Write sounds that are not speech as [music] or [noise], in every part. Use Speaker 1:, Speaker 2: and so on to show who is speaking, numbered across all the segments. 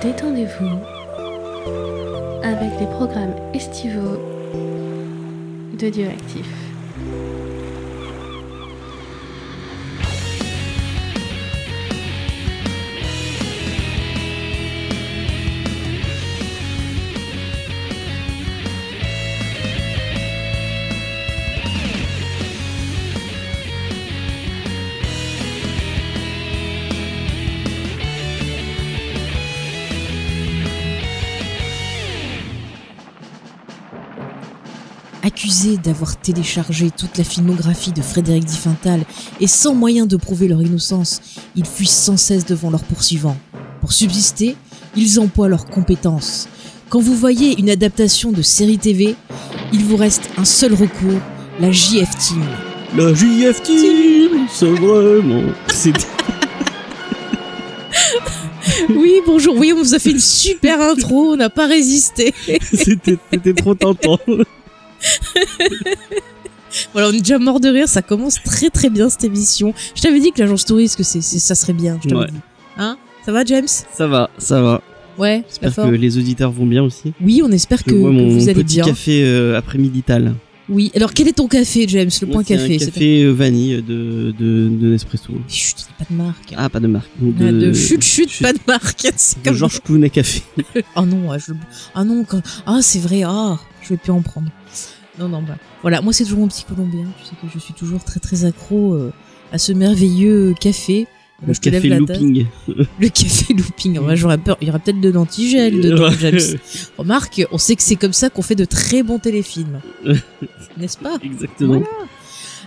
Speaker 1: Détendez-vous avec les programmes estivaux de Dieu
Speaker 2: accusés d'avoir téléchargé toute la filmographie de Frédéric Diffental et sans moyen de prouver leur innocence, ils fuient sans cesse devant leurs poursuivants. Pour subsister, ils emploient leurs compétences. Quand vous voyez une adaptation de série TV, il vous reste un seul recours, la JF Team.
Speaker 3: La JF Team, c'est vraiment... C'est...
Speaker 2: [laughs] Oui, bonjour, oui, on vous a fait une [laughs] super intro, on n'a pas résisté.
Speaker 3: C'était, c'était trop tentant.
Speaker 2: voilà, on est déjà mort de rire. Ça commence très très bien cette émission. Je t'avais dit que l'agence touriste, que c'est, c'est- ça serait bien. Je t'avais
Speaker 3: Ouais.
Speaker 2: dit. Hein Ça va, James
Speaker 3: Ça va, ça va.
Speaker 2: Ouais, la
Speaker 3: J'espère
Speaker 2: forme.
Speaker 3: que les auditeurs vont bien aussi.
Speaker 2: Oui, on espère que,
Speaker 3: Que moi,
Speaker 2: que
Speaker 3: mon
Speaker 2: vous allez
Speaker 3: petit
Speaker 2: bien.
Speaker 3: café euh, après-midital.
Speaker 2: Oui. Alors, quel est ton café, James Le
Speaker 3: Moi,
Speaker 2: point
Speaker 3: c'est
Speaker 2: café.
Speaker 3: Un
Speaker 2: c'est-
Speaker 3: café euh, vanille de, de, de Nespresso.
Speaker 2: Chut, c'est pas de marque.
Speaker 3: Ah, pas de marque. Donc
Speaker 2: Ouais, de... chut, chut,
Speaker 3: chut.
Speaker 2: pas de marque. [laughs] C'est
Speaker 3: de
Speaker 2: comme
Speaker 3: Georges Clooney Café.
Speaker 2: Ah non, ah, je... ah non, quand- ah c'est vrai, ah je vais plus en prendre. Non non bah voilà, moi c'est toujours mon petit colombien. Tu sais que je suis toujours très très accro euh, à ce merveilleux café.
Speaker 3: Le
Speaker 2: Je te lève
Speaker 3: café
Speaker 2: la tasse.
Speaker 3: looping.
Speaker 2: Le café looping. En vrai, j'aurais peur. Il y aurait peut-être de
Speaker 3: [laughs]
Speaker 2: l'antigel dedans, James. Remarque, on sait que c'est comme ça qu'on fait de très bons
Speaker 3: [laughs]
Speaker 2: téléfilms. N'est-ce pas
Speaker 3: Exactement.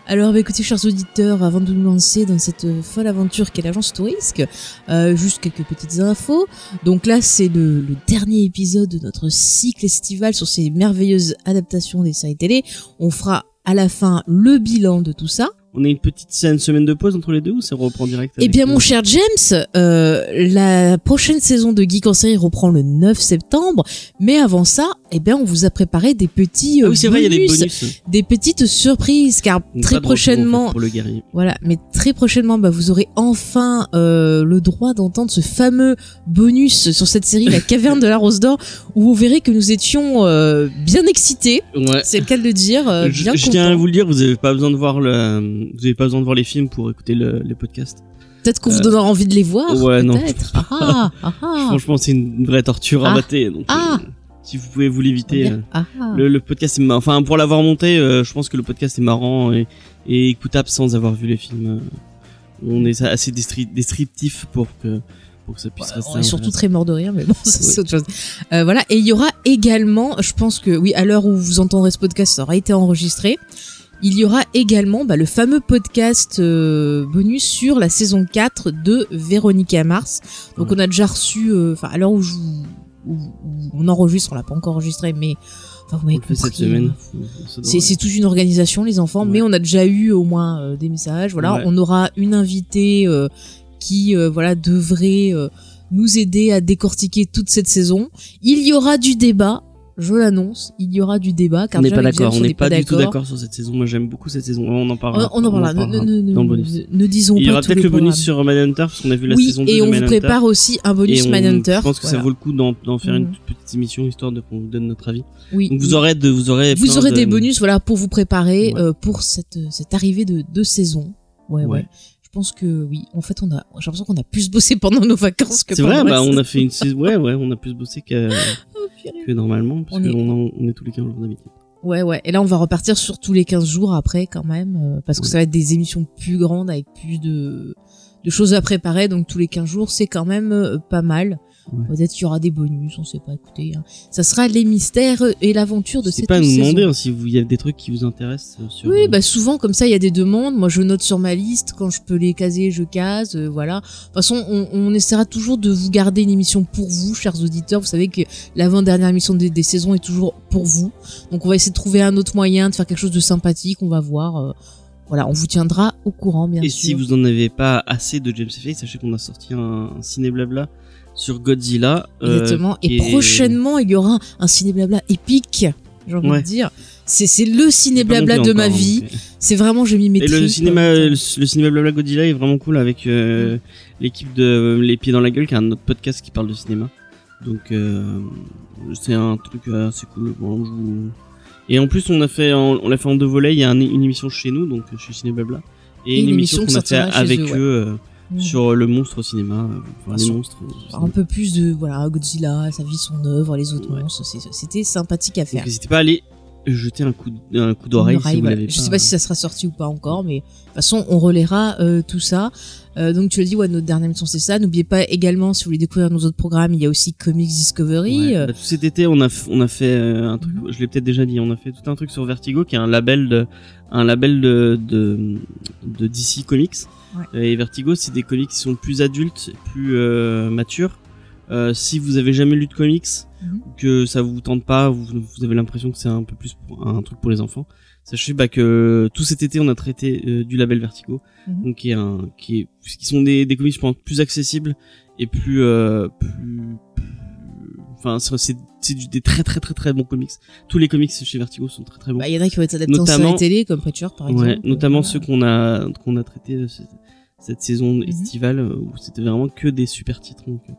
Speaker 2: alors, bah, écoutez, chers auditeurs, avant de nous lancer dans cette euh, folle aventure qu'est l'agence Tourisque, euh, juste quelques petites infos. Donc là, c'est le, le dernier épisode de notre cycle estival sur ces merveilleuses adaptations des séries télé. On fera à la fin le bilan de tout ça.
Speaker 3: On a une petite scène, semaine de pause entre les deux ou ça reprend direct
Speaker 2: Eh
Speaker 3: avec
Speaker 2: bien,
Speaker 3: le-
Speaker 2: mon cher James, euh, la prochaine saison de Geek en série reprend le 9 septembre. Mais avant ça, eh bien, on vous a préparé des petits euh,
Speaker 3: Ah oui, c'est vrai, il y a des
Speaker 2: bonus,
Speaker 3: bonus.
Speaker 2: des petites surprises, car
Speaker 3: Donc, pas
Speaker 2: très
Speaker 3: de retour, en fait,
Speaker 2: prochainement,
Speaker 3: pour le guerrier.
Speaker 2: Voilà, mais très prochainement, bah, vous aurez enfin euh, le droit d'entendre ce fameux bonus sur cette série, La Caverne de la Rose d'Or, où vous verrez que nous étions euh, bien excités,
Speaker 3: Ouais.
Speaker 2: c'est le cas de le dire, euh,
Speaker 3: je,
Speaker 2: bien
Speaker 3: je tiens à
Speaker 2: contents.
Speaker 3: vous le dire, vous n'avez pas besoin de voir le, vous avez pas besoin de voir les films pour écouter le, les podcasts.
Speaker 2: Peut-être qu'on
Speaker 3: Euh,
Speaker 2: vous donnera envie de les voir,
Speaker 3: ouais, non, je
Speaker 2: peut-être. Ah, ah, ah,
Speaker 3: Franchement, c'est une vraie torture à
Speaker 2: Ah.
Speaker 3: mater. Donc,
Speaker 2: Ah.
Speaker 3: euh, si vous pouvez vous l'éviter. euh,
Speaker 2: ah, ah.
Speaker 3: Le, le podcast, est mar- enfin pour l'avoir monté, euh, je pense que le podcast est marrant et, et écoutable sans avoir vu les films. Euh, On est assez destri- descriptif pour que pour que ça puisse rester.
Speaker 2: On est surtout
Speaker 3: intéressant.
Speaker 2: très mort de rire, mais bon, [laughs] ça, c'est autre chose. Euh, voilà, et il y aura également, je pense que, oui, à l'heure où vous entendrez ce podcast, ça aura été enregistré. Il y aura également bah, le fameux podcast euh, bonus sur la saison 4 de Véronica Mars. Donc
Speaker 3: Ouais.
Speaker 2: on a déjà reçu, euh, enfin à l'heure où, je vous- où- où on enregistre, on l'a pas encore enregistré, mais enfin vous
Speaker 3: On
Speaker 2: m'avez
Speaker 3: le fait cette
Speaker 2: compris.
Speaker 3: semaine. Ça
Speaker 2: C'est
Speaker 3: devrait-
Speaker 2: c'est toute une organisation, les enfants,
Speaker 3: Ouais.
Speaker 2: mais on a déjà eu au moins euh, des messages. Voilà,
Speaker 3: Ouais.
Speaker 2: on aura une invitée euh, qui euh, voilà devrait euh, nous aider à décortiquer toute cette saison. Il y aura du débat, je l'annonce. Il y aura du débat car
Speaker 3: on n'est
Speaker 2: déjà,
Speaker 3: pas
Speaker 2: avec
Speaker 3: d'accord,
Speaker 2: James,
Speaker 3: on n'est pas, du tout
Speaker 2: d'accord.
Speaker 3: d'accord sur cette saison. Moi, j'aime beaucoup cette saison. On en
Speaker 2: On,
Speaker 3: parlera.
Speaker 2: on en parlera. Ne, ne- ne-
Speaker 3: dans
Speaker 2: ne-
Speaker 3: le bonus.
Speaker 2: ne disons
Speaker 3: Et il y
Speaker 2: pas
Speaker 3: aura
Speaker 2: tout
Speaker 3: peut-être
Speaker 2: le
Speaker 3: le
Speaker 2: programme.
Speaker 3: bonus sur Manhunter parce qu'on a vu la
Speaker 2: oui,
Speaker 3: saison 2
Speaker 2: et
Speaker 3: de
Speaker 2: on vous
Speaker 3: Manhunter.
Speaker 2: prépare aussi un
Speaker 3: Et
Speaker 2: bonus
Speaker 3: on-
Speaker 2: Manhunter.
Speaker 3: Je pense que ça
Speaker 2: Voilà.
Speaker 3: vaut le coup d'en d'en faire une
Speaker 2: Mhm.
Speaker 3: toute petite émission histoire de qu'on vous donne notre avis.
Speaker 2: Oui.
Speaker 3: Donc vous aurez de, vous aurez
Speaker 2: Vous
Speaker 3: plein
Speaker 2: aurez
Speaker 3: de-
Speaker 2: des bonus voilà, pour vous préparer
Speaker 3: Ouais.
Speaker 2: euh, pour cette, cette arrivée de, de saison. Ouais, ouais,
Speaker 3: Ouais.
Speaker 2: Je pense que oui. En fait, on a, j'ai l'impression qu'on a plus bossé pendant nos vacances que
Speaker 3: C'est
Speaker 2: pendant
Speaker 3: vrai,
Speaker 2: la
Speaker 3: bah, on
Speaker 2: saison.
Speaker 3: a fait une saison. Ouais, ouais, on a plus bossé
Speaker 2: [laughs]
Speaker 3: qu'à-
Speaker 2: Oh, purée.
Speaker 3: que normalement, parce
Speaker 2: On
Speaker 3: qu'on
Speaker 2: est-
Speaker 3: est... on est tous les 15 jours d'habitude.
Speaker 2: Ouais, ouais. Et là, on va repartir sur tous les 15 jours après, quand même, euh, parce que
Speaker 3: Ouais.
Speaker 2: ça va être des émissions plus grandes avec plus de, de choses à préparer. Donc, tous les 15 jours, c'est quand même euh, pas mal.
Speaker 3: Ouais.
Speaker 2: Peut-être qu'il y aura des bonus, on sait pas. Écoutez, hein. ça sera les mystères et l'aventure de
Speaker 3: N'hésitez
Speaker 2: cette
Speaker 3: pas à nous
Speaker 2: saison.
Speaker 3: demander hein, si vous il y a des trucs qui vous intéressent euh, sur.
Speaker 2: Oui,
Speaker 3: euh,
Speaker 2: bah souvent comme ça, il y a des demandes. Moi, je note sur ma liste quand je peux les caser, je case. euh, voilà. De toute façon, on, on essaiera toujours de vous garder une émission pour vous, chers auditeurs. Vous savez que l'avant-dernière émission des, des saisons est toujours pour vous. Donc, on va essayer de trouver un autre moyen de faire quelque chose de sympathique. On va voir. euh, voilà, on vous tiendra au courant, bien
Speaker 3: Et
Speaker 2: sûr.
Speaker 3: si vous en avez pas assez de James F. sachez qu'on a sorti un, un ciné blabla sur Godzilla. euh,
Speaker 2: Exactement.
Speaker 3: qui
Speaker 2: Et
Speaker 3: est-
Speaker 2: prochainement, il y aura un ciné-blabla épique. J'ai envie
Speaker 3: Ouais.
Speaker 2: de dire. C'est c'est le
Speaker 3: j'ai pas
Speaker 2: ciné-blabla
Speaker 3: monté
Speaker 2: de ma
Speaker 3: encore,
Speaker 2: vie.
Speaker 3: donc, euh,
Speaker 2: C'est vraiment, je m'y mets
Speaker 3: Et le
Speaker 2: tripes.
Speaker 3: cinéma, le, le cinéma blabla
Speaker 2: Mm.
Speaker 3: euh, Godzilla est vraiment cool avec euh, l'équipe de Les Pieds dans la Gueule, qui est un autre podcast qui parle de cinéma. Donc euh, c'est un truc assez cool. Bon, je vous- Et en plus, on a fait, en- on l'a fait en deux volets. Il y a un- une émission chez nous, donc chez Cinébabla, et, une, émission qu'on a fait
Speaker 2: sortira chez
Speaker 3: avec
Speaker 2: eux, ouais.
Speaker 3: eux euh,
Speaker 2: Mmh.
Speaker 3: sur le monstre au cinéma, euh, enfin les
Speaker 2: Sur-
Speaker 3: monstres. au cinéma.
Speaker 2: un peu plus de voilà Godzilla, sa vie, son œuvre, les autres
Speaker 3: Ouais.
Speaker 2: monstres. c'est- C'était sympathique à
Speaker 3: Donc
Speaker 2: faire.
Speaker 3: n'hésitez pas à aller jeter un coup, d- un coup d'oreille
Speaker 2: Une oreille,
Speaker 3: si vous
Speaker 2: voilà.
Speaker 3: l'avez hein.
Speaker 2: Je sais pas si ça sera sorti ou pas encore, mais de toute façon, on relaiera euh, tout ça. Euh, donc tu le dis, ouais, notre dernière émission c'est ça. N'oubliez pas également, si vous voulez découvrir nos autres programmes, il y a aussi Comics Discovery.
Speaker 3: Ouais.
Speaker 2: euh,
Speaker 3: Bah, tout cet été, on a, f- on a fait euh, un truc, je l'ai peut-être déjà dit, on a fait tout un truc sur Vertigo, qui est un label de, un label de, de, de DC Comics. Et Vertigo, c'est des comics qui sont plus adultes, plus euh, matures. Euh, si vous avez jamais lu de comics,
Speaker 2: Mhm.
Speaker 3: ou que ça vous tente pas, vous, vous avez l'impression que c'est un peu plus pour- un truc pour les enfants, sachez bah, que tout cet été on a traité euh, du label Vertigo,
Speaker 2: Mhm.
Speaker 3: donc qui, est un, qui, est, qui sont des, des comics je pense plus accessibles et plus, euh, plus, plus- enfin c'est c'est- c'est du- des très très très très bons comics. Tous les comics chez Vertigo sont très très bons.
Speaker 2: bah, Il y en a qui vont être adaptés en
Speaker 3: Notamment-
Speaker 2: série télé, comme Preacher par
Speaker 3: Ouais,
Speaker 2: exemple.
Speaker 3: notamment
Speaker 2: Voilà. Mhm.
Speaker 3: ceux qu'on a qu'on a traité cette, cette saison estivale euh, où c'était vraiment que des super titres. donc, euh,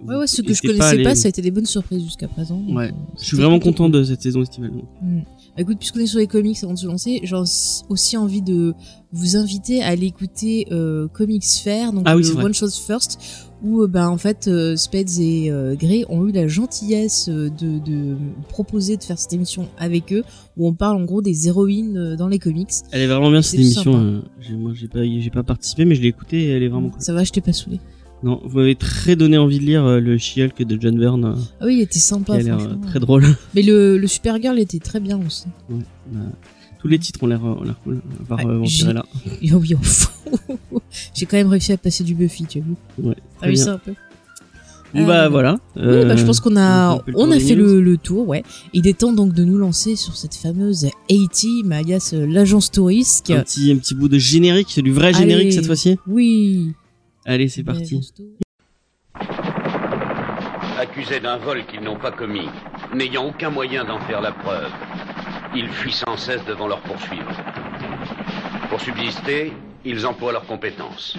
Speaker 2: Ouais,
Speaker 3: vous
Speaker 2: ouais, ceux que je
Speaker 3: n'hésitez
Speaker 2: connaissais pas,
Speaker 3: à aller-
Speaker 2: ça a été des bonnes surprises jusqu'à présent. donc,
Speaker 3: Ouais.
Speaker 2: euh,
Speaker 3: Je suis vraiment
Speaker 2: c'était
Speaker 3: content de cette saison estivale. donc.
Speaker 2: Bah, Écoute, puisqu'on est sur les comics avant de se lancer, j'ai aussi- aussi envie de vous inviter à aller écouter euh, Comics Fair, donc
Speaker 3: Ah oui,
Speaker 2: le
Speaker 3: c'est vrai.
Speaker 2: One Shot First, où euh, bah, en fait euh, Spades et euh, Gray ont eu la gentillesse euh, de, de proposer de faire cette émission avec eux, où on parle en gros des héroïnes euh, dans les comics.
Speaker 3: Elle est vraiment bien
Speaker 2: C'est
Speaker 3: cette émission.
Speaker 2: sympa.
Speaker 3: euh, j'ai- moi j'ai pas j'ai pas participé mais je l'ai écoutée et elle est vraiment cool.
Speaker 2: Ça va, je t'ai pas saoulé.
Speaker 3: Non, vous m'avez très donné envie de lire euh, le She-Hulk de John Byrne euh,
Speaker 2: Ah oui, il était
Speaker 3: qui
Speaker 2: sympa,
Speaker 3: a l'air euh,
Speaker 2: franchement.
Speaker 3: très drôle. [laughs]
Speaker 2: Mais le, le Supergirl était très bien aussi. [laughs]
Speaker 3: Euh, Tous les titres ont l'air euh, ont l'air cool. À part
Speaker 2: Ouais,
Speaker 3: euh,
Speaker 2: j'ai-
Speaker 3: Vampirella.
Speaker 2: Et oh oui, oh, fou. [laughs] j'ai quand même réussi à passer du Buffy, tu as vu
Speaker 3: Ouais,
Speaker 2: T'as
Speaker 3: très
Speaker 2: vu
Speaker 3: bien.
Speaker 2: ça un peu
Speaker 3: Bon, bah
Speaker 2: Euh,
Speaker 3: voilà.
Speaker 2: Oui, bah, je pense qu'on a,
Speaker 3: on fait le
Speaker 2: on
Speaker 3: tour
Speaker 2: a
Speaker 3: des
Speaker 2: fait
Speaker 3: news.
Speaker 2: le, le tour, ouais. Il est temps donc de nous lancer sur cette fameuse A-Team, alias euh, l'agence touristique.
Speaker 3: un petit un petit bout de générique, c'est du vrai générique
Speaker 2: Allez.
Speaker 3: cette fois-ci.
Speaker 2: Oui.
Speaker 3: Allez, c'est parti.
Speaker 2: L'agence tour-
Speaker 4: accusés d'un vol qu'ils n'ont pas commis, n'ayant aucun moyen d'en faire la preuve. Ils fuient sans cesse devant leurs poursuivants. Pour subsister, ils emploient leurs compétences.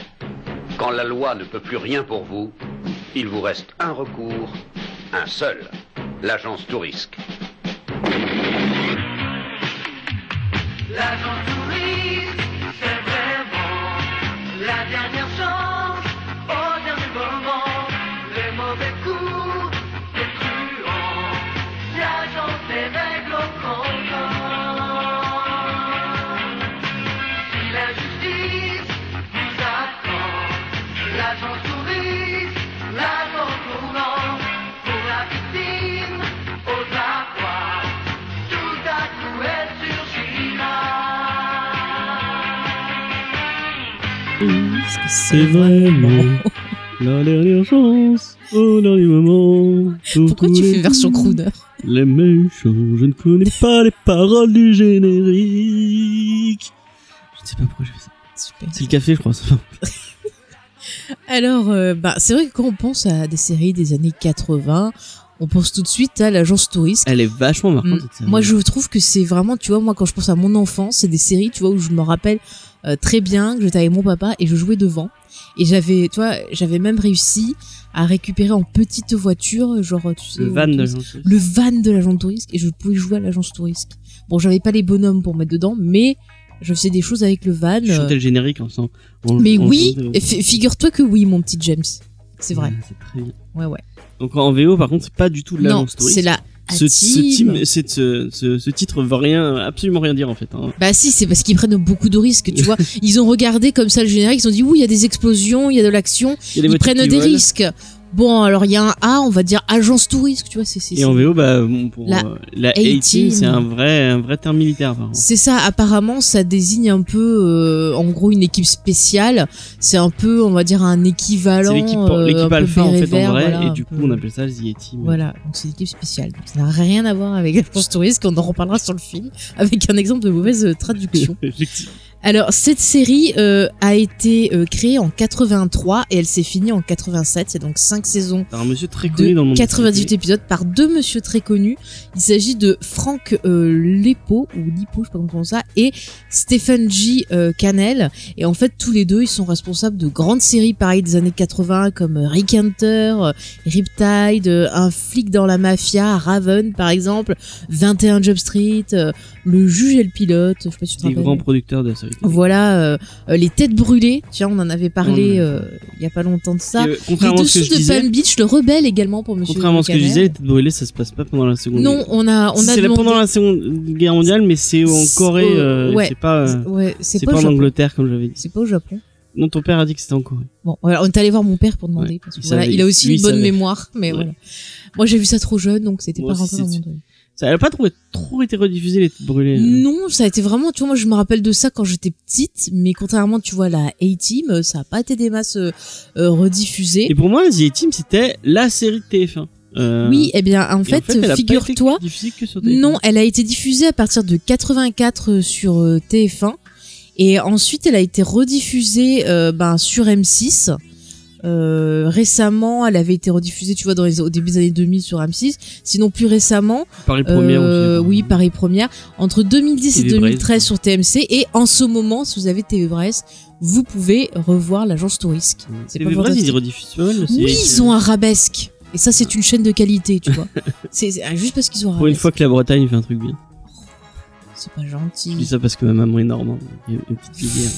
Speaker 4: Quand la loi ne peut plus rien pour vous, il vous reste un recours, un seul, l'agence Tourisque.
Speaker 5: L'agent touriste, c'est vraiment la dernière chance au dernier moment. Les mauvais coups, les truands, l'agent des règles au contraire. Si la justice vous attend, l'agent touriste, l'agent tournant, pour la victime, aux abois, tout à coup elle surgira.
Speaker 2: Parce que
Speaker 3: C'est
Speaker 2: c'est
Speaker 3: vraiment
Speaker 2: [laughs]
Speaker 3: la dernière chance au dernier moment.
Speaker 2: Pourquoi tu fais version crooner
Speaker 3: Les méchants, je ne connais pas les paroles du générique. Je ne sais pas pourquoi j'ai fait ça.
Speaker 2: Super.
Speaker 3: C'est le café, je crois. ça.
Speaker 2: Alors, euh, bah, c'est vrai que quand on pense à des séries des années 80, on pense tout de suite à l'agence touriste.
Speaker 3: Elle est vachement marquante.
Speaker 2: Mm.
Speaker 3: cette série. euh,
Speaker 2: Moi, je trouve que c'est vraiment, tu vois, moi, quand je pense à mon enfance, c'est des séries, tu vois, où je me rappelle euh, très bien que j'étais avec mon papa et je jouais devant. Et j'avais, tu vois, j'avais même réussi à récupérer en petite voiture, genre, tu sais,
Speaker 3: le
Speaker 2: au
Speaker 3: van de
Speaker 2: touriste-
Speaker 3: Jean
Speaker 2: le van de l'agent touriste et je pouvais jouer à l'agence touriste. Bon, j'avais pas les bonhommes pour mettre dedans, mais je faisais des choses avec le van.
Speaker 3: Je chantais
Speaker 2: euh,
Speaker 3: le générique en sang. en-
Speaker 2: Mais
Speaker 3: en-
Speaker 2: oui,
Speaker 3: en-
Speaker 2: et fi- figure-toi que oui, mon petit James. C'est vrai.
Speaker 3: Ouais, c'est très bien.
Speaker 2: Ouais, ouais.
Speaker 3: Donc en VO, par contre, c'est pas du tout de
Speaker 2: Non,
Speaker 3: l'agence touriste.
Speaker 2: c'est la
Speaker 3: Ce, ce,
Speaker 2: team.
Speaker 3: team- c'est- ce, ce- ce titre veut rien, absolument rien dire en fait. hein.
Speaker 2: Bah si, c'est parce qu'ils prennent beaucoup de risques,
Speaker 3: [laughs]
Speaker 2: tu vois. Ils ont regardé comme ça le générique, ils ont dit oui, il y a des explosions, il y a de l'action,
Speaker 3: Il y a des
Speaker 2: ils
Speaker 3: voitures
Speaker 2: prennent
Speaker 3: qui
Speaker 2: des
Speaker 3: volent.
Speaker 2: risques. Bon, alors il y a un A, on va dire agence touriste, tu vois, c'est c'est-
Speaker 3: Et en VO, bah, bon, pour
Speaker 2: La
Speaker 3: euh, la
Speaker 2: A-Team.
Speaker 3: A-Team, c'est un vrai, un vrai terme militaire. Par contre.
Speaker 2: c'est ça, apparemment, ça désigne un peu, euh, en gros, une équipe spéciale. C'est un peu, on va dire, un équivalent.
Speaker 3: C'est l'équipe
Speaker 2: euh, un
Speaker 3: l'équipe
Speaker 2: peu
Speaker 3: alpha en
Speaker 2: béret
Speaker 3: fait en
Speaker 2: vert,
Speaker 3: vrai,
Speaker 2: voilà,
Speaker 3: et
Speaker 2: un
Speaker 3: du coup
Speaker 2: peu.
Speaker 3: on appelle ça The A-Team.
Speaker 2: Voilà, donc c'est l'équipe spéciale. Donc, ça n'a rien [laughs] à voir avec l'agence touriste, qu'on en reparlera sur le film, avec un exemple de mauvaise euh, traduction.
Speaker 3: [laughs] Effectivement.
Speaker 2: Alors, cette série euh, a été euh, créée en 83 et elle s'est finie en 87. C'est donc 5 saisons
Speaker 3: T'as un monsieur très connu dans
Speaker 2: de
Speaker 3: le monde.
Speaker 2: 98 épisodes par deux messieurs très connus. Il s'agit de Franck euh, Lepo, ou Lipo, je sais pas comment on prononce ça, et Stephen J. euh, Cannell. Et en fait, tous les deux, ils sont responsables de grandes séries pareilles des années 80, comme euh, Rick Hunter, euh, Riptide, euh, Un flic dans la mafia, Raven, par exemple, 21 Job Street, euh, Le juge et le pilote, je sais pas si tu te
Speaker 3: Des
Speaker 2: rappelles.
Speaker 3: grands producteurs de la série.
Speaker 2: Voilà, euh, euh, les têtes brûlées, tiens, on en avait parlé
Speaker 3: On en
Speaker 2: euh, il y a pas longtemps de ça.
Speaker 3: Mmh. Et, euh,
Speaker 2: Les
Speaker 3: contrairement à ce que
Speaker 2: dessous
Speaker 3: je
Speaker 2: de
Speaker 3: disais,
Speaker 2: Palm Beach, le rebelle également pour Monsieur.
Speaker 3: contrairement à ce que je
Speaker 2: Buchanan.
Speaker 3: disais, les têtes brûlées, ça se passe pas pendant la seconde.
Speaker 2: Non, on a, on a
Speaker 3: c'est la-
Speaker 2: demandé-
Speaker 3: pendant la Seconde Guerre mondiale, mais c'est en
Speaker 2: C'est-
Speaker 3: Corée.
Speaker 2: euh,
Speaker 3: euh,
Speaker 2: ouais.
Speaker 3: C'est pas, euh,
Speaker 2: Ouais, c'est
Speaker 3: c'est
Speaker 2: pas,
Speaker 3: pas
Speaker 2: au
Speaker 3: en
Speaker 2: Japon.
Speaker 3: Angleterre, comme j'avais dit.
Speaker 2: C'est pas au Japon.
Speaker 3: Non, ton père a dit que c'était en Corée.
Speaker 2: Bon, voilà, on est allé voir mon père pour demander.
Speaker 3: Ouais,
Speaker 2: parce que
Speaker 3: il
Speaker 2: voilà,
Speaker 3: savait,
Speaker 2: il a aussi
Speaker 3: lui,
Speaker 2: une
Speaker 3: il
Speaker 2: bonne
Speaker 3: savait.
Speaker 2: mémoire, mais
Speaker 3: Ouais.
Speaker 2: voilà. Moi, j'ai vu ça trop jeune, donc c'était
Speaker 3: Moi
Speaker 2: pas
Speaker 3: aussi,
Speaker 2: rentré dans mon
Speaker 3: c'est-
Speaker 2: truc.
Speaker 3: Ça n'a pas trouvé, trop été rediffusé, les têtes brûlées. euh.
Speaker 2: Non, ça a été vraiment, tu vois, moi, je me rappelle de ça quand j'étais petite, mais contrairement, tu vois, à la A-Team, euh, ça a pas été des masses euh, euh, rediffusées.
Speaker 3: Et pour moi, The Team, c'était la série de TF1. Euh,
Speaker 2: Oui, eh bien, en
Speaker 3: et
Speaker 2: fait,
Speaker 3: elle a pas été
Speaker 2: figure-toi,
Speaker 3: diffusée que sur TF1.
Speaker 2: Non, elle a été diffusée à partir de 84 sur euh, TF1 et ensuite elle a été rediffusée euh, ben, sur M6. Euh, récemment, elle avait été rediffusée, tu vois, dans les, au début des années 2000 sur M6. Sinon, plus récemment,
Speaker 3: Paris Première
Speaker 2: euh,
Speaker 3: aussi. hein.
Speaker 2: oui, Paris Première, entre 2010 et,
Speaker 3: Télé-Brest.
Speaker 2: 2013 sur TMC. Et en ce moment, si vous avez TVBrest, vous pouvez revoir l'agence Tourisque.
Speaker 3: C'est
Speaker 2: pas
Speaker 3: pas vrai,
Speaker 2: fantastique.
Speaker 3: ils rediffusent pas mal.
Speaker 2: Oui, ils ont un rabesque. Et ça, c'est une chaîne de qualité,
Speaker 3: [laughs]
Speaker 2: tu vois. c'est c'est- juste parce qu'ils ont un
Speaker 3: Pour une
Speaker 2: rabesque.
Speaker 3: fois que la Bretagne fait un truc bien.
Speaker 2: C'est pas
Speaker 3: Je
Speaker 2: gentil.
Speaker 3: dis ça parce que ma maman est normande. Il y a Une petite filière.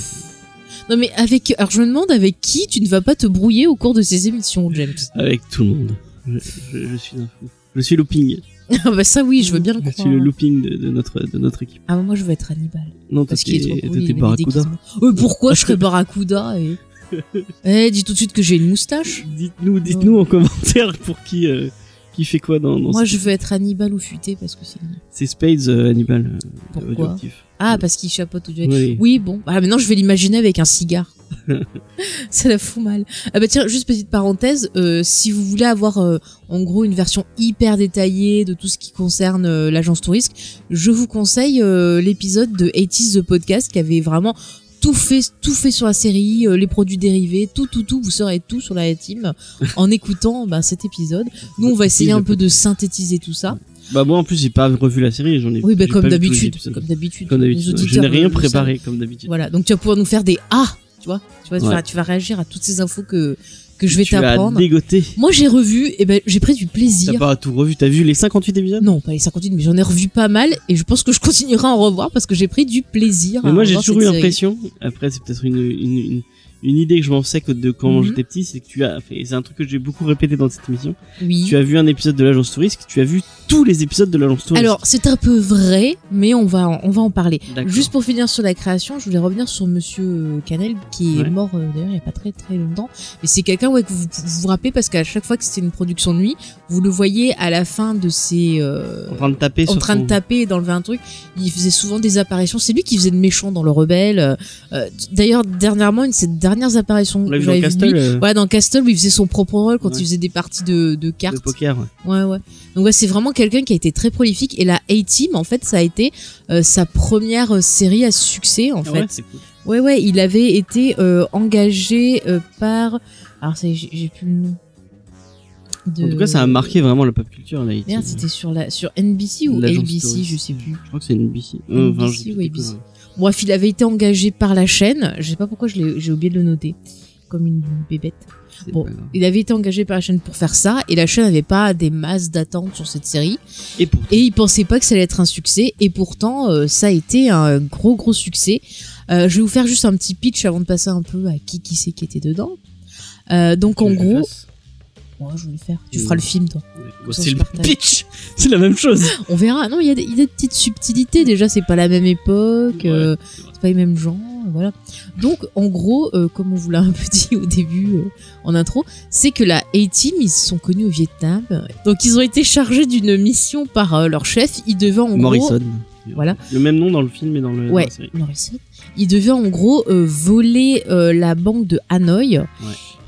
Speaker 2: Non mais avec, alors je me demande avec qui tu ne vas pas te brouiller au cours de ces émissions,
Speaker 3: [laughs]
Speaker 2: James.
Speaker 3: Avec tout le monde. Je, je- je suis un fou. Je suis looping.
Speaker 2: ah bah ça oui, je veux bien le
Speaker 3: Je
Speaker 2: croire.
Speaker 3: suis le looping de, de notre, de notre équipe.
Speaker 2: Ah bah moi je veux être Hannibal.
Speaker 3: Non, toi,
Speaker 2: Parce qu'il est trop
Speaker 3: t'es
Speaker 2: cool. il
Speaker 3: toi, t'es
Speaker 2: met des
Speaker 3: Barracuda.
Speaker 2: déguisements. Euh, pourquoi je serais Barracuda
Speaker 3: [laughs]
Speaker 2: et... Eh, dis tout de suite que j'ai une moustache.
Speaker 3: Dites-nous dites en [laughs] commentaire pour qui, euh, qui fait quoi dans, dans
Speaker 2: Moi
Speaker 3: ce-
Speaker 2: je veux être Hannibal ou futé parce que c'est...
Speaker 3: ces Spades euh, Hannibal euh,
Speaker 2: Pourquoi
Speaker 3: audioactifs.
Speaker 2: Ah parce qu'il chapeaute au duel.
Speaker 3: Oui.
Speaker 2: Oui, bon. Ah, maintenant, je vais l'imaginer avec un
Speaker 3: [laughs]
Speaker 2: cigare. ça la fout mal. Ah bah tiens, juste petite parenthèse, euh, si vous voulez avoir euh, en gros une version hyper détaillée de tout ce qui concerne euh, l'agence touriste, je vous conseille euh, l'épisode de 80 the podcast qui avait vraiment tout fait, tout fait sur la série, euh, les produits dérivés, tout, tout, tout. Vous saurez tout sur la team en
Speaker 3: [laughs]
Speaker 2: écoutant bah, cet épisode. Nous, on va essayer un peu de synthétiser tout ça.
Speaker 3: Bah moi en plus j'ai pas revu la série, j'en ai.
Speaker 2: Oui, bah
Speaker 3: j'ai
Speaker 2: comme
Speaker 3: pas vu tous les
Speaker 2: d'habitude,
Speaker 3: épisodes.
Speaker 2: comme d'habitude.
Speaker 3: Comme
Speaker 2: nos
Speaker 3: d'habitude. Je
Speaker 2: auditeurs
Speaker 3: n'ai rien
Speaker 2: le savent.
Speaker 3: préparé comme d'habitude.
Speaker 2: Voilà, donc tu vas pouvoir nous faire des ah, tu vois, tu vois, tu,
Speaker 3: Ouais.
Speaker 2: vas, tu vas réagir à toutes ces infos que que je vais
Speaker 3: tu as
Speaker 2: t'apprendre.
Speaker 3: dégoté.
Speaker 2: Moi, j'ai revu et ben j'ai pris du
Speaker 3: T'as
Speaker 2: plaisir.
Speaker 3: pas tout revu, t'as vu les 58 épisodes
Speaker 2: Non, pas les 58, mais j'en ai revu pas mal et je pense que je continuerai à en revoir parce que j'ai pris du plaisir.
Speaker 3: Mais
Speaker 2: à
Speaker 3: moi j'ai
Speaker 2: revoir
Speaker 3: toujours eu
Speaker 2: Ah, cette série.
Speaker 3: l'impression, après c'est peut-être une, une, une, une idée que je m'en sais que de quand
Speaker 2: Mhm.
Speaker 3: j'étais petit, c'est que tu as fait, et c'est un truc que j'ai beaucoup répété dans cette émission,
Speaker 2: Oui.
Speaker 3: tu as vu un épisode de l'agence touriste, tu as vu tous les épisodes de l'agence touriste.
Speaker 2: Alors, c'est un peu vrai, mais on va en- on va en parler.
Speaker 3: D'accord.
Speaker 2: Juste pour finir sur la création, je voulais revenir sur Monsieur euh, Canel qui est
Speaker 3: Ouais.
Speaker 2: mort euh, d'ailleurs il n'y a pas très très longtemps. Mais c'est quelqu'un ouais, que vous vous, vous rappelez parce qu'à chaque fois que c'était une production de nuit, vous le voyez à la fin de ses euh,
Speaker 3: en train de taper
Speaker 2: en
Speaker 3: sur
Speaker 2: train
Speaker 3: son-
Speaker 2: de taper et d'enlever un truc. Il faisait souvent des apparitions. C'est lui qui faisait le méchant dans Le Rebelle. Euh, euh, D'ailleurs, dernièrement, une de ses dernières apparitions
Speaker 3: On l'a
Speaker 2: que
Speaker 3: vu dans
Speaker 2: j'avais de lui,
Speaker 3: Castle euh,
Speaker 2: voilà, dans Castle, où il faisait son propre rôle quand
Speaker 3: Ouais.
Speaker 2: il faisait des parties de, de
Speaker 3: de
Speaker 2: cartes.
Speaker 3: poker. ouais.
Speaker 2: Ouais, ouais. Donc, ouais, c'est vraiment quelqu'un qui a été très prolifique. Et la A-Team, en fait, ça a été euh, sa première euh, série à succès, en
Speaker 3: Ah
Speaker 2: fait.
Speaker 3: ouais, c'est cool.
Speaker 2: Ouais, ouais, il avait été euh, engagé euh, par. Alors, c'est- j'ai j'ai plus le nom. De-
Speaker 3: En tout cas, ça a marqué vraiment la pop culture là.
Speaker 2: Merde, c'était sur, la... sur NBC ou
Speaker 3: L'agence
Speaker 2: ABC,
Speaker 3: touriste.
Speaker 2: je sais plus.
Speaker 3: Je crois que c'est NBC. Euh, enfin, je
Speaker 2: NBC
Speaker 3: dis
Speaker 2: ou
Speaker 3: des
Speaker 2: ABC.
Speaker 3: conneries.
Speaker 2: Bref, il avait été engagé par la chaîne. Je sais pas pourquoi je l'ai- j'ai oublié de le noter. Comme une bébête.
Speaker 3: C'est
Speaker 2: Bon.
Speaker 3: pas grave.
Speaker 2: Il avait été engagé par la chaîne pour faire ça. Et la chaîne n'avait pas des masses d'attentes sur cette série.
Speaker 3: Et pour
Speaker 2: Et il pensait pas que ça allait être un succès. Et pourtant, euh, ça a été un gros, gros succès. Euh, je vais vous faire juste un petit pitch avant de passer un peu à qui qui c'est qui était dedans. Euh, donc, en
Speaker 3: que je le
Speaker 2: gros,
Speaker 3: fasse,
Speaker 2: Ouais, je vais le faire. Tu
Speaker 3: Oui.
Speaker 2: feras le film, toi.
Speaker 3: Bon,
Speaker 2: Sur
Speaker 3: c'est
Speaker 2: ce
Speaker 3: le
Speaker 2: partage.
Speaker 3: pitch C'est la même chose
Speaker 2: On verra. Non, il y, a des- il y a des petites subtilités. Déjà, c'est pas la même époque,
Speaker 3: Ouais,
Speaker 2: euh,
Speaker 3: c'est vrai.
Speaker 2: c'est pas les mêmes gens, euh, voilà. Donc, en gros, euh, comme on vous l'a un peu [laughs] dit au début euh, en intro, c'est que la A-Team, ils se sont connus au Vietnam. Donc, ils ont été chargés d'une mission par euh, leur chef. Ils devaient en gros.
Speaker 3: Morrison.
Speaker 2: Voilà.
Speaker 3: Le même nom dans le film et dans, le, dans
Speaker 2: Ouais.
Speaker 3: la série.
Speaker 2: Morrison. Ils devaient en gros euh, voler euh, la banque de Hanoï.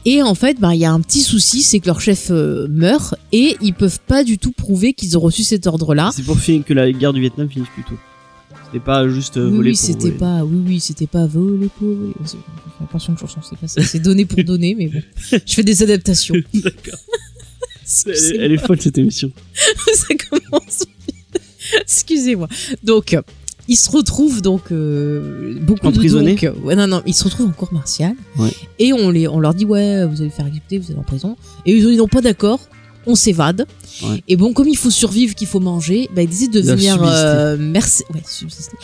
Speaker 2: Et en fait, bah, il y a un petit souci, c'est que leur chef euh, meurt et ils peuvent pas du tout prouver qu'ils ont reçu cet ordre-là.
Speaker 3: C'est pour fin- que la guerre du Vietnam finisse plus tôt. et pas juste euh,
Speaker 2: oui,
Speaker 3: voler
Speaker 2: oui,
Speaker 3: pour
Speaker 2: c'était
Speaker 3: voler.
Speaker 2: pas, oui, oui, c'était pas voler pour voler. C'est- J'ai l'impression que chanson, c'est pas ça. C'est donner
Speaker 3: [laughs]
Speaker 2: pour donner, mais bon. Je fais des adaptations.
Speaker 3: [laughs] D'accord.
Speaker 2: C'est-
Speaker 3: Elle, est- elle est folle cette émission.
Speaker 2: [laughs] ça commence. Excusez-moi. Donc, euh, il se retrouve donc euh, beaucoup
Speaker 3: Emprisonné
Speaker 2: De donc, ouais, non, non, il se retrouve en cour martiale.
Speaker 3: Ouais.
Speaker 2: Et on les, on leur dit ouais, vous allez faire exécuter, vous allez en prison. Et ils ont dit non, pas d'accord. On s'évade.
Speaker 3: Ouais.
Speaker 2: Et bon, comme il faut survivre, qu'il faut manger, bah, il décide de
Speaker 3: Il a
Speaker 2: devenir
Speaker 3: subsisté.
Speaker 2: euh, merce- ouais, subsister.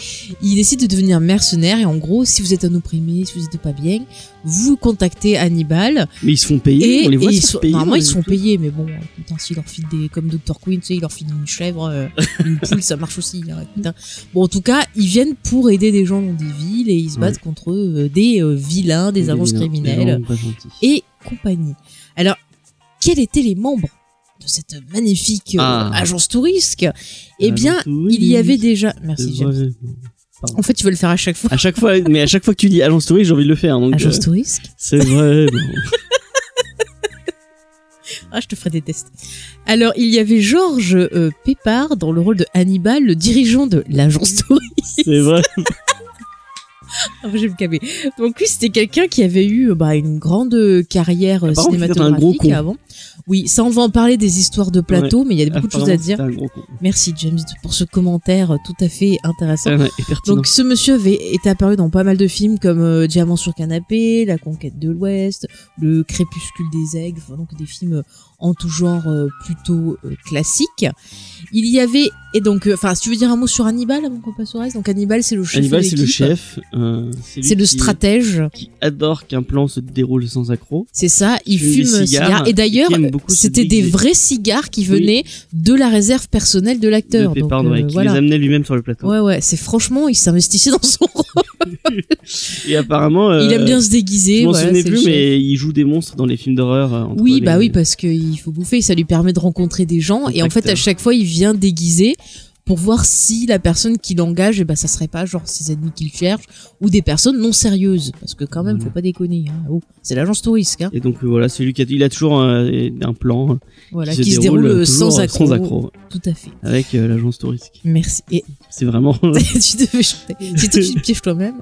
Speaker 2: Il décide de devenir mercenaire. Et en gros, si vous êtes un opprimé, si vous n'êtes pas bien, vous contactez Hannibal.
Speaker 3: Mais ils se font payer,
Speaker 2: Et,
Speaker 3: on les voit
Speaker 2: et
Speaker 3: se
Speaker 2: ils
Speaker 3: faire
Speaker 2: sont,
Speaker 3: payer.
Speaker 2: normalement,
Speaker 3: on
Speaker 2: ils
Speaker 3: les
Speaker 2: sont
Speaker 3: voit-
Speaker 2: payés, mais bon, euh, putain, s'ils leur filent des, comme Dr. Queen, tu sais, ils leur filent une chèvre, euh, une poule, ça marche aussi. hein, putain. Bon, en tout cas, ils viennent pour aider des gens dans des villes et ils se
Speaker 3: Ouais.
Speaker 2: battent contre euh, des euh, vilains, des agences
Speaker 3: vilains, des
Speaker 2: criminelles
Speaker 3: gens pas gentils.
Speaker 2: et compagnie. Alors, quels étaient les membres de cette magnifique euh,
Speaker 3: Ah.
Speaker 2: agence touristique Eh
Speaker 3: Ah,
Speaker 2: bien,
Speaker 3: oui,
Speaker 2: il y avait
Speaker 3: oui,
Speaker 2: déjà.
Speaker 3: c'est
Speaker 2: Merci, James.
Speaker 3: vrai.
Speaker 2: En fait, tu veux le faire à chaque fois.
Speaker 3: À chaque fois, mais à chaque fois que tu dis agence touriste, j'ai envie de le faire. donc,
Speaker 2: Agence
Speaker 3: euh,
Speaker 2: touristique
Speaker 3: c'est vrai. bon.
Speaker 2: [laughs] Ah, je te ferai des tests. Alors, il y avait Georges euh, Pépard dans le rôle de Hannibal, le dirigeant de l'agence touriste.
Speaker 3: [laughs] C'est vrai.
Speaker 2: Ah, je vais me calmer. Donc lui, c'était quelqu'un qui avait eu euh, bah, une grande euh, carrière euh,
Speaker 3: Par contre, c'était un
Speaker 2: cinématographique
Speaker 3: gros con. Ah,
Speaker 2: avant. Oui, ça, on va en parler des histoires de plateau, mais il y a beaucoup de choses à
Speaker 3: Apparemment,
Speaker 2: dire.
Speaker 3: c'était un gros con.
Speaker 2: Merci James pour ce commentaire euh, tout à fait intéressant.
Speaker 3: Ah ouais, et pertinent.
Speaker 2: Donc ce monsieur avait été apparu dans pas mal de films comme euh, Diamant sur canapé, La conquête de l'Ouest, Le crépuscule des aigles, enfin, donc des films euh, en tout genre euh, plutôt euh, classiques. Il y avait et donc euh, enfin si tu veux dire un mot sur Hannibal avant qu'on passe au reste, donc Hannibal c'est le chef
Speaker 3: Hannibal,
Speaker 2: de
Speaker 3: c'est le
Speaker 2: l'équipe.
Speaker 3: chef. euh, lui
Speaker 2: C'est le
Speaker 3: qui-
Speaker 2: stratège,
Speaker 3: qui adore qu'un plan se déroule sans accroc.
Speaker 2: c'est ça, il
Speaker 3: fume des
Speaker 2: fume euh, un
Speaker 3: cigares,
Speaker 2: cigare. Et d'ailleurs,
Speaker 3: et qui aime beaucoup se
Speaker 2: c'était des
Speaker 3: déguiser.
Speaker 2: vrais cigares qui venaient de la réserve personnelle de l'acteur.
Speaker 3: de
Speaker 2: Donc
Speaker 3: Pépard,
Speaker 2: euh,
Speaker 3: ouais, qui les
Speaker 2: voilà.
Speaker 3: amenait lui-même sur le plateau.
Speaker 2: Ouais, ouais, c'est franchement, il s'investissait dans son rôle.
Speaker 3: Et apparemment, euh,
Speaker 2: il aime bien se déguiser.
Speaker 3: je m'en
Speaker 2: voilà,
Speaker 3: souvenais
Speaker 2: c'est le
Speaker 3: plus,
Speaker 2: chef.
Speaker 3: mais il joue des monstres dans les films d'horreur. euh, entre
Speaker 2: Oui,
Speaker 3: les-
Speaker 2: bah oui, parce qu'il faut bouffer, ça lui permet de rencontrer des gens. Et en fait, à
Speaker 3: Exactement.
Speaker 2: chaque fois, il vient déguisé pour voir si la personne qui l'engage, eh ben, ça serait pas genre ses ennemis qu'il cherche ou des personnes non sérieuses. Parce que quand même,
Speaker 3: Voilà.
Speaker 2: faut pas déconner. hein. Oh, c'est l'agence touriste, hein.
Speaker 3: Et donc euh, voilà, c'est lui qui a, il a toujours euh, un plan euh,
Speaker 2: voilà, qui se déroule,
Speaker 3: euh, toujours,
Speaker 2: sans
Speaker 3: euh,
Speaker 2: accroc.
Speaker 3: sans accroc,
Speaker 2: Tout à fait.
Speaker 3: avec euh, l'agence touristique.
Speaker 2: Merci.
Speaker 3: [laughs]
Speaker 2: Et [laughs]
Speaker 3: C'est vraiment.
Speaker 2: tu devais chanter. C'était une piège toi-même.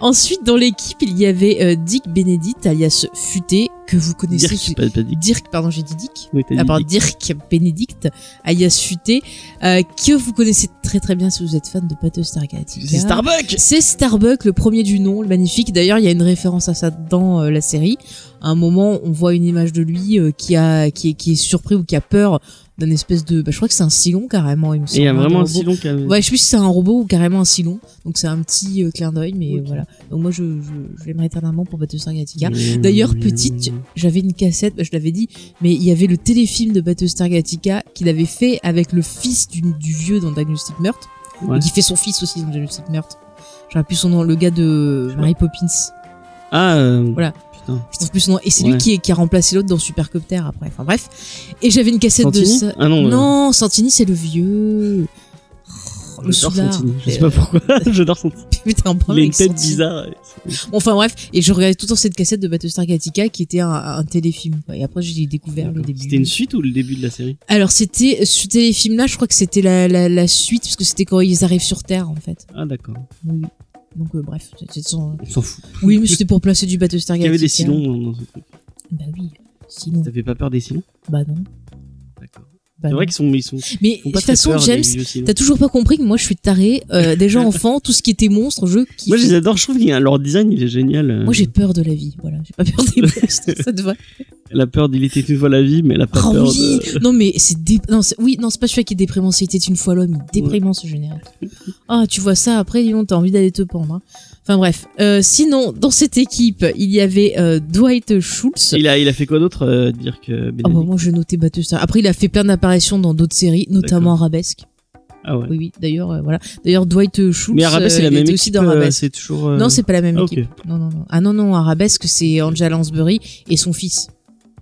Speaker 2: Ensuite, dans l'équipe, il y avait euh, Dick Benedict, alias Futé, que vous connaissez.
Speaker 3: Dire qu'il pas, pas dit.
Speaker 2: Dirk, pardon, j'ai dit Dick.
Speaker 3: Oui, t'as
Speaker 2: à
Speaker 3: dit
Speaker 2: part
Speaker 3: Dick.
Speaker 2: Dirk Benedict, alias Futé, euh, que vous connaissez très très bien si vous êtes fan de Pâteux Star Galactica.
Speaker 3: C'est Starbucks
Speaker 2: C'est Starbuck, le premier du nom, le magnifique. D'ailleurs, il y a une référence à ça dans euh, la série. À un moment, on voit une image de lui euh, qui, a, qui, est, qui est surpris ou qui a peur d'un espèce de... bah, je crois que c'est un silon carrément, il me
Speaker 3: Et
Speaker 2: semble.
Speaker 3: il y a
Speaker 2: un
Speaker 3: vraiment un
Speaker 2: robot.
Speaker 3: silon qui a-
Speaker 2: Ouais, je sais plus si c'est un robot ou carrément un silon. Donc c'est un petit euh, clin d'œil, mais
Speaker 3: Ok.
Speaker 2: voilà. Donc moi, je, je, je l'aimerais éternellement pour Battlestar Galactica.
Speaker 3: Mmh.
Speaker 2: D'ailleurs, petite, j'avais une cassette, bah, je l'avais dit, mais il y avait le téléfilm de Battlestar Galactica qu'il avait fait avec le fils du, du vieux dans Diagnostic Meurtre,
Speaker 3: Ouais.
Speaker 2: qui fait son fils aussi dans Diagnostic Meurtre. J'aurais plus son nom, le gars de Mary Poppins.
Speaker 3: Ah, euh,
Speaker 2: Voilà.
Speaker 3: Putain.
Speaker 2: Je trouve plus son nom. Et c'est lui
Speaker 3: Ouais.
Speaker 2: qui, est- qui a remplacé l'autre dans Supercopter après. Enfin bref. Et j'avais une cassette
Speaker 3: Santini
Speaker 2: de ça.
Speaker 3: Ah non. euh,
Speaker 2: Non, Santini, c'est le vieux. Oh, le
Speaker 3: J'adore
Speaker 2: soudard. Euh,
Speaker 3: Santini. Je sais pas pourquoi. [laughs] J'adore Santini.
Speaker 2: [laughs] Putain, un
Speaker 3: Il
Speaker 2: problème
Speaker 3: a une
Speaker 2: avec
Speaker 3: tête
Speaker 2: Santini.
Speaker 3: bizarre.
Speaker 2: Bon, Enfin bref, et je regardais tout le temps cette cassette de Battlestar Galactica qui était un, un téléfilm. quoi. Et après, j'ai découvert le début.
Speaker 3: C'était une suite ou le début de la série
Speaker 2: Alors c'était ce téléfilm-là, je crois que c'était la, la, la suite parce que c'était quand ils arrivent sur Terre en fait.
Speaker 3: Ah d'accord.
Speaker 2: Oui. oui. Donc euh, bref, c'était son...
Speaker 3: On s'en fout.
Speaker 2: oui, mais c'était pour placer du Battlestar
Speaker 3: Il y
Speaker 2: Galactica.
Speaker 3: avait des silons dans, dans ce truc.
Speaker 2: Bah oui, sinon.
Speaker 3: T'avais pas peur des silons
Speaker 2: Bah non.
Speaker 3: D'accord.
Speaker 2: Bah
Speaker 3: C'est
Speaker 2: non.
Speaker 3: vrai qu'ils sont, ils sont. ils
Speaker 2: Mais
Speaker 3: font
Speaker 2: de
Speaker 3: pas
Speaker 2: toute
Speaker 3: très
Speaker 2: façon,
Speaker 3: peur, les
Speaker 2: James,
Speaker 3: vieux silons.
Speaker 2: t'as toujours pas compris que moi je suis taré. Euh,
Speaker 3: [laughs]
Speaker 2: déjà enfant, tout ce qui était monstre, je kiffe.
Speaker 3: Moi, je les adore. Je trouve que leur design, il est génial. euh,
Speaker 2: Moi, j'ai peur de la vie, voilà. J'ai pas peur
Speaker 3: [laughs]
Speaker 2: des monstres, ça te va.
Speaker 3: La peur d'il était une fois la vie, mais la pas
Speaker 2: Oh
Speaker 3: peur
Speaker 2: oui
Speaker 3: de.
Speaker 2: Non mais c'est dé... non, c'est- oui non c'est pas celui qui est déprimant c'était une fois l'homme il est déprimant ce générique. Ah tu vois ça après dis donc t'as envie d'aller te pendre. hein. Enfin bref Euh, sinon dans cette équipe il y avait euh, Dwight Schultz.
Speaker 3: Il a, il a fait quoi d'autre euh, Dire que.
Speaker 2: Ah bah,
Speaker 3: Benedict-
Speaker 2: moi j'ai noté Battlestar. Après il a fait plein d'apparitions dans d'autres séries notamment Arabesque.
Speaker 3: Ah ouais.
Speaker 2: Oui oui d'ailleurs euh, voilà d'ailleurs Dwight Schultz.
Speaker 3: Mais Arabes, c'est
Speaker 2: euh,
Speaker 3: la
Speaker 2: il
Speaker 3: même
Speaker 2: était
Speaker 3: équipe.
Speaker 2: aussi dans
Speaker 3: euh,
Speaker 2: Arabesque.
Speaker 3: c'est toujours. euh,
Speaker 2: Non c'est pas la même
Speaker 3: ah, ok.
Speaker 2: équipe. Non non non ah non non Arabesque c'est Angela Lansbury et son fils.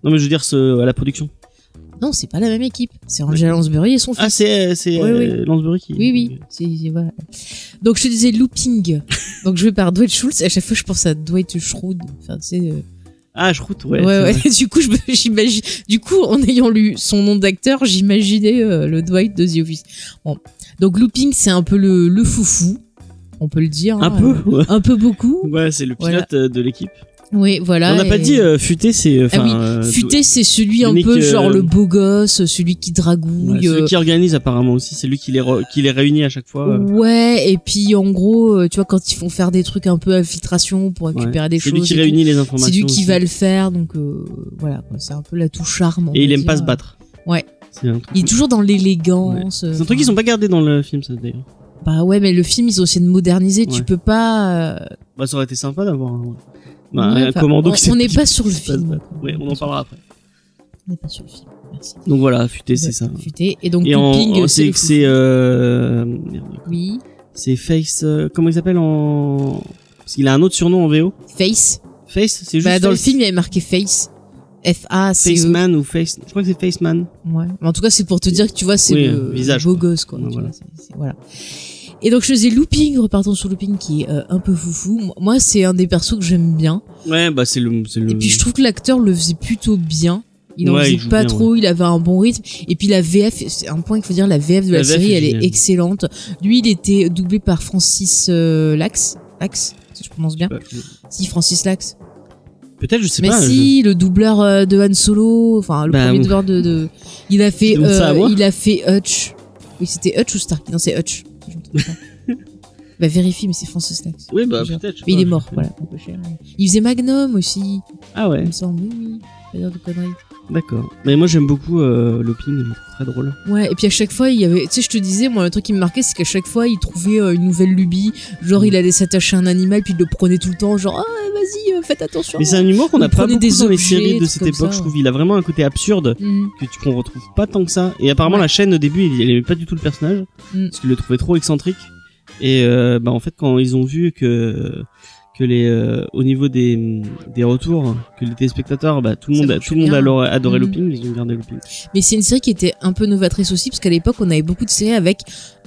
Speaker 3: Non, mais je veux dire, ce, à la production.
Speaker 2: Non c'est pas la même équipe c'est Angela Lansbury et son fils.
Speaker 3: Ah, c'est, euh, c'est
Speaker 2: Oui, oui.
Speaker 3: euh, Lansbury qui.
Speaker 2: Oui, oui. c'est- c'est- voilà. Donc, je te disais Looping. Donc, joué par Dwight Schultz. À chaque fois, je pense à Dwight Schrute. Enfin, tu sais, euh,
Speaker 3: Ah, je croute, ouais.
Speaker 2: Ouais, ouais.
Speaker 3: c'est
Speaker 2: [laughs]
Speaker 3: vrai.
Speaker 2: Du coup, je me- j'imagine. Du coup, en ayant lu son nom d'acteur, j'imaginais euh, le Dwight de The Office. Bon. Donc, Looping, c'est un peu le, le foufou. on peut le dire.
Speaker 3: Un
Speaker 2: hein,
Speaker 3: peu,
Speaker 2: euh,
Speaker 3: ouais.
Speaker 2: un peu beaucoup.
Speaker 3: Ouais, c'est le
Speaker 2: Voilà.
Speaker 3: pilote euh, de l'équipe.
Speaker 2: Oui, voilà.
Speaker 3: on n'a pas
Speaker 2: et-
Speaker 3: dit euh, futé, c'est. euh,
Speaker 2: Ah oui,
Speaker 3: enfin, euh,
Speaker 2: Futé, c'est celui un
Speaker 3: Yannick,
Speaker 2: peu
Speaker 3: euh,
Speaker 2: genre le beau gosse, celui qui
Speaker 3: ouais,
Speaker 2: dragouille.
Speaker 3: celui
Speaker 2: euh,
Speaker 3: qui organise apparemment aussi, c'est lui qui les, re- qui les réunit à chaque fois. euh.
Speaker 2: Ouais, et puis en gros, euh, tu vois, quand ils font faire des trucs un peu infiltration pour récupérer
Speaker 3: Ouais.
Speaker 2: des
Speaker 3: C'est
Speaker 2: choses,
Speaker 3: lui qui
Speaker 2: et tout,
Speaker 3: réunit les informations.
Speaker 2: c'est lui qui
Speaker 3: aussi.
Speaker 2: va le faire, donc euh, voilà, quoi, c'est un peu la touche charme. on
Speaker 3: Et il
Speaker 2: va
Speaker 3: aime pas
Speaker 2: dire. euh,
Speaker 3: se battre.
Speaker 2: Ouais.
Speaker 3: C'est un truc.
Speaker 2: Il est toujours dans l'élégance. euh,
Speaker 3: C'est un truc qu'ils ont pas gardé dans le film, ça d'ailleurs.
Speaker 2: Bah ouais, mais le film, ils ont essayé de moderniser, tu
Speaker 3: Ouais.
Speaker 2: peux pas. euh,
Speaker 3: Bah, ça aurait été sympa d'avoir un, bah,
Speaker 2: ouais,
Speaker 3: un
Speaker 2: enfin,
Speaker 3: commando
Speaker 2: on-
Speaker 3: qui sait
Speaker 2: on n'est
Speaker 3: [laughs] qui-
Speaker 2: pas sur le
Speaker 3: qui se passe
Speaker 2: film,
Speaker 3: battre.
Speaker 2: quoi.
Speaker 3: Ouais, on en parlera après.
Speaker 2: On n'est pas sur le film, merci.
Speaker 3: Donc voilà, futé, c'est
Speaker 2: Ouais,
Speaker 3: ça.
Speaker 2: futé. Et donc,
Speaker 3: Et en,
Speaker 2: Looping,
Speaker 3: en- c'est
Speaker 2: les
Speaker 3: c'est euh, merde,
Speaker 2: fous- Oui.
Speaker 3: c'est Face euh, comment il s'appelle en parce qu'il a un autre surnom en VO.
Speaker 2: Face.
Speaker 3: Face, c'est juste
Speaker 2: Bah, dans le
Speaker 3: Face
Speaker 2: film, il y avait marqué Face. F-A-C-E.
Speaker 3: Faceman ou Face, je crois que c'est Faceman.
Speaker 2: Ouais. Mais en tout cas, c'est pour te dire que tu vois, c'est
Speaker 3: Oui,
Speaker 2: le
Speaker 3: euh, visage,
Speaker 2: beau
Speaker 3: quoi.
Speaker 2: gosse, quoi.
Speaker 3: Ouais,
Speaker 2: tu
Speaker 3: voilà.
Speaker 2: vois, c'est- c'est- voilà. Et donc, je faisais Looping, repartons sur Looping, qui est euh, un peu foufou. Moi, c'est un des persos que j'aime bien.
Speaker 3: Ouais, bah c'est le c'est le
Speaker 2: Et puis, je trouve que l'acteur le faisait plutôt bien. Il en
Speaker 3: Ouais, il
Speaker 2: faisait
Speaker 3: joue
Speaker 2: pas
Speaker 3: bien,
Speaker 2: trop, il avait un bon rythme. Et puis, la VF, c'est un point qu'il faut dire, la VF de la,
Speaker 3: La VF
Speaker 2: série,
Speaker 3: est
Speaker 2: elle
Speaker 3: géniale.
Speaker 2: est excellente. Lui, il était doublé par Francis euh, Lax. Lax, si je prononce bien.
Speaker 3: Ouais, je-
Speaker 2: Si, Francis Lax.
Speaker 3: Peut-être je sais
Speaker 2: Mais
Speaker 3: pas.
Speaker 2: si, le doubleur euh, de Han Solo, enfin le
Speaker 3: Bah,
Speaker 2: premier
Speaker 3: oui.
Speaker 2: doubleur de, de- il a fait, euh,
Speaker 3: demandes ça à moi
Speaker 2: il a fait Hutch. Oui, c'était Hutch ou Starkey Non, c'est Hutch. Je me trompe pas.
Speaker 3: [laughs]
Speaker 2: bah vérifie, mais c'est Francis Lax.
Speaker 3: je- Oui, bah
Speaker 2: Je-
Speaker 3: peut-être. je sais
Speaker 2: Mais il
Speaker 3: pas,
Speaker 2: est
Speaker 3: je-
Speaker 2: mort, voilà. on peut faire. Il faisait Magnum aussi,
Speaker 3: Ah ouais,
Speaker 2: il me semble. Oui, oui. Pas dire de conneries.
Speaker 3: d'accord. Mais moi j'aime beaucoup euh, Lupin, je le trouve très drôle.
Speaker 2: Ouais, et puis à chaque fois, il y avait. Tu sais, je te disais, moi, le truc qui me marquait, c'est qu'à chaque fois, il trouvait euh, une nouvelle lubie. Genre,
Speaker 3: Mm.
Speaker 2: il allait s'attacher à un animal, puis il le prenait tout le temps. Genre, ah, vas-y, euh, faites attention.
Speaker 3: Mais c'est un humour qu'on
Speaker 2: Vous
Speaker 3: n'a pas
Speaker 2: prenez
Speaker 3: beaucoup
Speaker 2: des
Speaker 3: dans les
Speaker 2: objets,
Speaker 3: séries de
Speaker 2: trucs
Speaker 3: cette
Speaker 2: comme
Speaker 3: époque,
Speaker 2: ça,
Speaker 3: je trouve. Il a vraiment un côté absurde
Speaker 2: Mhm.
Speaker 3: que tu qu'on retrouve pas tant que ça. Et apparemment
Speaker 2: Ouais.
Speaker 3: la chaîne au début, il, il aimait pas du tout le personnage
Speaker 2: Mm.
Speaker 3: parce qu'il le trouvait trop excentrique. Et euh, bah en fait quand ils ont vu que que les euh, au niveau des, des retours que les téléspectateurs, bah tout le
Speaker 2: Ça
Speaker 3: monde a-
Speaker 2: marchait
Speaker 3: tout le monde
Speaker 2: bien.
Speaker 3: adorait, adorait
Speaker 2: Mm.
Speaker 3: Lupin, ils ont gardé Lupin.
Speaker 2: Mais c'est une série qui était un peu novatrice aussi, parce qu'à l'époque, on avait beaucoup de séries avec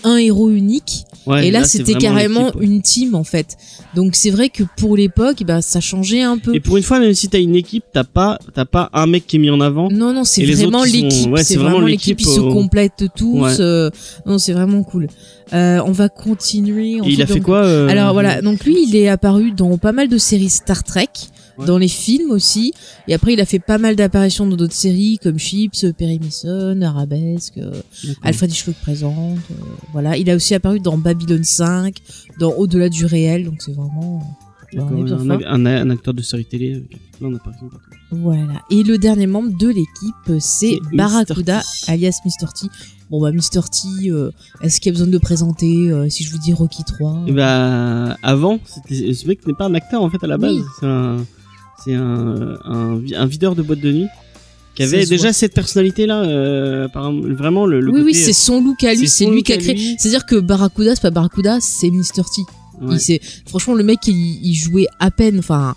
Speaker 2: un héros unique.
Speaker 3: Ouais,
Speaker 2: et là,
Speaker 3: c'est
Speaker 2: c'était
Speaker 3: vraiment
Speaker 2: carrément
Speaker 3: l'équipe, ouais.
Speaker 2: une team, en fait. Donc, c'est vrai que pour l'époque, bah, ça changeait un peu.
Speaker 3: Et pour une fois, même si t'as une équipe, t'as pas t'as pas un mec qui est mis en avant.
Speaker 2: Non, non, c'est
Speaker 3: Et les
Speaker 2: vraiment
Speaker 3: autres, ils sont-
Speaker 2: l'équipe.
Speaker 3: ouais,
Speaker 2: c'est vraiment l'équipe, ils se
Speaker 3: au-
Speaker 2: complètent tous.
Speaker 3: euh, Ouais.
Speaker 2: euh, Non, c'est vraiment cool. Euh, on va continuer.
Speaker 3: Et il a
Speaker 2: ensuite,
Speaker 3: fait
Speaker 2: donc-
Speaker 3: quoi euh,
Speaker 2: Alors voilà, donc lui, il est apparu dans pas mal de séries Star Trek,
Speaker 3: Ouais.
Speaker 2: dans les films aussi, et après il a fait pas mal d'apparitions dans d'autres séries comme Chips, euh, Perry Mason, Arabesque, euh,
Speaker 3: D'accord.
Speaker 2: Alfred Hitchcock présente, euh, voilà. Il a aussi apparu dans Babylone 5, dans Au-delà du réel, donc c'est vraiment... euh,
Speaker 3: D'accord,
Speaker 2: on est bien
Speaker 3: un,
Speaker 2: fort.
Speaker 3: un- un acteur de série télé. euh, Là, on a pas raison.
Speaker 2: Voilà. Et le dernier membre de l'équipe, euh, c'est
Speaker 3: C'est Mr.
Speaker 2: Barracuda,
Speaker 3: T.
Speaker 2: alias Mr. T. Bon bah Mr. T, euh, est-ce qu'il y a besoin de le présenter euh, si je vous dis Rocky 3
Speaker 3: Et bah, avant, c'était- ce mec n'est pas un acteur en fait à la base.
Speaker 2: Oui.
Speaker 3: C'est un, c'est un, un, vi- un videur de boîte de nuit qui
Speaker 2: Ça
Speaker 3: avait
Speaker 2: se
Speaker 3: déjà
Speaker 2: voit.
Speaker 3: cette personnalité là. euh, apparemment, vraiment le, le
Speaker 2: oui, oui,
Speaker 3: côté.
Speaker 2: c'est son look à lui,
Speaker 3: c'est
Speaker 2: c'est
Speaker 3: son
Speaker 2: lui
Speaker 3: look
Speaker 2: qui a
Speaker 3: à
Speaker 2: créé.
Speaker 3: lui.
Speaker 2: C'est-à-dire que Barracuda, c'est pas Barracuda, c'est Mr. T.
Speaker 3: ouais.
Speaker 2: Il s'est- Franchement, le mec, il, il jouait à peine. Enfin,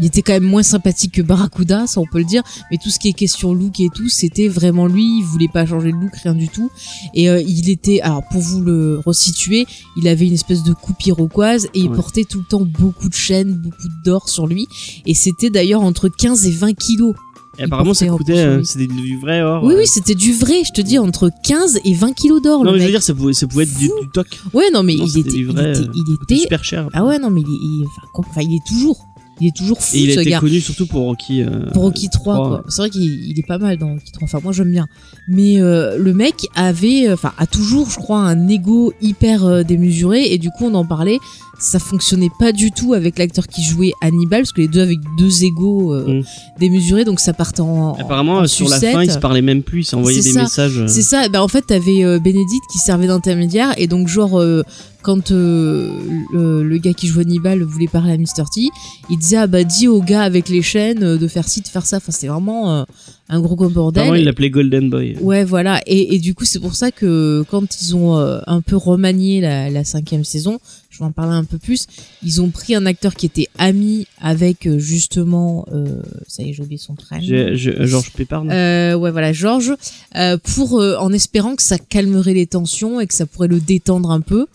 Speaker 2: il était quand même moins sympathique que Barracuda, ça on peut le dire. Mais tout ce qui est question look et tout, c'était vraiment lui. Il voulait pas changer de look, rien du tout. Et euh, il était, alors pour vous le resituer, il avait une espèce de coupe iroquoise et il
Speaker 3: Ouais.
Speaker 2: portait tout le temps beaucoup de chaînes, beaucoup d'or sur lui. Et c'était d'ailleurs entre 15 et 20 kilos.
Speaker 3: Et apparemment, ça
Speaker 2: portait en
Speaker 3: coûtait.
Speaker 2: plus,
Speaker 3: euh,
Speaker 2: oui.
Speaker 3: C'était du vrai or.
Speaker 2: Oui,
Speaker 3: euh.
Speaker 2: oui, c'était du vrai, je te dis, entre 15 et 20 kilos d'or.
Speaker 3: Non,
Speaker 2: le
Speaker 3: mais je
Speaker 2: mec.
Speaker 3: veux dire, ça pouvait, ça pouvait être du,
Speaker 2: Fou.
Speaker 3: du toc.
Speaker 2: Ouais, non, mais
Speaker 3: Non,
Speaker 2: il,
Speaker 3: c'était
Speaker 2: était,
Speaker 3: du
Speaker 2: il
Speaker 3: vrai,
Speaker 2: était-
Speaker 3: euh,
Speaker 2: il
Speaker 3: C'était
Speaker 2: était-
Speaker 3: super cher.
Speaker 2: Ah ouais, non, mais il est, il- enfin, com- enfin, il est toujours. Il est toujours fou,
Speaker 3: Et il
Speaker 2: ce
Speaker 3: était
Speaker 2: gars.
Speaker 3: connu surtout pour Rocky. euh,
Speaker 2: Pour Rocky 3,
Speaker 3: trois,
Speaker 2: quoi.
Speaker 3: ouais.
Speaker 2: C'est vrai qu'il il est pas mal dans Rocky 3. Enfin, moi, j'aime bien. Mais euh, le mec avait, euh, enfin, a toujours, je crois, un ego hyper euh, démesuré. Et du coup, on en parlait. Ça fonctionnait pas du tout avec l'acteur qui jouait Hannibal, parce que les deux avec deux égos euh,
Speaker 3: Mm.
Speaker 2: démesurés, donc ça partait en.
Speaker 3: Apparemment,
Speaker 2: Oh, en
Speaker 3: euh, sur la
Speaker 2: sucette.
Speaker 3: fin, il se parlait même plus, il s'envoyait
Speaker 2: C'est
Speaker 3: des
Speaker 2: ça.
Speaker 3: messages. euh,
Speaker 2: C'est ça, bah en fait, t'avais euh, Bénédicte qui servait d'intermédiaire, et donc, genre, euh, quand euh, le, le gars qui jouait Hannibal voulait parler à Mr. T, il disait, ah bah, dis au gars avec les chaînes euh, de faire ci, de faire ça. Enfin, c'était vraiment euh, un gros gros
Speaker 3: Apparemment, il
Speaker 2: bordel.
Speaker 3: l'appelait Golden Boy.
Speaker 2: Ouais, voilà. Et, et du coup, c'est pour ça que quand ils ont euh, un peu remanié la, la cinquième saison, je vais en parler un peu plus, ils ont pris un acteur qui était ami avec, euh, justement, euh, ça y est, j'ai oublié son prénom.
Speaker 3: J'ai- je- Georges Pépard, non
Speaker 2: Euh, ouais, voilà, Georges, euh, pour euh, en espérant que ça calmerait les tensions et que ça pourrait le détendre un peu.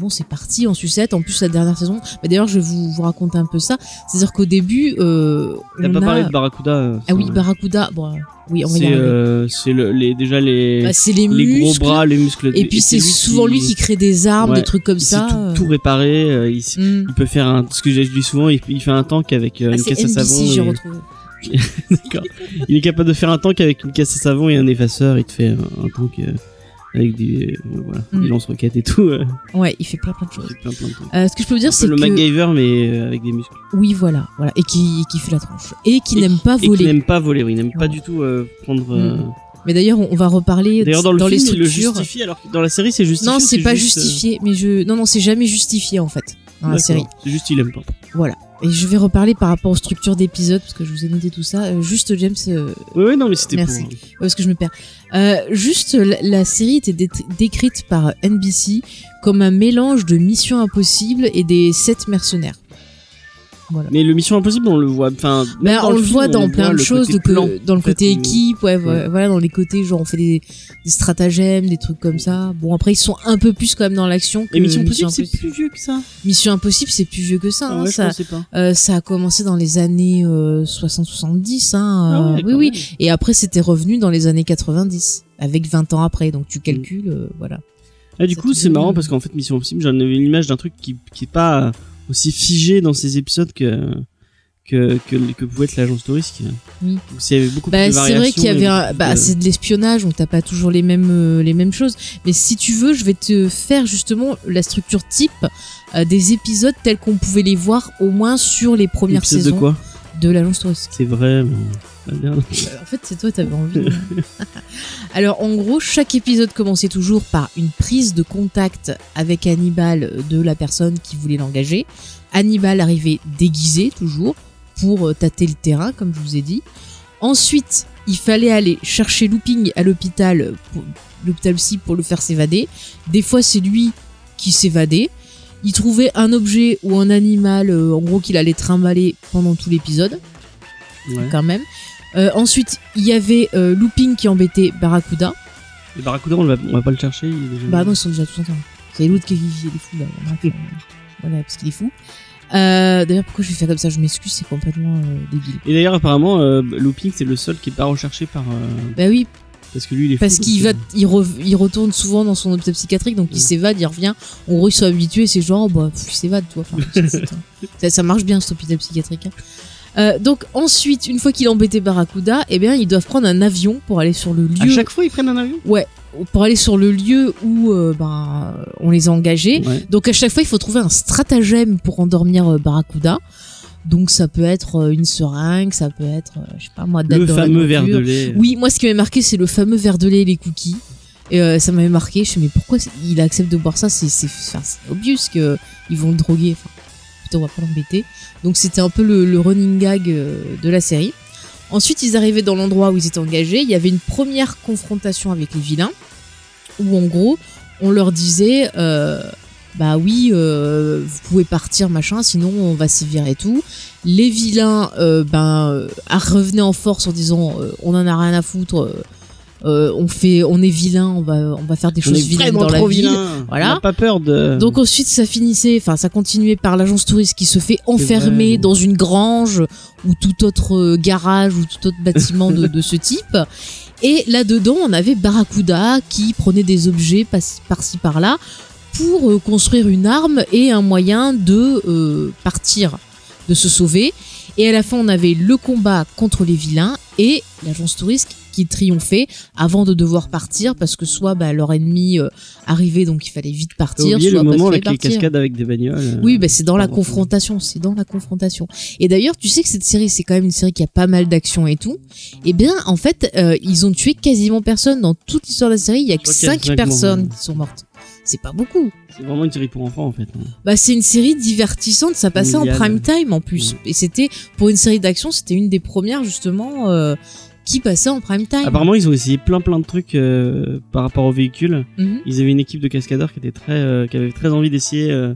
Speaker 2: Bon, c'est parti en sucette. En plus, la dernière saison. Bah, D'ailleurs, je vais vous, vous raconter un peu ça. C'est-à-dire qu'au début, euh,
Speaker 3: T'as
Speaker 2: on
Speaker 3: pas
Speaker 2: a-
Speaker 3: parlé de Barracuda euh,
Speaker 2: ah oui,
Speaker 3: enfin,
Speaker 2: Barracuda. Bon, euh, oui, on va y
Speaker 3: C'est
Speaker 2: arriver.
Speaker 3: euh, c'est le, les, déjà les,
Speaker 2: Bah, c'est les,
Speaker 3: les gros
Speaker 2: muscles.
Speaker 3: bras, les muscles.
Speaker 2: Et puis c'est souvent lui qui crée des armes,
Speaker 3: Ouais,
Speaker 2: des trucs comme
Speaker 3: C'est
Speaker 2: ça.
Speaker 3: tout,
Speaker 2: euh,
Speaker 3: tout réparer. euh, il, s-
Speaker 2: Hmm.
Speaker 3: il peut faire un, ce que je dis souvent, il, il fait un tank avec euh,
Speaker 2: Ah,
Speaker 3: une
Speaker 2: c'est
Speaker 3: caisse à savon.
Speaker 2: NBC, j'ai
Speaker 3: et-
Speaker 2: retrouvé.
Speaker 3: D'accord. Il est capable de faire un tank avec une caisse à savon et un effaceur. Il te fait un, un tank euh, avec des, euh, voilà,
Speaker 2: Mm.
Speaker 3: des lance-roquettes et tout. [laughs] euh,
Speaker 2: Ouais, il fait plein plein de
Speaker 3: il
Speaker 2: choses.
Speaker 3: fait plein, plein de trucs.
Speaker 2: Euh, ce que je peux vous dire,
Speaker 3: Un peu
Speaker 2: c'est que
Speaker 3: le MacGyver, mais euh, avec des muscles.
Speaker 2: oui, voilà, voilà, et qui, qui fait la tronche et qui
Speaker 3: Et-
Speaker 2: n'aime pas
Speaker 3: Et qui
Speaker 2: voler.
Speaker 3: n'aime pas voler, oui, il n'aime pas
Speaker 2: Ouais.
Speaker 3: du tout euh, prendre. euh,
Speaker 2: Mais d'ailleurs, on on va reparler
Speaker 3: D'ailleurs, dans le
Speaker 2: les
Speaker 3: film, il le
Speaker 2: structures.
Speaker 3: justifie, alors que dans la série, c'est justifié.
Speaker 2: non,
Speaker 3: ou
Speaker 2: c'est pas
Speaker 3: juste, euh,
Speaker 2: justifié, mais je non non, c'est jamais justifié en fait dans la
Speaker 3: d'accord.
Speaker 2: série.
Speaker 3: C'est juste, il aime pas.
Speaker 2: Et je vais reparler par rapport aux structures d'épisodes parce que je vous ai noté tout ça. Euh, juste James, euh,
Speaker 3: Oui, oui, non, mais c'était pour.
Speaker 2: Merci. Ouais, parce que je me perds. Euh, juste, la, la série était dé- décrite par NBC comme un mélange de Mission Impossible et des Sept mercenaires.
Speaker 3: Mais le Mission Impossible, on le voit. Enfin, même
Speaker 2: Ben,
Speaker 3: dans
Speaker 2: on le
Speaker 3: film,
Speaker 2: voit
Speaker 3: on
Speaker 2: dans
Speaker 3: le
Speaker 2: plein
Speaker 3: voit
Speaker 2: de
Speaker 3: le
Speaker 2: choses,
Speaker 3: côté
Speaker 2: donc,
Speaker 3: plan,
Speaker 2: euh, dans le
Speaker 3: en fait,
Speaker 2: côté
Speaker 3: où-
Speaker 2: équipe, ouais, vo-
Speaker 3: Ouais.
Speaker 2: voilà, dans les côtés, genre on fait des, des stratagèmes, des trucs comme ça. Bon, après, ils sont un peu plus quand même dans l'action. que
Speaker 3: Et Mission Impossible, c'est
Speaker 2: Impossible.
Speaker 3: plus vieux que ça.
Speaker 2: Mission Impossible, c'est plus vieux que ça.
Speaker 3: Ah
Speaker 2: hein,
Speaker 3: ouais, je
Speaker 2: ça,
Speaker 3: pensais pas.
Speaker 2: euh, ça a commencé dans les années 60-70. Hein,
Speaker 3: Ah
Speaker 2: euh, oui,
Speaker 3: ouais, quand
Speaker 2: oui.
Speaker 3: même.
Speaker 2: Et après, c'était revenu dans les années 90, avec 20 ans après. Donc
Speaker 3: Mm.
Speaker 2: tu calcules, euh, voilà.
Speaker 3: Ah, du
Speaker 2: Ça
Speaker 3: coup,
Speaker 2: te
Speaker 3: c'est
Speaker 2: donne-
Speaker 3: marrant parce qu'en fait, Mission Impossible, j'en avais l'image d'un truc qui, qui est pas aussi figé dans ces épisodes que, que, que, que pouvait être l'agence touriste.
Speaker 2: Oui.
Speaker 3: Donc, s'il y avait beaucoup
Speaker 2: Bah,
Speaker 3: plus de
Speaker 2: c'est vrai
Speaker 3: variations
Speaker 2: qu'il y
Speaker 3: et euh,
Speaker 2: avait un...
Speaker 3: beaucoup
Speaker 2: bah,
Speaker 3: de-
Speaker 2: c'est de l'espionnage, donc t'as pas toujours les mêmes, euh, les mêmes choses. Mais si tu veux, je vais te faire justement la structure type euh, des épisodes tels qu'on pouvait les voir au moins sur les premières
Speaker 3: Épisode
Speaker 2: saisons
Speaker 3: de quoi
Speaker 2: de l'Agence Touriste.
Speaker 3: C'est vrai, mais pas bien.
Speaker 2: Euh, En fait, c'est toi, t'avais envie. hein. Alors, en gros, chaque épisode commençait toujours par une prise de contact avec Hannibal de la personne qui voulait l'engager. Hannibal arrivait déguisé, toujours, pour euh, tâter le terrain, comme je vous ai dit. Ensuite, il fallait aller chercher Looping à l'hôpital, pour- l'hôpital psy, pour le faire s'évader. Des fois, c'est lui qui s'évadait. Il trouvait un objet ou un animal, euh, en gros, qu'il allait trimballer pendant tout l'épisode
Speaker 3: Ouais.
Speaker 2: quand même. Euh, ensuite, il y avait euh, Looping qui embêtait Barracuda.
Speaker 3: Et Barracuda, on, le va- on va pas le chercher. Il est déjà...
Speaker 2: Bah non, ils sont déjà tous ensemble. C'est l'autre qui est il est fou là. Bref, euh, voilà, parce qu'il est fou. Euh, D'ailleurs, pourquoi je vais faire comme ça Je m'excuse, c'est complètement euh, débile.
Speaker 3: Et d'ailleurs, apparemment, euh, Looping, c'est le seul qui est pas recherché par. euh,
Speaker 2: Bah oui,
Speaker 3: parce que lui, il est
Speaker 2: parce
Speaker 3: fou,
Speaker 2: qu'il va,
Speaker 3: donc,
Speaker 2: il, rev- il retourne souvent dans son hôpital psychiatrique, donc il
Speaker 3: Mm.
Speaker 2: s'évade, il revient. En gros, ils sont habitués, c'est genre, oh, bah, pff, il s'évade, toi. Enfin, c'est- c'est-
Speaker 3: [laughs]
Speaker 2: ça, ça marche bien, cet hôpital psychiatrique. hein. Euh, donc ensuite, une fois qu'il a embêté Barracuda, eh bien, ils doivent prendre un avion pour aller sur le lieu.
Speaker 3: euh, À chaque fois, ils prennent un avion
Speaker 2: pour aller sur le lieu où euh, ben, on les a engagés.
Speaker 3: Ouais.
Speaker 2: Donc à chaque fois, il faut trouver un stratagème pour endormir euh, Barracuda. Donc ça peut être euh, une seringue, ça peut être, euh, je sais pas moi, date
Speaker 3: Le
Speaker 2: dans la
Speaker 3: fameux verre
Speaker 2: nature.
Speaker 3: de lait.
Speaker 2: Oui, moi ce qui m'avait marqué, c'est le fameux verre de lait et les cookies. Et euh, ça m'avait marqué, je me suis dit, mais pourquoi c'est- il accepte de boire ça C'est c'est- enfin, c'est obvious que ils vont le droguer. Enfin, plutôt, on va pas l'embêter. Donc c'était un peu le, le running gag euh, de la série. Ensuite, ils arrivaient dans l'endroit où ils étaient engagés. Il y avait une première confrontation avec les vilains, où en gros, on leur disait, euh, bah oui, euh, vous pouvez partir, machin, sinon on va se virer et tout. Les vilains, euh, ben, euh, revenaient en force en disant, euh, on en a rien à foutre, euh, euh, on fait, on est vilain, on va, on va faire des
Speaker 3: On
Speaker 2: choses
Speaker 3: est
Speaker 2: vilaines
Speaker 3: vraiment
Speaker 2: dans la
Speaker 3: trop
Speaker 2: ville.
Speaker 3: vilain.
Speaker 2: Voilà.
Speaker 3: On n'a pas peur de.
Speaker 2: Donc ensuite, ça finissait, enfin, ça continuait par l'agence touriste qui se fait enfermer
Speaker 3: vrai.
Speaker 2: dans une grange ou tout autre euh, garage ou tout autre bâtiment de, de ce type. Et là-dedans, on avait Barracuda qui prenait des objets pas- par-ci par-là pour euh, construire une arme et un moyen de euh, partir, de se sauver. Et à la fin, on avait le combat contre les vilains et l'agence touriste qui triomphait avant de devoir partir parce que soit bah, leur ennemi euh, arrivait donc il fallait vite
Speaker 3: T'as
Speaker 2: partir,
Speaker 3: oublié
Speaker 2: soit
Speaker 3: le
Speaker 2: parce
Speaker 3: moment
Speaker 2: qu'il
Speaker 3: avec
Speaker 2: fallait
Speaker 3: les
Speaker 2: partir.
Speaker 3: cascades avec des bagnoles.
Speaker 2: Oui, bah, c'est dans la
Speaker 3: Pardon.
Speaker 2: confrontation, c'est dans la confrontation. Et d'ailleurs, tu sais que cette série, c'est quand même une série qui a pas mal d'action et tout. Eh bien, en fait, euh, ils ont tué quasiment personne dans toute l'histoire de la série. Il y a que
Speaker 3: crois qu'il y a
Speaker 2: 5
Speaker 3: cinq
Speaker 2: personnes
Speaker 3: morts.
Speaker 2: qui sont mortes. C'est pas beaucoup.
Speaker 3: C'est vraiment une série pour enfants en fait.
Speaker 2: Bah, c'est une série divertissante. Ça passait en
Speaker 3: Familiale.
Speaker 2: prime time en plus.
Speaker 3: Mm.
Speaker 2: Et c'était pour une série d'action, c'était une des premières justement euh, qui passait en prime time.
Speaker 3: Apparemment, ils ont essayé plein plein de trucs euh, par rapport au véhicule.
Speaker 2: Mhm.
Speaker 3: Ils avaient une équipe de cascadeurs qui était très, euh, qui avait très envie d'essayer euh,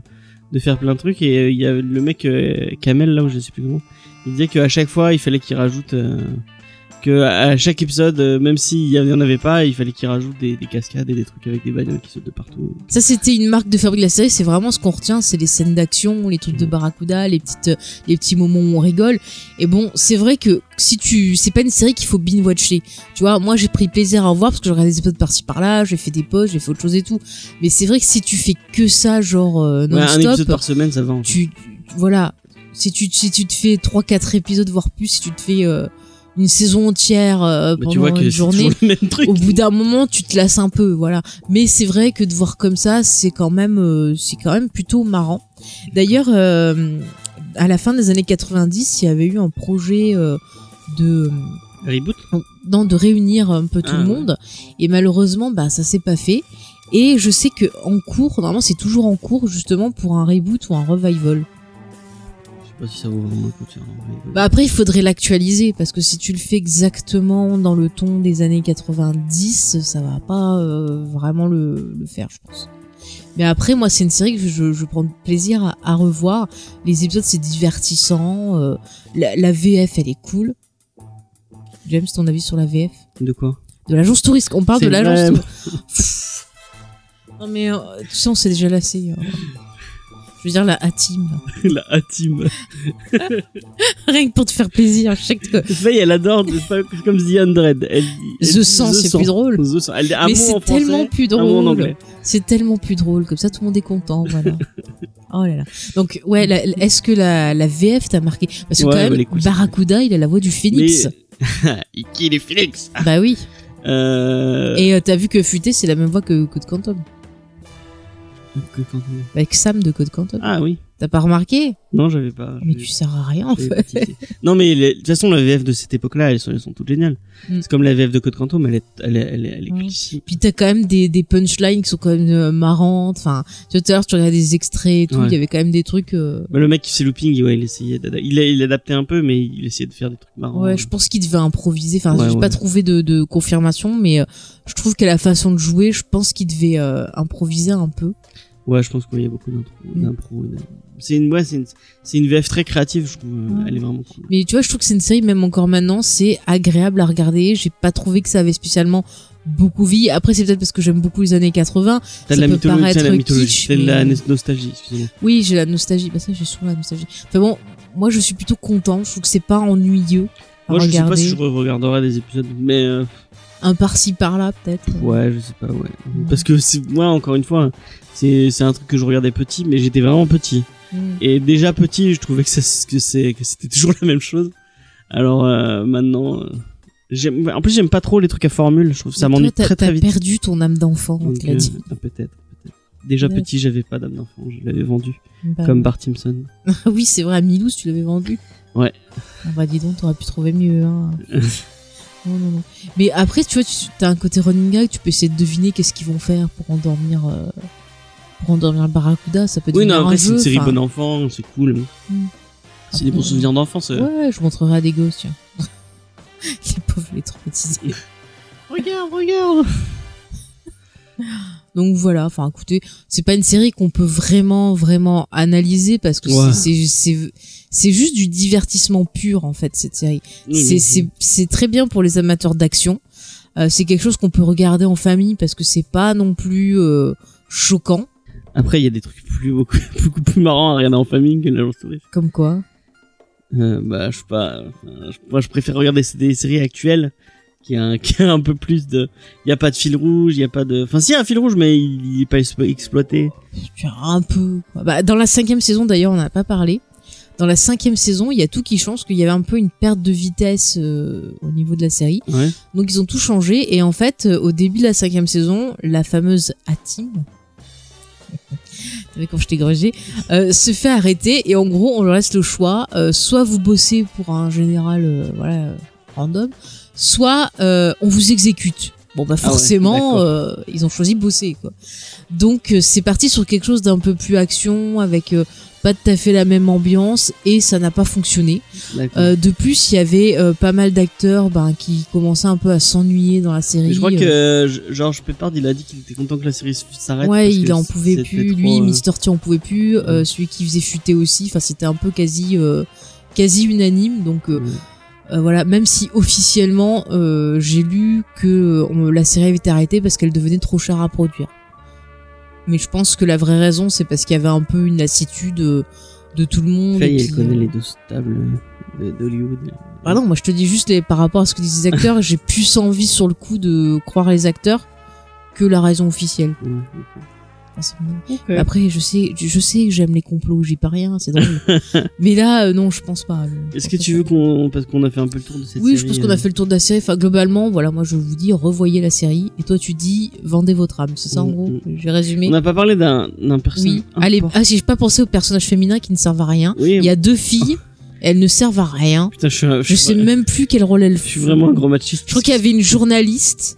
Speaker 3: de faire plein de trucs. Et euh, il y avait le mec euh, Kamel là, où je sais plus comment, il disait qu'à chaque fois, il fallait qu'il rajoute, euh, que à chaque épisode, euh, même s'il y en avait pas, il fallait qu'ils rajoutent des, des cascades et des trucs avec des bagnoles qui sautent de partout.
Speaker 2: Ça, c'était une marque de fabrique de la série. C'est vraiment ce qu'on retient, c'est les scènes d'action, les trucs de barracuda, les petites, euh, les petits moments où on rigole. Et bon, c'est vrai que si tu, c'est pas une série qu'il faut binge watcher. Tu vois, moi j'ai pris plaisir à en voir parce que j'ai regardé des épisodes par-ci par-là, j'ai fait des pauses, j'ai fait autre chose et tout. Mais c'est vrai que si tu fais que ça, genre euh,
Speaker 3: Ouais, un
Speaker 2: non-stop,
Speaker 3: épisode par semaine, ça va. en fait.
Speaker 2: tu, tu- voilà, si tu, si tu te fais 3-4 épisodes voire plus, si tu te fais euh, une saison entière euh,
Speaker 3: Mais
Speaker 2: pendant
Speaker 3: tu vois que
Speaker 2: une
Speaker 3: c'est
Speaker 2: journée,
Speaker 3: toujours le même truc.
Speaker 2: au bout d'un moment tu te lasses un peu voilà mais c'est vrai que de voir comme ça c'est quand même euh, c'est quand même plutôt marrant d'ailleurs euh, à la fin des années 90 il y avait eu un projet euh, de euh,
Speaker 3: Reboot.
Speaker 2: non, de réunir un peu tout
Speaker 3: Ah,
Speaker 2: le
Speaker 3: ouais.
Speaker 2: monde et malheureusement bah ça s'est pas fait et je sais que en cours normalement c'est toujours en cours justement pour un reboot ou un revival
Speaker 3: Je sais pas si ça vaut vraiment le coup de faire un reboot.
Speaker 2: Bah après, il faudrait l'actualiser parce que si tu le fais exactement dans le ton des années 90, ça va pas euh, vraiment le, le faire, je pense. Mais après, moi, c'est une série que je, je prends plaisir à, à revoir. Les épisodes, c'est divertissant. euh, la, la VF, elle est cool. James, ton avis sur la VF
Speaker 3: De quoi [laughs]
Speaker 2: De l'agence touriste. On parle de
Speaker 3: C'est
Speaker 2: l'agence
Speaker 3: vrai.
Speaker 2: touriste. [laughs] non mais euh, tu sais, on s'est déjà lassé. hein. Je veux dire la A-Team. là. [laughs]
Speaker 3: La A-Team.
Speaker 2: Rien que pour te faire plaisir. Je sais que
Speaker 3: Faye, elle adore, c'est pas comme The Hundred. Elle, dit- elle
Speaker 2: The
Speaker 3: dit
Speaker 2: Cent, c'est plus drôle.
Speaker 3: The Cent. Elle dit un
Speaker 2: mais
Speaker 3: mot
Speaker 2: c'est
Speaker 3: en
Speaker 2: tellement
Speaker 3: français,
Speaker 2: plus
Speaker 3: un mot en
Speaker 2: drôle.
Speaker 3: anglais.
Speaker 2: C'est tellement plus drôle. Comme ça, tout le monde est content.
Speaker 3: [laughs]
Speaker 2: Voilà. oh là là. Donc, ouais, la- la- est-ce que la, la VF t'a marqué Parce que
Speaker 3: Ouais,
Speaker 2: quand
Speaker 3: bah,
Speaker 2: même,
Speaker 3: l'écoute, c'est-
Speaker 2: Barracuda, il a la voix du phoenix.
Speaker 3: Mais... [laughs] Et qui est Phoenix
Speaker 2: Bah
Speaker 3: [laughs]
Speaker 2: oui.
Speaker 3: euh...
Speaker 2: Et euh, t'as vu que Futé, c'est la même voix que Code Quantum.
Speaker 3: Que quand on-
Speaker 2: Avec Sam de Code Quantum.
Speaker 3: Ah oui.
Speaker 2: T'as pas remarqué
Speaker 3: Non, j'avais pas.
Speaker 2: Mais tu
Speaker 3: j'avais-
Speaker 2: sers à rien, en
Speaker 3: j'avais
Speaker 2: fait.
Speaker 3: pas tilté. non, mais les- de toute façon, la VF de cette époque-là, elles sont, elles sont toutes géniales.
Speaker 2: Mm.
Speaker 3: C'est comme la VF de Code Quantum, elle est, elle est, elle est, elle est
Speaker 2: Oui.
Speaker 3: cultissime.
Speaker 2: Puis t'as quand même des, des punchlines qui sont quand même euh, marrantes. Enfin, tu vois, tout à l'heure, tu regardais des extraits et tout. Il
Speaker 3: Ouais.
Speaker 2: y avait quand même des trucs. euh,
Speaker 3: Bah, le mec qui fait looping, ouais, il essayait d'ada- il, a- il adaptait un peu, mais il essayait de faire des trucs marrants.
Speaker 2: Ouais, je pense qu'il devait improviser. Enfin,
Speaker 3: Euh, Ouais,
Speaker 2: j'ai pas
Speaker 3: ouais.
Speaker 2: trouvé de, de confirmation, mais euh, je trouve qu'à la façon de jouer, je pense qu'il devait euh, improviser un peu.
Speaker 3: Ouais, je pense qu'il y a beaucoup d'intro-
Speaker 2: Mm.
Speaker 3: d'impro. et de- C'est une, ouais, c'est une, c'est une VF très créative, je trouve. euh,
Speaker 2: Ouais.
Speaker 3: Elle est vraiment cool.
Speaker 2: Mais tu vois, je trouve que c'est une série, même encore maintenant, c'est agréable à regarder. J'ai pas trouvé que ça avait spécialement beaucoup vie. Après, c'est peut-être parce que j'aime beaucoup les années 80. Ça
Speaker 3: T'as de la
Speaker 2: peut
Speaker 3: mythologie, t'as de la
Speaker 2: paraître
Speaker 3: mythologie,
Speaker 2: kitsch,
Speaker 3: t'as de la
Speaker 2: mais-
Speaker 3: nostalgie, excusez-moi.
Speaker 2: Oui, j'ai la nostalgie. Bah ça, j'ai souvent la nostalgie. Enfin bon, moi, je suis plutôt content. Je trouve que c'est pas ennuyeux à
Speaker 3: Moi, je sais pas
Speaker 2: regarder.
Speaker 3: si je re- regarderai des épisodes, mais euh,
Speaker 2: Un par-ci, par-là, peut-être.
Speaker 3: ouais, je sais pas, ouais. Mmh. Parce que c'est- moi, encore une fois, c'est c'est un truc que je regardais petit, mais j'étais vraiment petit.
Speaker 2: Mm.
Speaker 3: Et déjà petit, je trouvais que ça- que c'est- que c'était toujours [laughs] la même chose. Alors euh, maintenant, euh, j'aime- bah, en plus, j'aime pas trop les trucs à formule, je trouve que ça
Speaker 2: Mais toi,
Speaker 3: m'ennuie
Speaker 2: t'as-
Speaker 3: très très vite.
Speaker 2: T'as perdu ton âme d'enfant, on
Speaker 3: Donc,
Speaker 2: te l'a
Speaker 3: euh,
Speaker 2: dit.
Speaker 3: ah, peut-être, peut-être. Déjà
Speaker 2: Ouais.
Speaker 3: petit, j'avais pas d'âme d'enfant, je l'avais vendu,
Speaker 2: Bah,
Speaker 3: comme Bart Simpson.
Speaker 2: Ah [laughs] oui, c'est vrai, à Milouz, tu l'avais vendu.
Speaker 3: Ouais.
Speaker 2: Ah bah dis donc, t'aurais pu trouver mieux.
Speaker 3: [laughs]
Speaker 2: Hein. non, non, non. Mais après, tu vois, tu as un côté running gag, tu peux essayer de deviner qu'est-ce qu'ils vont faire pour endormir. euh, Pour endormir le Barracuda, ça peut
Speaker 3: Oui,
Speaker 2: devenir
Speaker 3: non,
Speaker 2: un
Speaker 3: après, c'est
Speaker 2: jeu.
Speaker 3: une série
Speaker 2: enfin,
Speaker 3: bon enfant, c'est cool.
Speaker 2: Mm.
Speaker 3: C'est des bons
Speaker 2: Après,
Speaker 3: souvenirs d'enfance. euh.
Speaker 2: Ouais, ouais, je montrerai à des gosses, tiens. [laughs] les pauvres, les traumatisés.
Speaker 3: Regarde, regarde
Speaker 2: Donc voilà, enfin écoutez, c'est pas une série qu'on peut vraiment, vraiment analyser parce que
Speaker 3: Ouais.
Speaker 2: c'est c'est- c'est c'est juste du divertissement pur en fait, cette série. C'est- C'est c'est très bien pour les amateurs d'action. Euh, c'est quelque chose qu'on peut regarder en famille parce que c'est pas non plus euh, choquant.
Speaker 3: Après, il y a des trucs plus beaucoup, [laughs] beaucoup plus marrants à regarder en famille que l'agence touriste.
Speaker 2: Comme quoi
Speaker 3: Euh, bah, je sais pas. euh, je- moi, je préfère regarder des, des séries actuelles qui a, un, [laughs] qui a un peu plus de. Il y a pas de fil rouge, il y a pas de. Enfin, si, il y a un fil rouge, mais il, il est pas expo- exploité.
Speaker 2: Tu as un peu. quoi. Bah, dans la cinquième saison d'ailleurs, on n'a pas parlé. Dans la cinquième saison, il y a tout qui change, parce qu'il y avait un peu une perte de vitesse euh, au niveau de la série.
Speaker 3: Ouais.
Speaker 2: Donc ils ont tout changé et en fait, euh, au début de la cinquième saison, la fameuse A-Team, t'as vu [laughs] quand je t'ai grugé, euh, se fait arrêter et en gros, on leur laisse le choix, euh, soit vous bossez pour un général euh, voilà, euh, random, soit euh, on vous exécute. Bon bah
Speaker 3: Ah ouais,
Speaker 2: forcément,
Speaker 3: d'accord.
Speaker 2: euh, ils ont choisi bosser quoi. Donc euh, c'est parti sur quelque chose d'un peu plus action avec euh, pas tout à fait la même ambiance et ça n'a pas fonctionné.
Speaker 3: D'accord.
Speaker 2: Euh, de plus, il y avait euh, pas mal d'acteurs ben, qui commençaient un peu à s'ennuyer dans la série.
Speaker 3: je crois que
Speaker 2: Euh,
Speaker 3: euh, je- George Peppard il a dit qu'il était content que la série s- s'arrête.
Speaker 2: Ouais,
Speaker 3: parce
Speaker 2: il
Speaker 3: que
Speaker 2: en pouvait
Speaker 3: c'était
Speaker 2: plus.
Speaker 3: trop,
Speaker 2: Lui,
Speaker 3: euh,
Speaker 2: Mister T en pouvait plus. euh, celui qui faisait futer aussi. Enfin, c'était un peu quasi, euh, quasi unanime. Donc, euh,
Speaker 3: Ouais.
Speaker 2: Euh, voilà, même si [laughs] officiellement euh, j'ai lu que euh, on- la série avait été arrêtée parce qu'elle devenait trop chère à produire. Mais je pense que la vraie raison, c'est parce qu'il y avait un peu une lassitude euh, de tout le monde. et
Speaker 3: Faye, elle
Speaker 2: puis- euh,
Speaker 3: connaît les deux tables de- d'Hollywood.
Speaker 2: Pardon, Ah moi je te dis juste les, par rapport à ce que disent les
Speaker 3: [laughs]
Speaker 2: acteurs, j'ai plus envie sur le coup de croire les acteurs que la raison officielle.
Speaker 3: Ouais.
Speaker 2: Enfin, c'est mon- Après, je sais, je sais que j'aime les complots, j'y peux rien, c'est
Speaker 3: [laughs]
Speaker 2: drôle. Mais là, euh, non, je pense pas. Je
Speaker 3: Est-ce que
Speaker 2: pense
Speaker 3: tu
Speaker 2: pas.
Speaker 3: veux qu'on. Parce qu'on a fait un peu le tour de cette
Speaker 2: Oui, je
Speaker 3: série,
Speaker 2: pense
Speaker 3: euh,
Speaker 2: qu'on a fait le tour de la série. Enfin, globalement, voilà, moi je vous dis, revoyez la série. Et toi, tu dis, vendez votre âme. C'est ça, en
Speaker 3: Mm,
Speaker 2: gros.
Speaker 3: mm.
Speaker 2: Je vais résumer.
Speaker 3: On n'a pas parlé d'un d'un personnage.
Speaker 2: Oui. Allez,
Speaker 3: important.
Speaker 2: ah, j'ai pas pensé aux personnages féminins qui ne servent à rien.
Speaker 3: Oui,
Speaker 2: Il y a deux
Speaker 3: [laughs]
Speaker 2: filles, elles ne servent à rien.
Speaker 3: putain, je suis, un-
Speaker 2: Je
Speaker 3: je suis
Speaker 2: sais
Speaker 3: vra-
Speaker 2: même plus quel rôle elles
Speaker 3: je suis vraiment un gros machiste.
Speaker 2: Je crois qu'il y avait une journaliste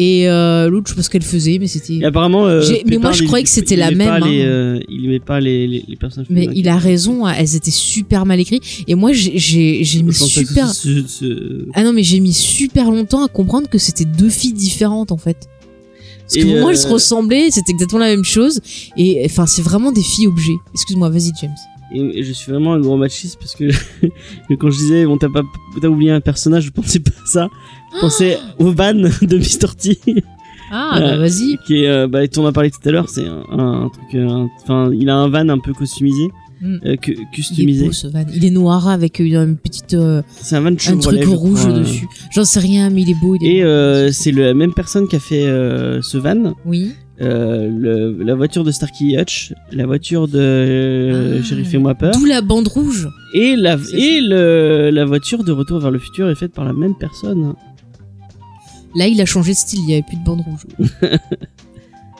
Speaker 2: et euh, l'autre, je sais pas ce qu'elle faisait, mais
Speaker 3: Et
Speaker 2: c'était.
Speaker 3: apparemment. euh,
Speaker 2: J'ai- mais moi,
Speaker 3: Pépin,
Speaker 2: je
Speaker 3: il-
Speaker 2: croyais que c'était
Speaker 3: il
Speaker 2: la
Speaker 3: met pas
Speaker 2: même,
Speaker 3: les,
Speaker 2: hein.
Speaker 3: euh, il met pas les, les, les personnages.
Speaker 2: Mais
Speaker 3: féminins.
Speaker 2: il a raison, hein. elles étaient super mal écrites. Et moi, j'ai- j'ai j'ai mis
Speaker 3: Je pense pas que
Speaker 2: super.
Speaker 3: ce- ce- ce-
Speaker 2: Ah non, mais j'ai mis super longtemps à comprendre que c'était deux filles différentes en fait. Parce que
Speaker 3: Et,
Speaker 2: pour moi,
Speaker 3: euh,
Speaker 2: elles se ressemblaient, c'était exactement la même chose. Et enfin, c'est vraiment des filles objets. Excuse-moi, vas-y, James.
Speaker 3: Et je suis vraiment un gros machiste parce que [laughs] que quand je disais bon t'as pas t'as oublié un personnage je pensais pas à ça
Speaker 2: [gasps]
Speaker 3: je pensais au ban de Mr T [laughs]
Speaker 2: Ah,
Speaker 3: Ouais.
Speaker 2: bah vas-y.
Speaker 3: qui est euh, bah dont on a parlé tout à l'heure c'est un, un truc euh, un- enfin il a un van un peu customisé
Speaker 2: Mm.
Speaker 3: euh, cu-
Speaker 2: Il est
Speaker 3: customisé
Speaker 2: beau ce van. Il est noir avec une, une petite, euh,
Speaker 3: c'est un van
Speaker 2: un
Speaker 3: Chevrolet
Speaker 2: truc
Speaker 3: je
Speaker 2: rouge
Speaker 3: crois. euh.
Speaker 2: dessus. J'en sais rien, mais il est beau. Il est
Speaker 3: et
Speaker 2: beau.
Speaker 3: euh, c'est la même personne qui a fait euh, ce van
Speaker 2: Oui.
Speaker 3: euh, le- la voiture de Starkey Hutch la voiture de euh,
Speaker 2: Ah.
Speaker 3: Sheriff et moi peur
Speaker 2: D'où la bande rouge.
Speaker 3: et la
Speaker 2: C'est
Speaker 3: et le, la voiture de Retour vers le futur est faite par la même personne
Speaker 2: Là, il a changé de style. Il n'y avait plus de bande
Speaker 3: [laughs]
Speaker 2: rouge.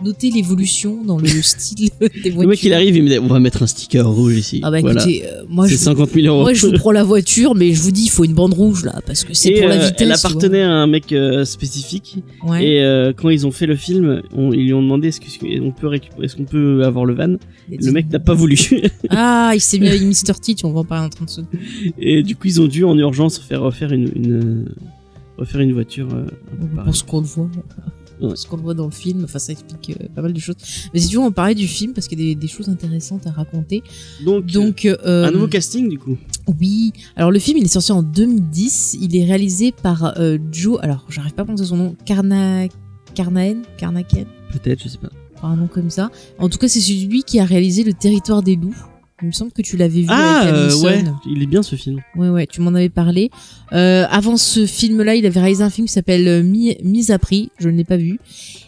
Speaker 2: Notez l'évolution dans le style des voitures.
Speaker 3: Le mec il arrive, il me dit on va mettre un sticker rouge ici.
Speaker 2: Ah bah
Speaker 3: Voilà.
Speaker 2: écoutez, euh, moi
Speaker 3: c'est
Speaker 2: je
Speaker 3: 50 000 euros.
Speaker 2: Moi, je vous prends la voiture, mais je vous dis, il faut une bande rouge là, parce que c'est
Speaker 3: Et,
Speaker 2: pour la
Speaker 3: euh,
Speaker 2: vitesse. tu
Speaker 3: elle appartenait à un mec euh, spécifique.
Speaker 2: vois. Ouais.
Speaker 3: Et euh, quand ils ont fait le film, on- ils lui ont demandé est-ce que- on peut récupérer, est-ce qu'on peut avoir le van. Le mec n'a pas voulu. [laughs]
Speaker 2: Ah, il s'est mis avec Mr. T, tu en va en parler en 30 secondes.
Speaker 3: et du coup, ils ont dû en urgence faire refaire une, une euh, refaire une voiture. euh, un peu pareille.
Speaker 2: Pour ce qu'on le voit. Pour ce qu'on le voit dans le film, enfin, ça explique euh, pas mal de choses. Mais si tu veux, on parlait du film, parce qu'il y a des, des choses intéressantes à raconter.
Speaker 3: Donc,
Speaker 2: Donc, euh,
Speaker 3: un nouveau casting du coup.
Speaker 2: Oui, alors le film il est sorti en 2010, il est réalisé par euh, Joe, alors j'arrive pas à prononcer son nom, Karna... Karnaen Karnaken
Speaker 3: Peut-être, je sais pas.
Speaker 2: Enfin, un nom comme ça. En tout cas, c'est celui qui a réalisé Le Territoire des Loups. Il me semble que tu l'avais vu
Speaker 3: Ah
Speaker 2: avec
Speaker 3: euh,
Speaker 2: Alison.
Speaker 3: ouais, il est bien ce film.
Speaker 2: Ouais, ouais, tu m'en avais parlé. Euh, avant ce film-là, il avait réalisé un film qui s'appelle euh, Mi- Mise à prix, je ne l'ai pas vu.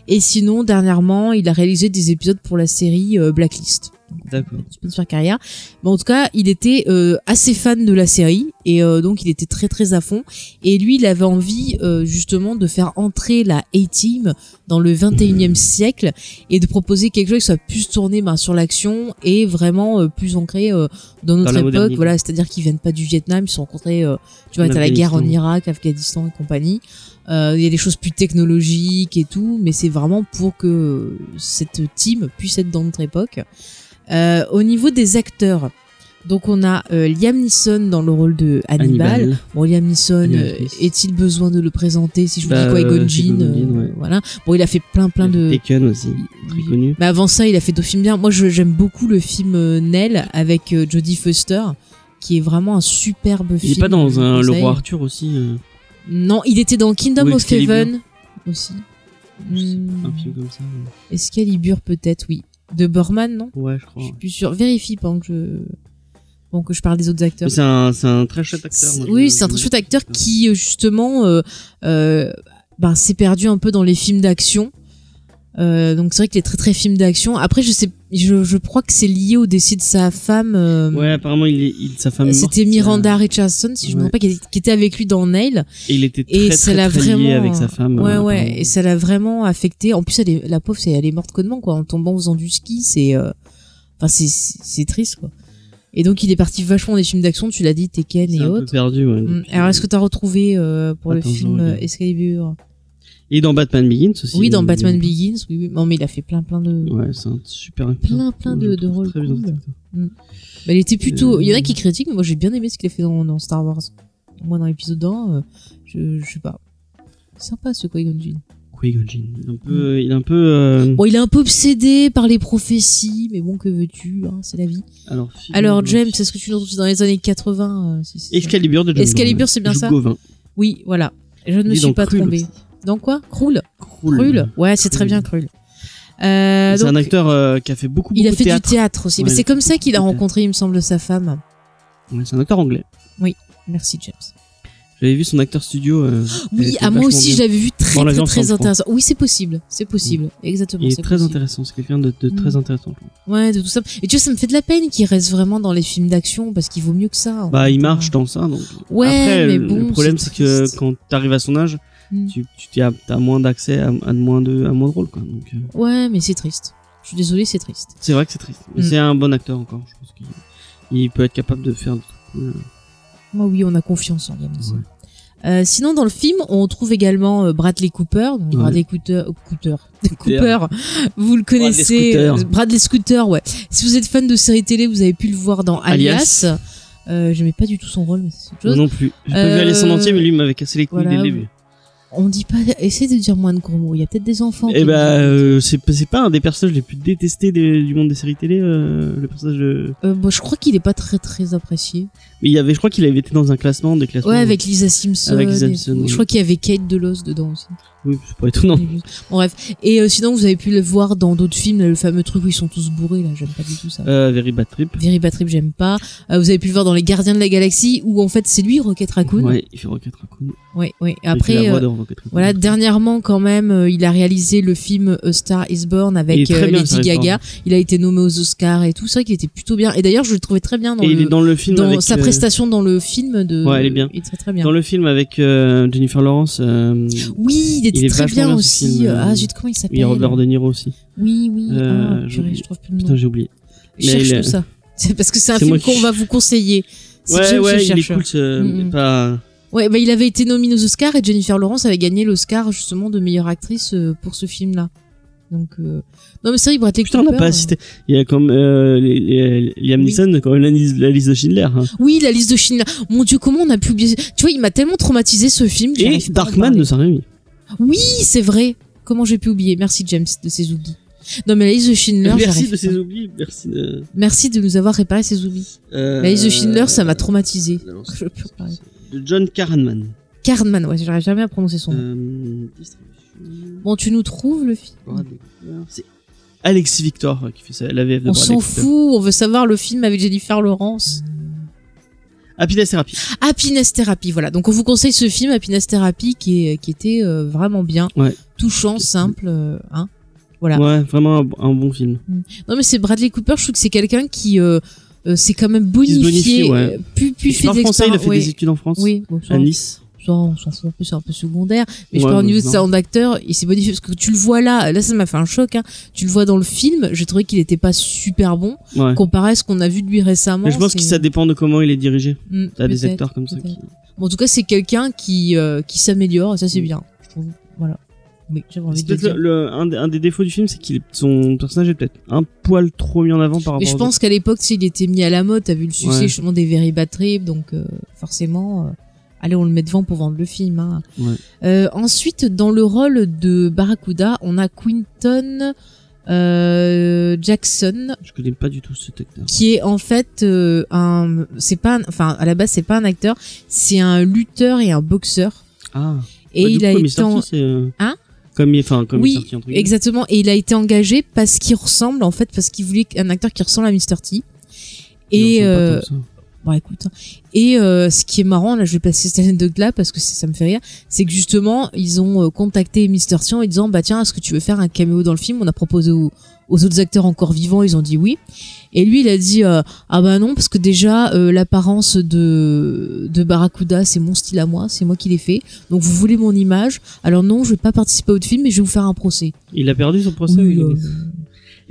Speaker 2: Et sinon, dernièrement, il a réalisé des épisodes pour la série euh, Blacklist.
Speaker 3: D'accord.
Speaker 2: Tu peux te faire carrière. Mais en tout cas, il était euh, assez fan de la série et euh, donc il était très très à fond. Et lui, il avait envie euh, justement de faire entrer la A-Team dans le 21e siècle et de proposer quelque chose qui soit plus tourné ben, sur l'action et vraiment euh, plus ancré euh, dans notre
Speaker 3: la
Speaker 2: époque.
Speaker 3: modernité.
Speaker 2: Voilà, c'est-à-dire qu'ils viennent pas du Vietnam, ils se sont rencontrés, euh, tu vois,
Speaker 3: En
Speaker 2: t'as la guerre en
Speaker 3: Afghanistan.
Speaker 2: Irak, Afghanistan et compagnie. Euh, Il y a des choses plus technologiques et tout, mais c'est vraiment pour que euh, cette team puisse être dans notre époque. Euh, au niveau des acteurs, donc on a euh, Liam Neeson dans le rôle de Hannibal.
Speaker 3: Hannibal.
Speaker 2: Bon, Liam Neeson,
Speaker 3: Hannibal
Speaker 2: euh,
Speaker 3: Smith.
Speaker 2: est-il besoin de le présenter Si je vous
Speaker 3: Bah,
Speaker 2: dis Qui-Gon
Speaker 3: euh,
Speaker 2: Jinn,
Speaker 3: Qui-Gon Jinn,
Speaker 2: euh,
Speaker 3: ouais.
Speaker 2: voilà. Bon, il a fait plein plein de.
Speaker 3: Taken aussi, très
Speaker 2: Oui.
Speaker 3: connu.
Speaker 2: Mais avant ça, il a fait d'autres films bien. Moi, je- j'aime beaucoup le film euh, Nell avec euh, Jodie Foster, qui est vraiment un superbe
Speaker 3: Il
Speaker 2: film.
Speaker 3: est pas dans
Speaker 2: je
Speaker 3: un,
Speaker 2: vous
Speaker 3: le
Speaker 2: conseille.
Speaker 3: roi Arthur aussi. euh,
Speaker 2: Non, il était dans Kingdom
Speaker 3: Ou
Speaker 2: of
Speaker 3: Excalibur.
Speaker 2: Heaven aussi. Hmm,
Speaker 3: un film comme ça. euh.
Speaker 2: Excalibur peut-être, oui. De Borman, non
Speaker 3: Ouais, je crois.
Speaker 2: Je suis plus sûre. Vérifie pendant que je, pendant que je parle des autres acteurs.
Speaker 3: Mais C'est un, c'est un très chouette acteur.
Speaker 2: C'est-
Speaker 3: moi,
Speaker 2: oui,
Speaker 3: je-
Speaker 2: c'est un très
Speaker 3: je-
Speaker 2: chouette acteur qui euh, justement euh, euh, ben, s'est perdu un peu dans les films d'action. Euh, donc c'est vrai qu'il est très très film d'action. Après, je sais, je, je crois que c'est lié au décès de sa femme. euh,
Speaker 3: Ouais, apparemment, il, est- il- sa femme. est
Speaker 2: C'était
Speaker 3: morte,
Speaker 2: Miranda Richardson, si je me
Speaker 3: ouais.
Speaker 2: trompe pas, qui, qui était avec lui dans Nail.
Speaker 3: euh, Et il était très,
Speaker 2: Et ça
Speaker 3: très,
Speaker 2: l'a
Speaker 3: très, lié
Speaker 2: vraiment-
Speaker 3: avec sa femme.
Speaker 2: Ouais,
Speaker 3: euh,
Speaker 2: ouais.
Speaker 3: apparemment.
Speaker 2: Et ça l'a vraiment affecté. En plus, elle est, la pauvre, c'est, elle est morte connement, quoi. En tombant en faisant du ski, c'est, euh, enfin, c'est, c'est c'est triste, quoi. Et donc, il est parti vachement des films d'action. Tu l'as dit, Tekken
Speaker 3: C'est
Speaker 2: et
Speaker 3: un peu
Speaker 2: autres.
Speaker 3: perdu, ouais.
Speaker 2: Mm.
Speaker 3: depuis-
Speaker 2: Alors, est-ce que t'as retrouvé euh, pour
Speaker 3: Attends,
Speaker 2: le
Speaker 3: je
Speaker 2: film
Speaker 3: regarde.
Speaker 2: euh, Excalibur
Speaker 3: Et dans Batman Begins aussi.
Speaker 2: Oui, dans
Speaker 3: euh,
Speaker 2: Batman Begins. Oui, oui. Non, mais il a fait plein, plein de.
Speaker 3: Ouais, c'est un super acteur.
Speaker 2: Plein, plein
Speaker 3: Je
Speaker 2: de,
Speaker 3: le
Speaker 2: de
Speaker 3: trouve
Speaker 2: rôles.
Speaker 3: très bien,
Speaker 2: cool.
Speaker 3: cet acteur.
Speaker 2: Mais bah, il était plutôt.
Speaker 3: Euh,
Speaker 2: Il y en a qui critiquent, mais moi j'ai bien aimé ce qu'il a fait dans, dans Star Wars. Moi, dans l'épisode 1, euh, je, je sais pas. Sympa ce Qui-Gon Jinn.
Speaker 3: oui, Gojin. Un peu, Il est un peu. euh,
Speaker 2: Bon, il est un peu obsédé par les prophéties, mais bon, que veux-tu, hein, c'est la vie.
Speaker 3: Alors, film-
Speaker 2: Alors, James, est-ce que tu nous retrouves dans les années 80 euh, si, si, si.
Speaker 3: Excalibur de John
Speaker 2: Excalibur,
Speaker 3: Byrne.
Speaker 2: c'est bien
Speaker 3: Joue
Speaker 2: ça
Speaker 3: Gauvin.
Speaker 2: Oui, voilà. Je ne
Speaker 3: Il
Speaker 2: me
Speaker 3: est
Speaker 2: suis
Speaker 3: dans
Speaker 2: pas
Speaker 3: Krull
Speaker 2: trompée.
Speaker 3: aussi.
Speaker 2: Dans quoi Krul
Speaker 3: Krull.
Speaker 2: Ouais, c'est très
Speaker 3: Krull.
Speaker 2: bien Krul. Euh,
Speaker 3: C'est un
Speaker 2: donc,
Speaker 3: acteur euh, qui a fait beaucoup,
Speaker 2: il a
Speaker 3: beaucoup
Speaker 2: fait
Speaker 3: de théâtre.
Speaker 2: du théâtre aussi. Mais
Speaker 3: Ouais,
Speaker 2: c'est comme ça qu'il a
Speaker 3: du théâtre.
Speaker 2: rencontré, il me semble, sa femme.
Speaker 3: Ouais, c'est un acteur anglais.
Speaker 2: Merci, James.
Speaker 3: J'avais vu son acteur studio. euh, elle
Speaker 2: Oui,
Speaker 3: était
Speaker 2: à moi
Speaker 3: vachement
Speaker 2: aussi,
Speaker 3: bien.
Speaker 2: je l'avais vu très,
Speaker 3: Dans
Speaker 2: très,
Speaker 3: l'agence
Speaker 2: très
Speaker 3: 33.
Speaker 2: intéressant. Oui, c'est possible. C'est possible. Exactement.
Speaker 3: Il
Speaker 2: c'est
Speaker 3: est très
Speaker 2: possible. Mm.
Speaker 3: intéressant. C'est quelqu'un de, de très intéressant. je trouve.
Speaker 2: Ouais, de tout ça. Et tu vois, ça me fait de la peine qu'il reste vraiment dans les films d'action parce qu'il vaut mieux que ça. en
Speaker 3: Bah,
Speaker 2: fait. hein.
Speaker 3: il marche dans ça. Donc.
Speaker 2: Ouais,
Speaker 3: Après,
Speaker 2: mais
Speaker 3: le-
Speaker 2: bon,
Speaker 3: le problème,
Speaker 2: c'est
Speaker 3: c'est que
Speaker 2: triste.
Speaker 3: quand t'arrives à son âge,
Speaker 2: Mm.
Speaker 3: tu, tu t'y as, t'as moins d'accès à, à de moins de, à moins de rôles, quoi. Donc, euh,
Speaker 2: Ouais, mais c'est triste. Je suis désolée, c'est triste.
Speaker 3: c'est vrai que c'est triste. Mais
Speaker 2: Mm.
Speaker 3: c'est un bon acteur encore. Je pense qu'il il peut être capable de faire. des trucs euh, cool.
Speaker 2: Moi, oui, on a confiance en Liam Neeson.
Speaker 3: Ouais.
Speaker 2: Euh, sinon, dans le film, on trouve également euh, Bradley Cooper. Donc,
Speaker 3: Ouais.
Speaker 2: Bradley Cooper, [laughs] Cooper, Cooper, vous le connaissez.
Speaker 3: Scooter.
Speaker 2: euh, Bradley Scooter, ouais. Si vous êtes fan de séries télé, vous avez pu le voir dans Alias.
Speaker 3: Alias.
Speaker 2: Euh, J'aimais pas du tout son rôle, mais c'est autre
Speaker 3: Moi
Speaker 2: chose.
Speaker 3: non plus. J'ai pas
Speaker 2: Euh,
Speaker 3: vu aller son entier, mais lui il m'avait cassé les couilles
Speaker 2: voilà,
Speaker 3: dès le début.
Speaker 2: On dit pas. Essayez de dire moins de gros mots. Il y a peut-être des enfants.
Speaker 3: Et
Speaker 2: qui nous
Speaker 3: bah,
Speaker 2: écoutent.
Speaker 3: euh, c'est c'est pas un des personnages les plus détestés des- du monde des séries télé, euh, le personnage de.
Speaker 2: Euh, bon, je crois qu'il est pas très très apprécié.
Speaker 3: Mais il y avait, je crois qu'il avait été dans un classement, des classements.
Speaker 2: Ouais, avec Lisa Simpson.
Speaker 3: Avec Lisa
Speaker 2: et-
Speaker 3: Simpson, oui.
Speaker 2: Je crois qu'il y avait Kate Delos dedans aussi.
Speaker 3: Oui, c'est pas étonnant.
Speaker 2: [laughs] Bon, bref. Et euh, sinon, vous avez pu le voir dans d'autres films, là, le fameux truc où ils sont tous bourrés, là, j'aime pas du tout ça.
Speaker 3: Euh, Very Bad Trip.
Speaker 2: Very Bad Trip, j'aime pas. Euh, vous avez pu le voir dans Les Gardiens de la Galaxie, où en fait c'est lui, Rocket Raccoon.
Speaker 3: Ouais, il fait Rocket Raccoon.
Speaker 2: ouais. ouais. Et
Speaker 3: Il fait
Speaker 2: Après,
Speaker 3: la voix
Speaker 2: euh,
Speaker 3: de Rocket Raccoon.
Speaker 2: voilà, dernièrement quand même, euh, il a réalisé le film A Star Is Born
Speaker 3: Il est
Speaker 2: avec
Speaker 3: très
Speaker 2: euh,
Speaker 3: bien,
Speaker 2: Lady
Speaker 3: Star is
Speaker 2: Gaga. Il a été nommé aux Oscars et tout. C'est vrai qu'il était plutôt bien. Et d'ailleurs, je le trouvais très bien dans,
Speaker 3: Et
Speaker 2: le-
Speaker 3: il est dans le film
Speaker 2: dans
Speaker 3: avec
Speaker 2: sa
Speaker 3: euh,
Speaker 2: prestation dans le film de.
Speaker 3: Ouais, elle est bien.
Speaker 2: Il était très bien.
Speaker 3: Dans le film avec euh, Jennifer Lawrence. euh,
Speaker 2: Oui, il était
Speaker 3: Il est
Speaker 2: très
Speaker 3: vachement
Speaker 2: bien
Speaker 3: bien, ce
Speaker 2: aussi.
Speaker 3: film, euh,
Speaker 2: Ah zut, comment il s'appelle
Speaker 3: oui, Robert De Niro aussi.
Speaker 2: Mm. Oui, oui.
Speaker 3: Euh,
Speaker 2: ah,
Speaker 3: je-
Speaker 2: purée, je trouve plus le nom.
Speaker 3: Putain, j'ai oublié.
Speaker 2: Je
Speaker 3: Mais
Speaker 2: cherche
Speaker 3: il est-
Speaker 2: tout ça. C'est parce que c'est un
Speaker 3: C'est
Speaker 2: film
Speaker 3: moi qui-
Speaker 2: qu'on va vous conseiller. C'est
Speaker 3: Ouais,
Speaker 2: James le
Speaker 3: ouais, il est
Speaker 2: chercheur.
Speaker 3: cool ce.
Speaker 2: Mm, mm.
Speaker 3: Pas...
Speaker 2: Ouais, bah, il avait été nominé aux Oscars et Jennifer Lawrence avait gagné l'Oscar justement de meilleure actrice euh, pour ce film-là. Donc euh, non mais c'est vrai, Bradley
Speaker 3: Putain, on
Speaker 2: Cooper.
Speaker 3: n'a pas
Speaker 2: euh,
Speaker 3: assisté. Il y a comme euh, les- les- Liam
Speaker 2: Oui.
Speaker 3: Neeson, quand même la liste, la liste de Schindler. hein.
Speaker 2: Oui, la liste de Schindler. Mon Dieu, comment on a pu oublier Tu vois, il m'a tellement traumatisé ce film. que
Speaker 3: Et
Speaker 2: j'arrive pas à en
Speaker 3: Darkman
Speaker 2: parler.
Speaker 3: de Saint-Rémy.
Speaker 2: Oui, c'est vrai. Comment j'ai pu oublier Merci James de ses oublis. Non mais la liste de Schindler.
Speaker 3: Merci
Speaker 2: j'arrive
Speaker 3: de
Speaker 2: pas.
Speaker 3: ces oublis, merci de.
Speaker 2: Merci de nous avoir réparé ses oublis.
Speaker 3: Euh,
Speaker 2: La liste de Schindler, ça m'a traumatisé.
Speaker 3: euh, non,
Speaker 2: Je peux pas.
Speaker 3: c'est De John Carradman.
Speaker 2: Cartman, ouais, j'arrive jamais à prononcer son nom.
Speaker 3: Euh, distribution,
Speaker 2: Bon, tu nous trouves le film
Speaker 3: Bradley Cooper. C'est Alexis Victor euh, qui fait ça, la VF de
Speaker 2: On
Speaker 3: Bradley
Speaker 2: s'en
Speaker 3: Cooper.
Speaker 2: fout, on veut savoir le film avec Jennifer Lawrence.
Speaker 3: Happiness Therapy.
Speaker 2: Happiness Therapy, voilà. Donc on vous conseille ce film, Happiness Therapy, qui, est- qui était euh, vraiment bien,
Speaker 3: Ouais.
Speaker 2: touchant, simple. euh, hein. Voilà.
Speaker 3: Ouais, vraiment un, un bon film.
Speaker 2: Non mais c'est Bradley Cooper, je trouve que c'est quelqu'un qui euh, euh, s'est quand même
Speaker 3: se
Speaker 2: bonifié,
Speaker 3: bonifie, ouais.
Speaker 2: euh, plus, plus
Speaker 3: Il
Speaker 2: fait
Speaker 3: parle
Speaker 2: des
Speaker 3: français, il a fait
Speaker 2: oui.
Speaker 3: des études en France.
Speaker 2: Oui, bon, ça,
Speaker 3: À Nice.
Speaker 2: ça, on s'en fout un peu, c'est un peu secondaire. Mais je
Speaker 3: Ouais,
Speaker 2: parle au
Speaker 3: mais
Speaker 2: niveau de
Speaker 3: non.
Speaker 2: sa en d'acteur, il s'est bonifié parce que tu le vois là, là ça m'a fait un choc. Hein. Tu le vois dans le film, j'ai trouvé qu'il était pas super bon
Speaker 3: Ouais.
Speaker 2: comparé à ce qu'on a vu de lui récemment.
Speaker 3: Mais je pense que
Speaker 2: c'est-
Speaker 3: ça dépend de comment il est dirigé.
Speaker 2: Mm,
Speaker 3: T'as des
Speaker 2: peut-être,
Speaker 3: acteurs comme ça
Speaker 2: peut-être.
Speaker 3: qui.
Speaker 2: Bon, en tout cas, c'est quelqu'un qui, euh, qui s'améliore, et ça c'est
Speaker 3: Mm.
Speaker 2: bien. Je trouve. Voilà. Oui, j'avais envie
Speaker 3: C'est
Speaker 2: de le
Speaker 3: peut-être le,
Speaker 2: dire.
Speaker 3: le- un, des- un des défauts du film, c'est qu'il est- son personnage est peut-être un poil trop mis en avant par rapport.
Speaker 2: Mais je
Speaker 3: aux
Speaker 2: pense qu'à l'époque, tu sais, il était mis à la mode, t'as vu le succès
Speaker 3: Ouais.
Speaker 2: justement des Very Bad Trip, donc euh, forcément, euh, allez, on le met devant pour vendre le film. hein.
Speaker 3: Ouais.
Speaker 2: Euh, ensuite, dans le rôle de Barracuda, on a Quinton euh, Jackson,
Speaker 3: autres. Je connais pas du tout cet acteur.
Speaker 2: qui est en fait euh, un, c'est pas, un- enfin, à la base, c'est pas un acteur, c'est un lutteur et un boxeur.
Speaker 3: Ah.
Speaker 2: Et
Speaker 3: Ouais, du
Speaker 2: il
Speaker 3: coup,
Speaker 2: a
Speaker 3: comme
Speaker 2: été
Speaker 3: Mr.
Speaker 2: en-
Speaker 3: T, c'est, euh,
Speaker 2: Hein
Speaker 3: Comme il- enfin comme
Speaker 2: Oui,
Speaker 3: Mr. T, entre guillemets.
Speaker 2: Exactement, et il a été engagé parce qu'il ressemble, en fait, parce qu'il voulait un acteur qui ressemble à Mr. T.
Speaker 3: Il
Speaker 2: Et,
Speaker 3: ressemble pas
Speaker 2: euh,
Speaker 3: tant que ça.
Speaker 2: bon, écoute, hein. et euh, ce qui est marrant, là, je vais passer cette anecdote là parce que c'est- ça me fait rire, c'est que justement, ils ont euh, contacté Mr. T en lui disant, bah tiens, est-ce que tu veux faire un caméo dans le film On a proposé aux, aux autres acteurs encore vivants, ils ont dit oui. Et lui, il a dit, euh, ah bah non, parce que déjà, euh, l'apparence de, de Barracuda, c'est mon style à moi, c'est moi qui l'ai fait. Donc vous voulez mon image Alors non, je vais pas participer au film, mais je vais vous faire un procès.
Speaker 3: il a perdu son procès.
Speaker 2: Oui,
Speaker 3: oui.
Speaker 2: euh,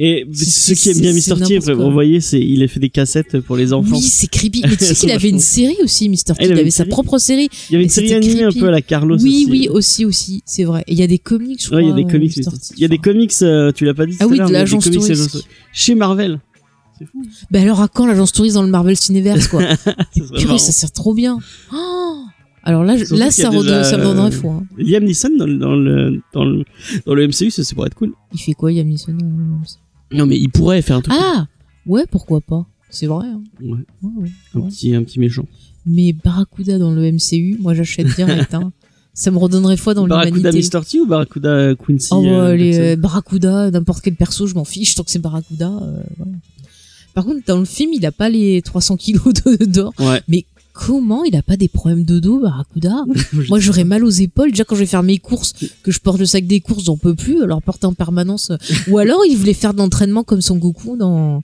Speaker 3: Et
Speaker 2: c'est-
Speaker 3: ce qui est bien
Speaker 2: c'est- c'est
Speaker 3: Mr. T,
Speaker 2: n'importe quoi.
Speaker 3: vous voyez, c'est il a fait des cassettes pour les enfants.
Speaker 2: Oui, c'est creepy. Mais tu
Speaker 3: [laughs]
Speaker 2: sais
Speaker 3: Elles sont
Speaker 2: qu'il avait une série aussi, Mr. T.
Speaker 3: Ah, il
Speaker 2: Il
Speaker 3: avait
Speaker 2: avait
Speaker 3: une
Speaker 2: sa
Speaker 3: série
Speaker 2: propre série.
Speaker 3: il y avait
Speaker 2: mais
Speaker 3: une série
Speaker 2: c'était
Speaker 3: animée un
Speaker 2: creepy.
Speaker 3: peu à la Carlos.
Speaker 2: oui,
Speaker 3: aussi.
Speaker 2: oui, aussi, aussi, c'est vrai. Et il y a des comics, je crois.
Speaker 3: Ouais, il y a des
Speaker 2: euh,
Speaker 3: comics.
Speaker 2: Mr.
Speaker 3: Mr.
Speaker 2: T.
Speaker 3: Il y a des
Speaker 2: Enfin,
Speaker 3: comics. euh, Tu l'as pas dit.
Speaker 2: Ah
Speaker 3: tout à
Speaker 2: oui,
Speaker 3: l'heure,
Speaker 2: de
Speaker 3: mais il y a des
Speaker 2: l'agence
Speaker 3: comics,
Speaker 2: touriste.
Speaker 3: l'agence- Chez Marvel. C'est
Speaker 2: [laughs]
Speaker 3: fou. [laughs]
Speaker 2: Bah alors à quand l'agence touriste dans le Marvel Cineverse, quoi
Speaker 3: Ça serait
Speaker 2: Purée,
Speaker 3: marrant.
Speaker 2: ça sert trop bien. Oh Alors là, je-
Speaker 3: Surtout
Speaker 2: là
Speaker 3: qu'il y
Speaker 2: ça,
Speaker 3: a déjà,
Speaker 2: redonne- ça me donnerait
Speaker 3: euh,
Speaker 2: fou. hein.
Speaker 3: Liam Neeson dans le, dans le, dans le, dans le MCU, ça, ça pourrait être cool.
Speaker 2: Il fait quoi, Liam Neeson dans le film
Speaker 3: Non, mais il pourrait faire un truc.
Speaker 2: Ah Ouais, pourquoi pas. C'est vrai. hein.
Speaker 3: Ouais.
Speaker 2: Ouais, ouais,
Speaker 3: un,
Speaker 2: ouais.
Speaker 3: petit, un petit méchant.
Speaker 2: Mais Barracuda dans le MCU, moi j'achète direct.
Speaker 3: [laughs]
Speaker 2: hein. Ça me redonnerait foi dans
Speaker 3: Barracuda
Speaker 2: l'humanité.
Speaker 3: Mr. T ou Barracuda Quincy
Speaker 2: Oh,
Speaker 3: euh,
Speaker 2: les
Speaker 3: Jackson
Speaker 2: euh, Barracuda, n'importe quel perso, je m'en fiche tant que c'est Barracuda. euh, voilà. Par contre, dans le film, il a pas les 300 kilos de- d'or. [laughs]
Speaker 3: Ouais.
Speaker 2: Mais comment il a pas des problèmes de dos, Barracuda Moi, j'aurais mal aux épaules. Déjà, quand je vais faire mes courses, que je porte le sac des courses, j'en peux plus. Alors, porter en permanence. euh, Ou alors, il voulait faire de l'entraînement comme Son Goku dans,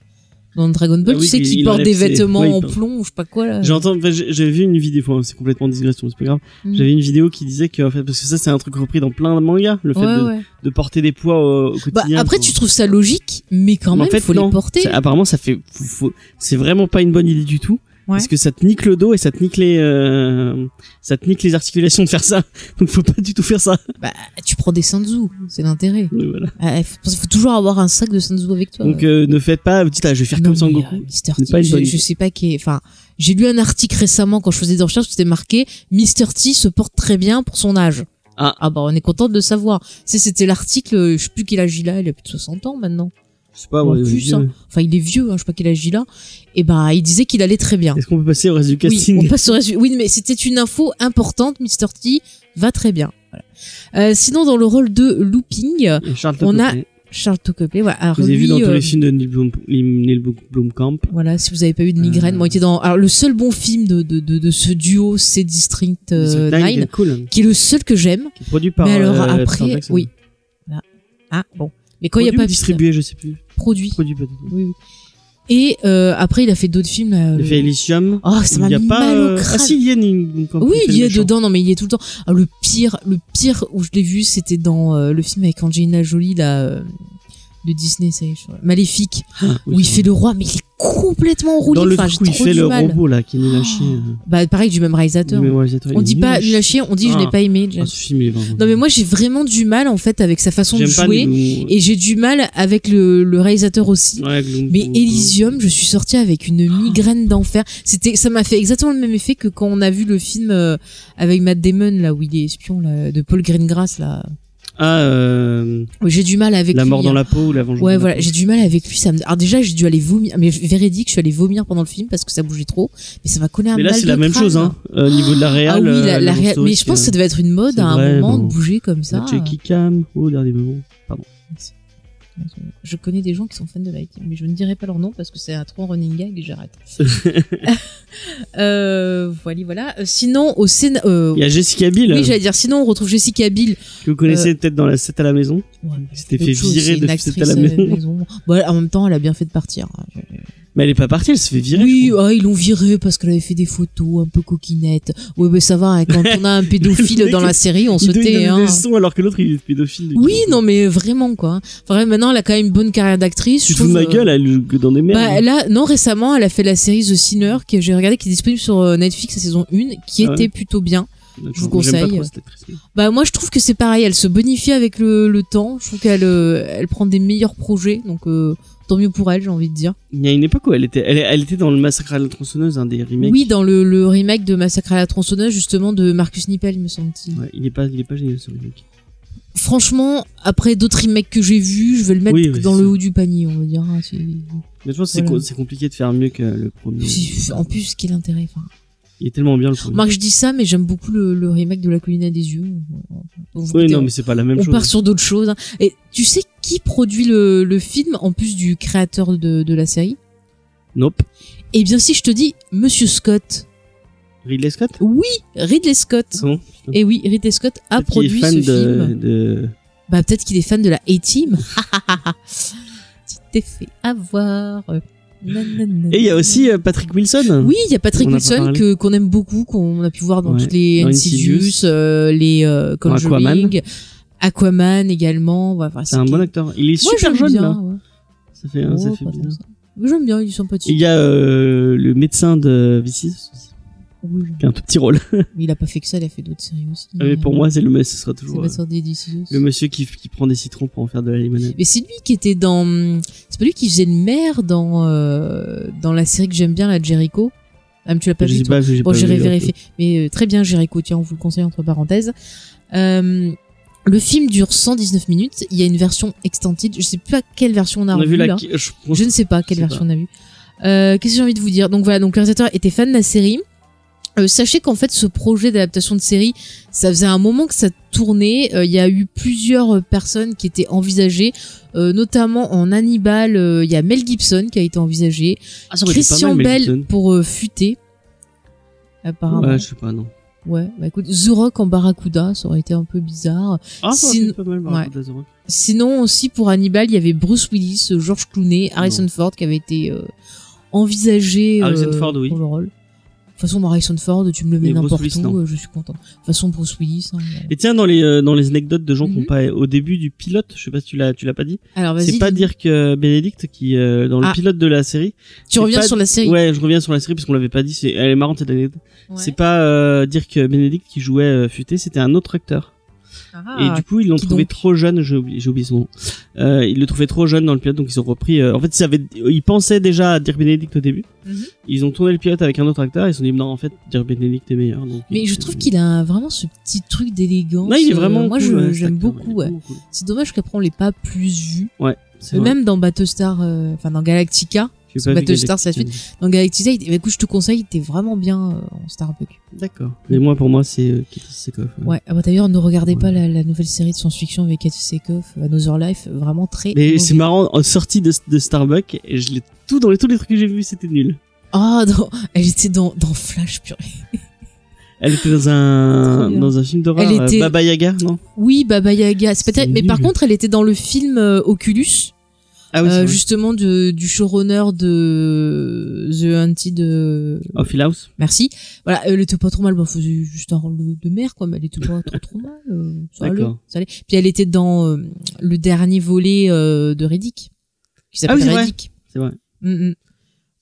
Speaker 2: dans Dragon Ball.
Speaker 3: Ah
Speaker 2: tu
Speaker 3: oui,
Speaker 2: sais
Speaker 3: il-
Speaker 2: qu'il
Speaker 3: il
Speaker 2: porte des
Speaker 3: enlève ses-
Speaker 2: vêtements
Speaker 3: oui, il
Speaker 2: en
Speaker 3: porte-
Speaker 2: plomb, ou je sais pas quoi. Là.
Speaker 3: J'entends, enfin, j'ai j'ai vu une vidéo, enfin, c'est complètement digression, c'est pas grave.
Speaker 2: Mm.
Speaker 3: J'avais une vidéo qui disait que, en fait, parce que ça, c'est un truc repris dans plein de mangas, le fait
Speaker 2: Ouais,
Speaker 3: de,
Speaker 2: ouais.
Speaker 3: de porter des poids au, au
Speaker 2: Bah,
Speaker 3: quotidien.
Speaker 2: après,
Speaker 3: pour-
Speaker 2: tu trouves ça logique, mais quand
Speaker 3: Mais en
Speaker 2: même, il
Speaker 3: fait,
Speaker 2: faut
Speaker 3: non.
Speaker 2: les porter.
Speaker 3: Ça- apparemment, ça fait, faut- faut- c'est vraiment pas une bonne idée du tout.
Speaker 2: Ouais.
Speaker 3: Parce que ça te nique le dos et ça te nique les, euh, ça te nique les articulations de faire ça. [laughs] Donc faut pas du tout faire ça.
Speaker 2: Bah, tu prends des Sanzu, c'est l'intérêt.
Speaker 3: Donc, voilà.
Speaker 2: Ah, Il faut, il faut toujours avoir un sac de Sanzu avec toi.
Speaker 3: Donc euh, ne faites pas, vous dites ah je vais faire
Speaker 2: Bah Non,
Speaker 3: comme
Speaker 2: mais,
Speaker 3: Sangoku.
Speaker 2: euh, Mr.
Speaker 3: n'est
Speaker 2: T,
Speaker 3: pas une
Speaker 2: je,
Speaker 3: bonne
Speaker 2: je
Speaker 3: idée.
Speaker 2: sais pas qui est. Enfin, j'ai lu un article récemment quand je faisais des recherches, c'était marqué Mr. T se porte très bien pour son âge.
Speaker 3: Ah.
Speaker 2: bah on est content de le savoir. Tu sais, c'était l'article, euh, je sais plus quel âge il a, il a plus de 60 ans maintenant.
Speaker 3: Je euh, sais pas.
Speaker 2: euh, En
Speaker 3: Ah, ouais,
Speaker 2: plus,
Speaker 3: vieux.
Speaker 2: hein. Enfin, il est vieux, hein, je sais pas quel âge il a. Et bah, il disait qu'il allait très bien.
Speaker 3: Est-ce qu'on peut passer au reste du
Speaker 2: Oui,
Speaker 3: casting
Speaker 2: on passe au reste du- Oui, mais c'était une info importante, Mr. T va très bien. Voilà. Euh, sinon, dans le rôle de Looping, euh,
Speaker 3: Charles
Speaker 2: on
Speaker 3: Topé.
Speaker 2: a- Charles Tocopley, voilà. alors
Speaker 3: Vous avez vu
Speaker 2: lui,
Speaker 3: dans tous
Speaker 2: euh,
Speaker 3: les films de Neil, Blom- Neil Blomkamp.
Speaker 2: Voilà, si vous avez pas eu de migraine,
Speaker 3: Euh.
Speaker 2: moi, il était dans. Alors, le seul bon film de, de, de, de ce duo, c'est District
Speaker 3: Ils
Speaker 2: 9,
Speaker 3: sont dingues, cool.
Speaker 2: qui est le seul que j'aime.
Speaker 3: Qui est produit par.
Speaker 2: mais alors,
Speaker 3: euh, Peter
Speaker 2: après,
Speaker 3: Jackson.
Speaker 2: oui. Voilà. Ah, bon. Mais quand il
Speaker 3: Produit
Speaker 2: n'y a
Speaker 3: ou
Speaker 2: pas
Speaker 3: distribué, je sais plus.
Speaker 2: produit.
Speaker 3: Produit peut-être.
Speaker 2: Oui, oui. Et euh, après, il a fait d'autres films. Là,
Speaker 3: Il
Speaker 2: euh,
Speaker 3: a fait Elysium.
Speaker 2: Oh, ça m'a
Speaker 3: il y a
Speaker 2: mis
Speaker 3: pas.
Speaker 2: mal au
Speaker 3: euh,
Speaker 2: crâne.
Speaker 3: Ah si, il y a Neil Blomkamp.
Speaker 2: Oui,
Speaker 3: fait le
Speaker 2: il y est
Speaker 3: méchant.
Speaker 2: dedans, non mais il y est tout le temps. Ah, le pire, le pire où je l'ai vu, c'était dans euh, le film avec Angelina Jolie là, euh, de Disney, ça y est, je- Maléfique,
Speaker 3: Ah, oui,
Speaker 2: où il
Speaker 3: c'est
Speaker 2: fait
Speaker 3: vrai.
Speaker 2: le roi, mais il est complètement roulé.
Speaker 3: Dans le
Speaker 2: enfin,
Speaker 3: coup,
Speaker 2: j'ai
Speaker 3: il
Speaker 2: trop
Speaker 3: fait
Speaker 2: du
Speaker 3: le
Speaker 2: mal.
Speaker 3: robot là qui est nul à
Speaker 2: Oh.
Speaker 3: chier. euh,
Speaker 2: Bah pareil, du même réalisateur.
Speaker 3: du mémorisateur, il
Speaker 2: on
Speaker 3: est
Speaker 2: dit
Speaker 3: nul
Speaker 2: pas
Speaker 3: à
Speaker 2: nul à chier, on dit je
Speaker 3: Ah.
Speaker 2: l'ai pas aimé. déjà.
Speaker 3: Ah, ce film, il est vraiment-
Speaker 2: Non mais moi j'ai vraiment du mal en fait avec sa façon de
Speaker 3: J'aime pas
Speaker 2: jouer
Speaker 3: les-
Speaker 2: et j'ai du mal avec le, le réalisateur aussi.
Speaker 3: Ouais, Gloom-
Speaker 2: Mais
Speaker 3: Gloom-
Speaker 2: Elysium, je suis sortie avec une
Speaker 3: Ah.
Speaker 2: migraine d'enfer. C'était, ça m'a fait exactement le même effet que quand on a vu le film euh, avec Matt Damon là où il est espion là, de Paul Greengrass là.
Speaker 3: Ah, euh,
Speaker 2: Oui, J'ai du mal avec
Speaker 3: la
Speaker 2: lui,
Speaker 3: mort dans
Speaker 2: hein.
Speaker 3: la peau ou la vengeance.
Speaker 2: Ouais
Speaker 3: dans la
Speaker 2: voilà,
Speaker 3: peau.
Speaker 2: j'ai du mal avec lui. Ça me... Alors déjà j'ai dû aller vomir, mais véridique, je suis allée vomir pendant le film parce que ça bougeait trop. Mais ça m'a collé un
Speaker 3: Mais là,
Speaker 2: mal
Speaker 3: c'est
Speaker 2: de
Speaker 3: la même
Speaker 2: crâne.
Speaker 3: chose, hein. Au niveau de la
Speaker 2: Ah oui,
Speaker 3: réal.
Speaker 2: la,
Speaker 3: euh,
Speaker 2: la
Speaker 3: l'agence
Speaker 2: réa- mais je
Speaker 3: touristique,
Speaker 2: pense que ça devait être une mode
Speaker 3: c'est
Speaker 2: à un
Speaker 3: vrai,
Speaker 2: moment
Speaker 3: bon.
Speaker 2: de bouger comme
Speaker 3: euh,
Speaker 2: ça.
Speaker 3: La Jackie Cam. Oh, dernier moment. Pardon.
Speaker 2: Je connais des gens qui sont fans de l'IT, mais je ne dirai pas leur nom parce que c'est un trop en running gag et
Speaker 3: [laughs]
Speaker 2: j'arrête. [laughs] euh, voilà, voilà. Euh, Sinon, au Sénat. euh,
Speaker 3: Il y a Jessica Biel,
Speaker 2: oui, j'allais dire, sinon, on retrouve Jessica Biel.
Speaker 3: que vous connaissez peut-être dans la 7 à la maison. Elle s'était fait
Speaker 2: Autre chose,
Speaker 3: virer
Speaker 2: c'est
Speaker 3: de
Speaker 2: une
Speaker 3: 7 à
Speaker 2: actrice
Speaker 3: la
Speaker 2: à
Speaker 3: maison.
Speaker 2: Bon, en même temps, elle a bien fait de partir. hein. Je-
Speaker 3: Mais elle est pas partie, elle se fait virer. je
Speaker 2: Oui,
Speaker 3: crois.
Speaker 2: ah, ils l'ont virée parce qu'elle avait fait des photos un peu coquinettes. Oui, mais ça va, hein, quand on a
Speaker 3: [laughs]
Speaker 2: un pédophile
Speaker 3: mec,
Speaker 2: dans la série, on
Speaker 3: Il
Speaker 2: se
Speaker 3: donne
Speaker 2: tait.
Speaker 3: des
Speaker 2: hein.
Speaker 3: leçons alors que l'autre il est pédophile.
Speaker 2: Oui, non, mais vraiment, quoi. Enfin, maintenant, elle a quand même une bonne carrière d'actrice.
Speaker 3: Tu
Speaker 2: je
Speaker 3: te fous de
Speaker 2: trouve,
Speaker 3: ma
Speaker 2: euh,
Speaker 3: gueule, elle joue que dans des
Speaker 2: Bah
Speaker 3: merdes.
Speaker 2: là, non, récemment, elle a fait la série The Sinner que j'ai regardé, qui est disponible sur euh, Netflix, la saison 1, qui
Speaker 3: Ah ouais.
Speaker 2: était plutôt bien. je vous
Speaker 3: J'aime pas
Speaker 2: conseille.
Speaker 3: trop cette actrice.
Speaker 2: Bah moi, je trouve que c'est pareil, elle se bonifie avec le, le temps. Je trouve qu'elle euh, elle prend des meilleurs projets, donc euh, tant mieux pour elle, j'ai envie de dire.
Speaker 3: Il y a une époque où elle était, elle, elle était dans le massacre à la tronçonneuse, un des remakes.
Speaker 2: Oui, dans le, le remake de Massacre à la tronçonneuse, justement, de Marcus Nippel, me semble-t-il.
Speaker 3: Ouais, il est pas, il est pas génial ce remake.
Speaker 2: Franchement, après d'autres remakes que j'ai vus, je vais le mettre
Speaker 3: Oui, oui,
Speaker 2: dans
Speaker 3: c'est-
Speaker 2: le haut du panier, on va dire. Ah, c'est-
Speaker 3: Mais je pense que c'est
Speaker 2: Voilà.
Speaker 3: co- c'est compliqué de faire mieux que le premier.
Speaker 2: c'est- En plus, quel intérêt enfin,
Speaker 3: Il est tellement bien le premier.
Speaker 2: Marc, je dis ça, mais j'aime beaucoup le, le remake de La Colline à des yeux. Vous
Speaker 3: oui,
Speaker 2: écoutez,
Speaker 3: non, mais c'est pas la même
Speaker 2: on
Speaker 3: chose.
Speaker 2: part sur d'autres choses. hein. Et tu sais qui produit le, le film en plus du créateur de, de la série
Speaker 3: Nope.
Speaker 2: Eh bien, si je te dis Monsieur Scott.
Speaker 3: Ridley Scott
Speaker 2: Oui, Ridley Scott.
Speaker 3: Ah bon Putain.
Speaker 2: Et oui, Ridley Scott a
Speaker 3: Peut-être qu'il est
Speaker 2: produit
Speaker 3: fan
Speaker 2: ce
Speaker 3: de,
Speaker 2: film.
Speaker 3: de-
Speaker 2: Bah, peut-être qu'il est fan de la A-Team. [laughs] tu t'es fait avoir. Nanana.
Speaker 3: Et il y a aussi euh, Patrick Wilson.
Speaker 2: Oui, il y a Patrick
Speaker 3: On n'a pas
Speaker 2: Wilson
Speaker 3: parlé.
Speaker 2: que qu'on aime beaucoup, qu'on a pu voir dans
Speaker 3: Ouais.
Speaker 2: toutes les
Speaker 3: Dans
Speaker 2: Insidious,
Speaker 3: Insidious.
Speaker 2: euh, les euh,
Speaker 3: Dans
Speaker 2: Conjuring,
Speaker 3: Aquaman.
Speaker 2: Aquaman. également. Ouais, enfin,
Speaker 3: C'est un bon acteur. Il est
Speaker 2: Moi,
Speaker 3: super
Speaker 2: j'aime
Speaker 3: jeune
Speaker 2: bien,
Speaker 3: là.
Speaker 2: ouais.
Speaker 3: Ça fait, ça
Speaker 2: Oh,
Speaker 3: fait
Speaker 2: pas
Speaker 3: bizarre.
Speaker 2: tant ça. Mais J'aime bien, ils sont pas
Speaker 3: Et Il y a euh, le médecin de V6 aussi, qui a un tout petit rôle.
Speaker 2: Mais il a pas fait que ça, il a fait d'autres séries aussi.
Speaker 3: Mais pour moi, c'est le ce sera
Speaker 2: Ah c'est
Speaker 3: toujours
Speaker 2: pas
Speaker 3: euh,
Speaker 2: sorti des ciseaux.
Speaker 3: le monsieur qui, qui prend des citrons pour en faire de la limonade.
Speaker 2: Mais c'est lui qui était dans. C'est pas lui qui faisait le maire dans, euh, dans la série que j'aime bien, la Jericho Ah, mais tu l'as pas
Speaker 3: je
Speaker 2: vu.
Speaker 3: sais
Speaker 2: toi.
Speaker 3: pas, j'ai
Speaker 2: Bon,
Speaker 3: pas
Speaker 2: j'irai
Speaker 3: vu.
Speaker 2: vérifier. Mais euh, très bien, Jéricho, tiens, on vous le conseille entre parenthèses. Euh, le film dure 119 minutes. Il y a une version extended. Je sais pas quelle version on a
Speaker 3: On a vu
Speaker 2: revue,
Speaker 3: la.
Speaker 2: là.
Speaker 3: Je
Speaker 2: Je ne sais pas quelle
Speaker 3: Je sais
Speaker 2: version on a vu. Euh, Qu'est-ce que j'ai envie de vous dire Donc voilà, donc le réalisateur était fan de la série. Euh, sachez qu'en fait, ce projet d'adaptation de série, ça faisait un moment que ça tournait. Euh, Il y a eu plusieurs euh, personnes qui étaient envisagées, euh, notamment en Hannibal. euh, Il y a Mel Gibson qui a été envisagé,
Speaker 3: Ah, ça aurait été pas
Speaker 2: Christian
Speaker 3: mal, Mel
Speaker 2: Bell
Speaker 3: Gibson.
Speaker 2: pour euh, Futé, apparemment.
Speaker 3: Ouais,
Speaker 2: Ouais.
Speaker 3: je sais pas, non.
Speaker 2: bah écoute, The Rock en Barracuda, ça aurait été un peu bizarre.
Speaker 3: Ah, ça aurait
Speaker 2: Sin-
Speaker 3: été pas mal, Barack Obama.
Speaker 2: Sinon aussi pour Hannibal, il y avait Bruce Willis, euh, George Clooney, Harrison Ford qui avait été euh, envisagé euh,
Speaker 3: Harrison Ford, oui.
Speaker 2: pour le rôle. De toute façon, moi, Harrison Ford, tu me le mets
Speaker 3: Et Bruce
Speaker 2: n'importe
Speaker 3: Willis,
Speaker 2: où,
Speaker 3: non.
Speaker 2: euh, je suis content. De toute façon, Bruce Willis. hein, voilà.
Speaker 3: Et tiens, dans les, euh, dans les anecdotes de gens qui ont
Speaker 2: Mhm.
Speaker 3: pas, au début du pilote, je sais pas si tu l'as, tu l'as pas dit,
Speaker 2: Alors vas-y,
Speaker 3: c'est pas
Speaker 2: dis-
Speaker 3: dire que Bénédicte, qui, euh, dans le
Speaker 2: Ah.
Speaker 3: pilote de la série,
Speaker 2: tu reviens
Speaker 3: c'est pas-
Speaker 2: sur la série.
Speaker 3: ouais, je reviens sur la série parce qu'on l'avait pas dit, c'est, elle est marrante cette anecdote.
Speaker 2: Ouais.
Speaker 3: C'est pas, euh, dire que Bénédicte qui jouait euh, Futé, c'était un autre acteur.
Speaker 2: Ah,
Speaker 3: et du coup, ils l'ont
Speaker 2: qui
Speaker 3: trouvé
Speaker 2: donc
Speaker 3: trop jeune, j'ai oublié, j'ai oublié son nom. Euh, ils le trouvaient trop jeune dans le pilote, donc ils ont repris, euh, en fait, ils savaient, ils pensaient déjà à Dirk Benedict au début.
Speaker 2: Mhm.
Speaker 3: Ils ont tourné le pilote avec un autre acteur, ils se sont dit, non, en fait, Dirk Benedict est meilleur. donc
Speaker 2: Mais
Speaker 3: ils-
Speaker 2: je trouve qu'il a vraiment ce petit truc d'élégance.
Speaker 3: Non, il est
Speaker 2: euh,
Speaker 3: vraiment
Speaker 2: moi,
Speaker 3: cool,
Speaker 2: je-
Speaker 3: ouais, cet
Speaker 2: j'aime
Speaker 3: acteur,
Speaker 2: beaucoup.
Speaker 3: il est
Speaker 2: ouais.
Speaker 3: cool, cool.
Speaker 2: C'est dommage qu'après on l'ait pas plus vu.
Speaker 3: C'est vrai.
Speaker 2: Même dans Battlestar, euh, enfin dans Galactica.
Speaker 3: J'ai
Speaker 2: Parce que
Speaker 3: pas vu
Speaker 2: Battlestar, c'est la
Speaker 3: Galactica.
Speaker 2: Dans Galactica, il- bah, écoute, je te conseille, t'es vraiment bien euh, en Starbucks.
Speaker 3: D'accord. Mais moi, pour moi, c'est euh, Kitty Sekoff.
Speaker 2: Ouais, ah bah d'ailleurs, ne regardez
Speaker 3: Ouais.
Speaker 2: pas la, la nouvelle série de science-fiction avec Cathy Sekoff, Another Life, vraiment très.
Speaker 3: Mais
Speaker 2: mauvais.
Speaker 3: c'est marrant, en sortie de, de Starbucks, et je l'ai tout dans les, tous les trucs que j'ai vus, c'était nul.
Speaker 2: Ah, non, elle était dans, dans Flash, purée.
Speaker 3: Elle était dans
Speaker 2: Trop
Speaker 3: un,
Speaker 2: bien.
Speaker 3: dans un film d'horreur,
Speaker 2: Elle
Speaker 3: euh,
Speaker 2: était-
Speaker 3: Baba Yaga, non
Speaker 2: Oui, Baba Yaga, c'est pas
Speaker 3: C'est
Speaker 2: terrible, mais par
Speaker 3: nul.
Speaker 2: contre, elle était dans le film euh, Oculus,
Speaker 3: Ah oui,
Speaker 2: euh,
Speaker 3: c'est vrai.
Speaker 2: justement de, du showrunner de The Hunted. euh,
Speaker 3: Off Hill Oh, House.
Speaker 2: Merci. Voilà, elle était pas trop mal, bah, elle faisait juste un rôle de mère, quoi, mais elle était pas trop, trop mal. euh, ça allait,
Speaker 3: D'accord.
Speaker 2: ça allait. Puis elle était dans euh, le dernier volet euh, de Riddick, qui
Speaker 3: Ah oui,
Speaker 2: s'appelle
Speaker 3: c'est vrai.
Speaker 2: Riddick.
Speaker 3: C'est vrai.
Speaker 2: Mm, mm.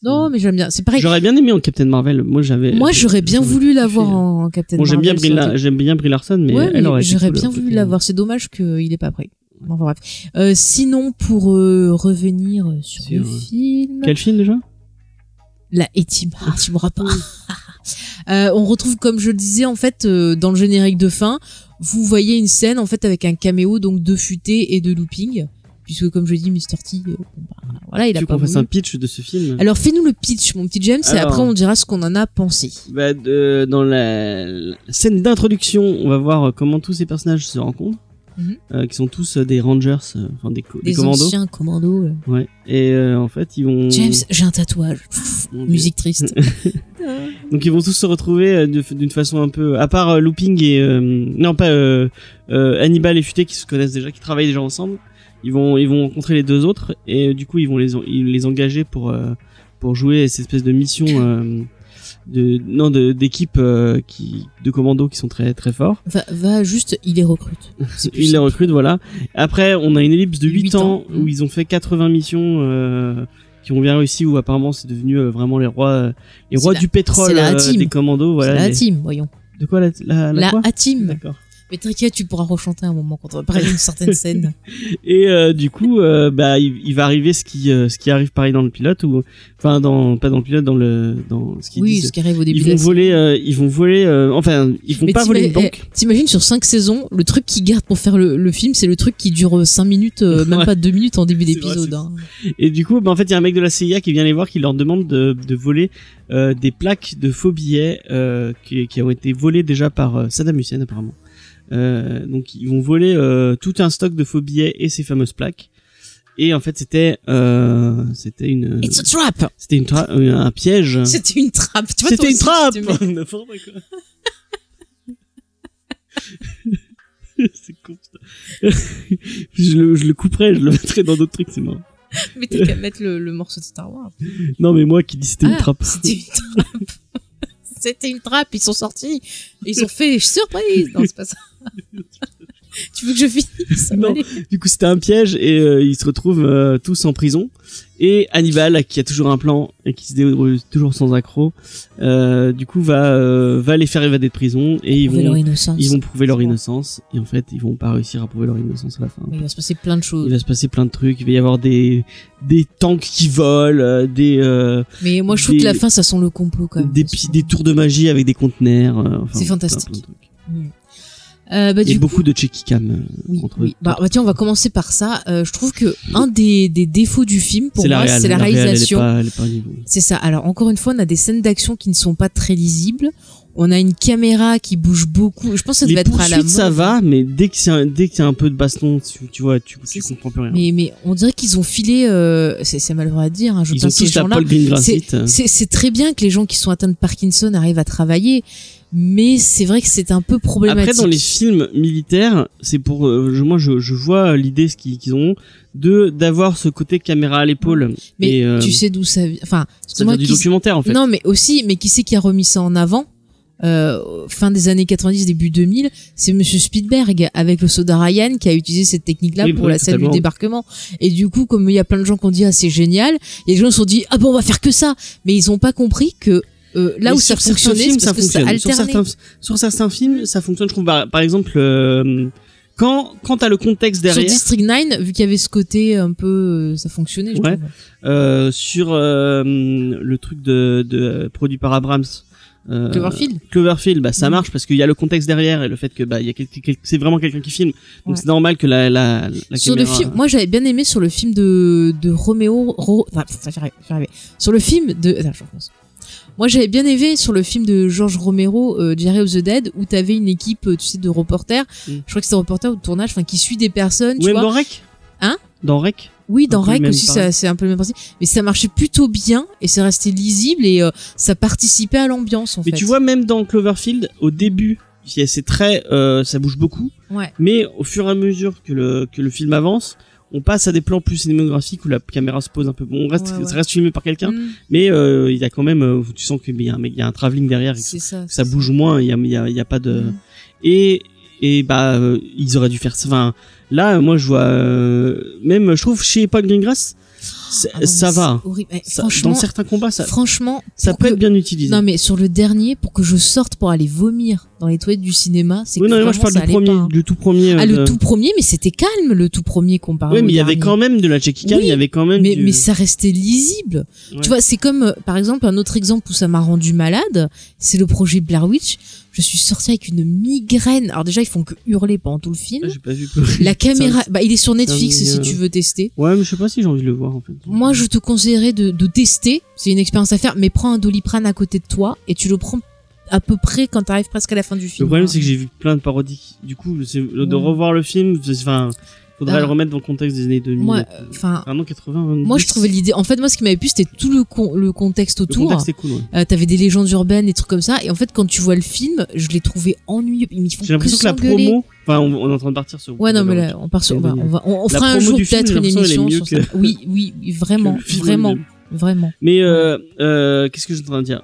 Speaker 2: Non, mais j'aime bien. C'est pareil.
Speaker 3: J'aurais bien aimé en Captain Marvel. Moi, j'avais.
Speaker 2: Moi, j'aurais bien
Speaker 3: j'avais
Speaker 2: voulu
Speaker 3: kiffé.
Speaker 2: l'avoir en, en Captain
Speaker 3: Bon, j'aime bien,
Speaker 2: Marvel.
Speaker 3: Brie
Speaker 2: ça
Speaker 3: La-
Speaker 2: aurait été-
Speaker 3: j'aime bien Brie Larson, mais
Speaker 2: Ouais,
Speaker 3: elle
Speaker 2: mais
Speaker 3: aurait été
Speaker 2: j'aurais
Speaker 3: cool,
Speaker 2: bien
Speaker 3: en fait.
Speaker 2: voulu l'avoir. C'est dommage qu'il est pas prêt. Bon, enfin, bref. Euh, sinon, pour euh, revenir sur
Speaker 3: Si,
Speaker 2: le
Speaker 3: ouais.
Speaker 2: film,
Speaker 3: euh, Quel film déjà
Speaker 2: la Etim, tu me rappelles. [laughs] Euh, on retrouve, comme je le disais, en fait, euh, dans le générique de fin, vous voyez une scène en fait avec un caméo donc de Futé et de Looping, puisque comme je l'ai dit, Mr T, euh, bah, voilà, il a
Speaker 3: Tu veux
Speaker 2: pas
Speaker 3: qu'on fasse
Speaker 2: voulu.
Speaker 3: un pitch de ce film
Speaker 2: Alors fais-nous le pitch, mon petit James, et
Speaker 3: Alors.
Speaker 2: après on dira ce qu'on en a pensé.
Speaker 3: Bah, de- dans la, la scène d'introduction, on va voir euh, comment tous ces personnages se rencontrent,
Speaker 2: Mhm.
Speaker 3: euh, qui sont tous euh, des rangers, euh, enfin des, co- des
Speaker 2: Des
Speaker 3: commandos.
Speaker 2: anciens commandos. là.
Speaker 3: Ouais. Et euh, en fait, ils vont.
Speaker 2: James, j'ai un
Speaker 3: [laughs]
Speaker 2: tatouage. Pff,
Speaker 3: Mon
Speaker 2: [laughs]
Speaker 3: Dieu.
Speaker 2: Musique
Speaker 3: [laughs]
Speaker 2: triste.
Speaker 3: Donc ils vont tous se retrouver euh, de- d'une façon un peu, à part euh, Looping et euh, non pas euh, euh, Hannibal et Futé qui se connaissent déjà, qui travaillent déjà ensemble. Ils vont ils vont rencontrer les deux autres et euh, du coup ils vont les en- ils les engager pour euh, pour jouer cette espèce de mission euh, de non de- d'équipe euh, qui de commandos qui sont très très forts.
Speaker 2: va, va juste, il les recrute.
Speaker 3: [laughs]
Speaker 2: C'est plus
Speaker 3: Ils les
Speaker 2: simple.
Speaker 3: recrutent, voilà. Après, on a une ellipse de 8,
Speaker 2: Huit
Speaker 3: ans,
Speaker 2: ans.
Speaker 3: où ils ont fait 80 missions euh, qui ont bien réussi, où apparemment c'est devenu euh, vraiment les rois, euh, les
Speaker 2: C'est
Speaker 3: rois
Speaker 2: la-
Speaker 3: du pétrole,
Speaker 2: c'est la
Speaker 3: euh,
Speaker 2: team.
Speaker 3: des commandos. Voilà,
Speaker 2: la
Speaker 3: les-
Speaker 2: team, voyons.
Speaker 3: De quoi la, la, la
Speaker 2: La,
Speaker 3: quoi
Speaker 2: A-team.
Speaker 3: D'accord.
Speaker 2: Mais Trikia, tu pourras rechanter un moment quand on va parler d'une
Speaker 3: [laughs]
Speaker 2: certaine scène.
Speaker 3: Et euh, du coup, euh, bah, il, il va arriver ce qui, euh, ce qui arrive pareil dans le pilote, ou enfin dans pas dans le pilote, dans le dans ce qu'ils
Speaker 2: Oui,
Speaker 3: disent.
Speaker 2: ce qui arrive au début.
Speaker 3: Ils
Speaker 2: de
Speaker 3: vont
Speaker 2: la série.
Speaker 3: voler, euh, ils vont voler, euh, enfin ils vont
Speaker 2: Mais
Speaker 3: pas
Speaker 2: t'ima-
Speaker 3: voler une
Speaker 2: eh,
Speaker 3: banque.
Speaker 2: T'imagines sur 5 saisons, le truc qu'ils gardent pour faire le, le film, c'est le truc qui dure 5 minutes, euh, même
Speaker 3: Ouais.
Speaker 2: pas 2 minutes en début
Speaker 3: C'est
Speaker 2: d'épisode.
Speaker 3: vrai,
Speaker 2: hein.
Speaker 3: Et du coup, bah, en fait, il y a un mec de la CIA qui vient les voir, qui leur demande de, de voler euh, des plaques de faux billets euh, qui, qui ont été volées déjà par euh, Saddam Hussein apparemment. Euh, donc, ils vont voler euh, tout un stock de faux billets et ces fameuses plaques. Et en fait, c'était euh, c'était une
Speaker 2: It's a trap
Speaker 3: c'était une tra- euh, un piège.
Speaker 2: C'était une trappe. Tu vois, toi
Speaker 3: C'était une
Speaker 2: aussi, [laughs]
Speaker 3: trappe.
Speaker 2: tu te mets-
Speaker 3: N'importe quoi. [laughs] c'est con. putain. [laughs] je, le, je le couperai, je le mettrai dans d'autres trucs, c'est marrant.
Speaker 2: Mais t'as qu'à mettre le, le morceau de Star Wars.
Speaker 3: Non, mais moi qui dis c'était une
Speaker 2: Ah,
Speaker 3: trappe. [laughs]
Speaker 2: C'était une trappe. [laughs] C'était une trappe. Ils sont sortis. Ils ont fait surprise. Non, c'est pas ça. [laughs] tu veux que je finisse Ça va
Speaker 3: Non.
Speaker 2: aller.
Speaker 3: Du coup, c'était un piège et euh, ils se retrouvent euh, tous en prison. Et Et Hannibal, qui a toujours un plan et qui se débrouille toujours sans accroc, euh, du coup va euh, va les faire évader de prison et ils
Speaker 2: Prouver
Speaker 3: vont
Speaker 2: leur innocence.
Speaker 3: ils vont prouver leur
Speaker 2: Ouais.
Speaker 3: innocence et en fait ils vont pas réussir à prouver leur innocence à la fin.
Speaker 2: Mais il va se passer plein de
Speaker 3: Il
Speaker 2: choses.
Speaker 3: va se passer plein de trucs, il va y avoir des des tanks qui volent, euh, des euh,
Speaker 2: Mais moi, je trouve que
Speaker 3: Des-
Speaker 2: la fin, ça sent le complot quand même.
Speaker 3: des,
Speaker 2: Parce
Speaker 3: pi-
Speaker 2: que-
Speaker 3: des tours de magie avec des conteneurs. euh, enfin,
Speaker 2: C'est fantastique.
Speaker 3: plein, plein de trucs.
Speaker 2: Euh, bah,
Speaker 3: Il y
Speaker 2: du
Speaker 3: a
Speaker 2: coup,
Speaker 3: beaucoup de checky cam euh,
Speaker 2: oui,
Speaker 3: entre
Speaker 2: oui. Bah, bah, tiens, on va commencer par ça. Euh, je trouve que un des, des défauts du film, pour
Speaker 3: C'est la,
Speaker 2: moi,
Speaker 3: réal,
Speaker 2: c'est la
Speaker 3: réal, elle est
Speaker 2: réalisation.
Speaker 3: pas- elle est pas au niveau.
Speaker 2: C'est ça. Alors encore une fois, on a des scènes d'action qui ne sont pas très lisibles. On a une caméra qui bouge beaucoup. Je pense que ça
Speaker 3: Les
Speaker 2: devait être à la
Speaker 3: poursuites,
Speaker 2: mode.
Speaker 3: ça va, mais dès que c'est un- dès qu'il y a un peu de baston, tu, tu vois, tu, tu
Speaker 2: C'est-
Speaker 3: comprends plus rien.
Speaker 2: Mais, mais on dirait qu'ils ont filé. Euh, c'est c'est malheureux à dire. Hein, je
Speaker 3: Ils ont
Speaker 2: pense que ces
Speaker 3: tous la
Speaker 2: gens-là.
Speaker 3: Paul Greengrassite. euh,
Speaker 2: C'est c'est très bien que les gens qui sont atteints de Parkinson arrivent à travailler, mais c'est vrai que c'est un peu problématique.
Speaker 3: Après, dans les films militaires, c'est pour euh, je, moi je, je vois l'idée ce qu'ils qu'ils ont de d'avoir ce côté caméra à l'épaule.
Speaker 2: mais
Speaker 3: et, euh,
Speaker 2: tu sais d'où ça vient. Enfin,
Speaker 3: ça
Speaker 2: moi
Speaker 3: vient du
Speaker 2: qui-
Speaker 3: documentaire en fait.
Speaker 2: Non, mais aussi, mais qui c'est qui a remis ça en avant euh, fin des années 90, début 2000, c'est Monsieur Spielberg avec le soda Ryan qui a utilisé cette technique-là
Speaker 3: Oui,
Speaker 2: pour
Speaker 3: oui,
Speaker 2: la scène du
Speaker 3: totalement.
Speaker 2: débarquement. Et du coup, comme il y a plein de gens qui ont dit ah c'est génial, il y a des gens qui se sont dit ah bon on va faire que ça, mais ils ont pas compris que euh, là
Speaker 3: Mais
Speaker 2: où
Speaker 3: sur
Speaker 2: ça
Speaker 3: certains
Speaker 2: fonctionnait,
Speaker 3: films,
Speaker 2: c'est parce que ça
Speaker 3: fonctionne. sur
Speaker 2: alternait.
Speaker 3: certains, sur certains films, ça fonctionne. Je trouve Bah, par, par exemple euh, quand quand t'as le contexte
Speaker 2: Sur
Speaker 3: derrière.
Speaker 2: District 9, vu qu'il y avait ce côté un peu, euh, ça fonctionnait. je
Speaker 3: Ouais.
Speaker 2: trouve.
Speaker 3: Euh, sur euh, le truc de, de euh, produit par Abrams. euh,
Speaker 2: Cloverfield.
Speaker 3: Cloverfield, bah ça
Speaker 2: Mhm.
Speaker 3: marche parce qu'il y a le contexte derrière et le fait que bah il y a quelqu'un- quel- c'est vraiment quelqu'un qui filme, donc
Speaker 2: Ouais.
Speaker 3: c'est normal que la la, la
Speaker 2: sur
Speaker 3: caméra-
Speaker 2: le film, moi j'avais bien aimé sur le film de de Roméo. Ro- enfin, ça, j'y arrive, j'y arrive. Sur le film de. attends, je recommence. Moi j'avais bien aimé sur le film de George Romero, euh, Jerry of the Dead, où t'avais une équipe, euh, tu sais, de reporters.
Speaker 3: Mm.
Speaker 2: Je crois que c'était reporter ou de tournage, enfin qui suit des personnes,
Speaker 3: Ou
Speaker 2: tu
Speaker 3: même
Speaker 2: vois.
Speaker 3: dans Rec.
Speaker 2: Hein
Speaker 3: Dans Rec.
Speaker 2: Oui, dans
Speaker 3: peu le
Speaker 2: Rec
Speaker 3: même
Speaker 2: aussi, ça-
Speaker 3: pareil.
Speaker 2: c'est un peu le même principe. Mais ça marchait plutôt bien et ça restait lisible et euh, ça participait à l'ambiance en
Speaker 3: Mais
Speaker 2: fait.
Speaker 3: tu vois, même dans Cloverfield, au début, il y a- c'est très, euh, ça bouge beaucoup.
Speaker 2: Ouais.
Speaker 3: Mais au fur et à mesure que le, que le film avance, on passe à des plans plus cinématographiques où la caméra se pose un peu. Bon, on reste,
Speaker 2: Ouais, ouais.
Speaker 3: ça reste filmé par quelqu'un,
Speaker 2: Mm,
Speaker 3: mais euh, il y a quand même, euh, tu sens qu'il y a un mec, il y a un travelling derrière, et que
Speaker 2: c'est ça.
Speaker 3: ça bouge moins. Il y a, il y a, il y a pas de.
Speaker 2: Mm.
Speaker 3: Et et bah euh, ils auraient dû faire ça. Enfin, là, moi je vois, euh, même je trouve chez Paul Greengrass, c'est-
Speaker 2: Ah non, mais
Speaker 3: ça
Speaker 2: c'est
Speaker 3: va.
Speaker 2: horrible. Eh,
Speaker 3: Ça-
Speaker 2: franchement,
Speaker 3: dans certains combats, ça,
Speaker 2: franchement,
Speaker 3: ça
Speaker 2: pour
Speaker 3: peut
Speaker 2: que-
Speaker 3: être bien utilisé.
Speaker 2: Non mais sur le dernier, pour que je sorte pour aller vomir dans les toilettes du cinéma, c'est
Speaker 3: oui,
Speaker 2: que
Speaker 3: non, mais moi je
Speaker 2: vraiment,
Speaker 3: parle
Speaker 2: ça
Speaker 3: du
Speaker 2: allait
Speaker 3: premier,
Speaker 2: pas, hein.
Speaker 3: du tout premier.
Speaker 2: Ah
Speaker 3: euh,
Speaker 2: le
Speaker 3: de-
Speaker 2: tout premier, mais c'était calme le tout premier comparé
Speaker 3: Oui,
Speaker 2: au
Speaker 3: mais il y avait
Speaker 2: dernier.
Speaker 3: quand même de la checky cam,
Speaker 2: Oui,
Speaker 3: il y avait quand même
Speaker 2: Mais,
Speaker 3: du...
Speaker 2: mais ça restait lisible.
Speaker 3: Ouais.
Speaker 2: Tu vois, c'est comme, euh, par exemple, un autre exemple où ça m'a rendu malade, c'est le projet Blair Witch. Je suis sortie avec une migraine. Alors déjà, ils font que hurler pendant tout le
Speaker 3: Ah,
Speaker 2: film.
Speaker 3: j'ai pas vu.
Speaker 2: [laughs] La caméra, bah, il est sur Netflix
Speaker 3: mais,
Speaker 2: si
Speaker 3: euh,
Speaker 2: tu veux tester.
Speaker 3: Ouais, mais je sais pas si j'ai envie de le voir en fait.
Speaker 2: Moi, je te conseillerais de, de tester. C'est une expérience à faire, mais prends un doliprane à côté de toi et tu le prends à peu près quand t'arrives presque à la fin du film.
Speaker 3: Le problème c'est que j'ai vu plein de parodies. Du coup, c'est de
Speaker 2: Ouais.
Speaker 3: revoir le film, c'est- enfin, faudrait
Speaker 2: Ah.
Speaker 3: le remettre dans le contexte des années 2000.
Speaker 2: Moi, euh, enfin,
Speaker 3: Enfin, non, 80. 90.
Speaker 2: moi je trouvais l'idée. En fait, moi, ce qui m'avait plu, c'était tout le, con- le contexte
Speaker 3: le
Speaker 2: autour.
Speaker 3: contexte c'est cool. ouais.
Speaker 2: Euh, T'avais des légendes urbaines, des trucs comme ça. Et en fait, quand tu vois le film, je l'ai trouvé ennuyeux. Ils m'y font
Speaker 3: J'ai l'impression que la
Speaker 2: s'engueuler.
Speaker 3: promo, enfin, on, on est en train de partir sur.
Speaker 2: Ouais, non, mais là, on part sur.
Speaker 3: C'est
Speaker 2: On, va- on, va- on- on
Speaker 3: La
Speaker 2: fera un
Speaker 3: promo
Speaker 2: jour
Speaker 3: du film,
Speaker 2: peut-être
Speaker 3: j'ai
Speaker 2: une
Speaker 3: l'impression, elle est
Speaker 2: émission
Speaker 3: mieux
Speaker 2: sur ça.
Speaker 3: que-
Speaker 2: Oui, oui, oui, vraiment,
Speaker 3: Que le film
Speaker 2: vraiment,
Speaker 3: lui-même.
Speaker 2: vraiment.
Speaker 3: Mais euh, euh, qu'est-ce que je suis en train de dire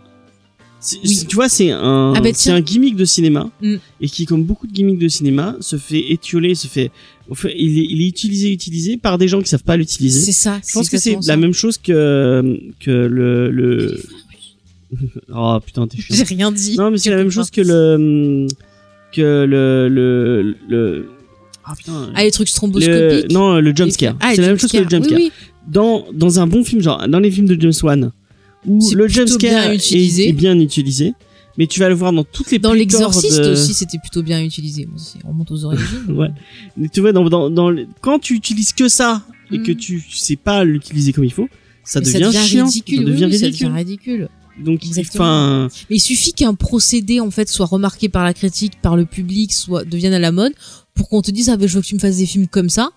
Speaker 3: C'est-
Speaker 2: Oui.
Speaker 3: Tu vois, c'est un,
Speaker 2: Ah bah
Speaker 3: c'est
Speaker 2: tiens.
Speaker 3: un gimmick de cinéma
Speaker 2: Mm.
Speaker 3: et qui, comme beaucoup de gimmicks de cinéma, se fait étioler, se fait, au fait, il, est, il est utilisé, utilisé par des gens qui savent pas l'utiliser.
Speaker 2: C'est ça.
Speaker 3: Je pense que c'est
Speaker 2: exactement ça.
Speaker 3: la même chose que que le le. [laughs] oh putain, t'es
Speaker 2: [laughs]
Speaker 3: chiant.
Speaker 2: J'ai rien dit.
Speaker 3: Non, mais c'est la même
Speaker 2: comprends.
Speaker 3: chose que le mm, que le le le. Ah putain.
Speaker 2: Ah, les trucs
Speaker 3: le,
Speaker 2: stromboscopiques.
Speaker 3: non, le
Speaker 2: Les-
Speaker 3: jumpscare.
Speaker 2: Ah, les
Speaker 3: c'est la même chose que le
Speaker 2: jumpscares.
Speaker 3: jumpscare
Speaker 2: Oui, oui.
Speaker 3: dans, dans un bon film, genre dans les films de James Wan, où
Speaker 2: C'est
Speaker 3: le
Speaker 2: plutôt
Speaker 3: jumpscare
Speaker 2: bien
Speaker 3: est-
Speaker 2: utilisé.
Speaker 3: Est, bien utilisé, mais tu vas le voir dans toutes les
Speaker 2: Dans
Speaker 3: pléthores
Speaker 2: l'exorciste
Speaker 3: de-
Speaker 2: aussi, c'était plutôt bien utilisé. Bon, c'est- On remonte aux origines. mais-
Speaker 3: [laughs] Ouais. Tu vois, dans, dans, dans le- quand tu utilises que ça et
Speaker 2: Mm.
Speaker 3: que tu, tu sais pas l'utiliser comme il faut, ça,
Speaker 2: Mais
Speaker 3: devient, chiant,
Speaker 2: ridicule.
Speaker 3: ça
Speaker 2: oui,
Speaker 3: devient
Speaker 2: oui, ça
Speaker 3: ridicule.
Speaker 2: devient ridicule.
Speaker 3: Donc,
Speaker 2: Exactement.
Speaker 3: enfin,
Speaker 2: Mais il suffit qu'un procédé en fait soit remarqué par la critique, par le public, soit devienne à la mode pour qu'on te dise ah ben je veux que tu me fasses des films comme ça.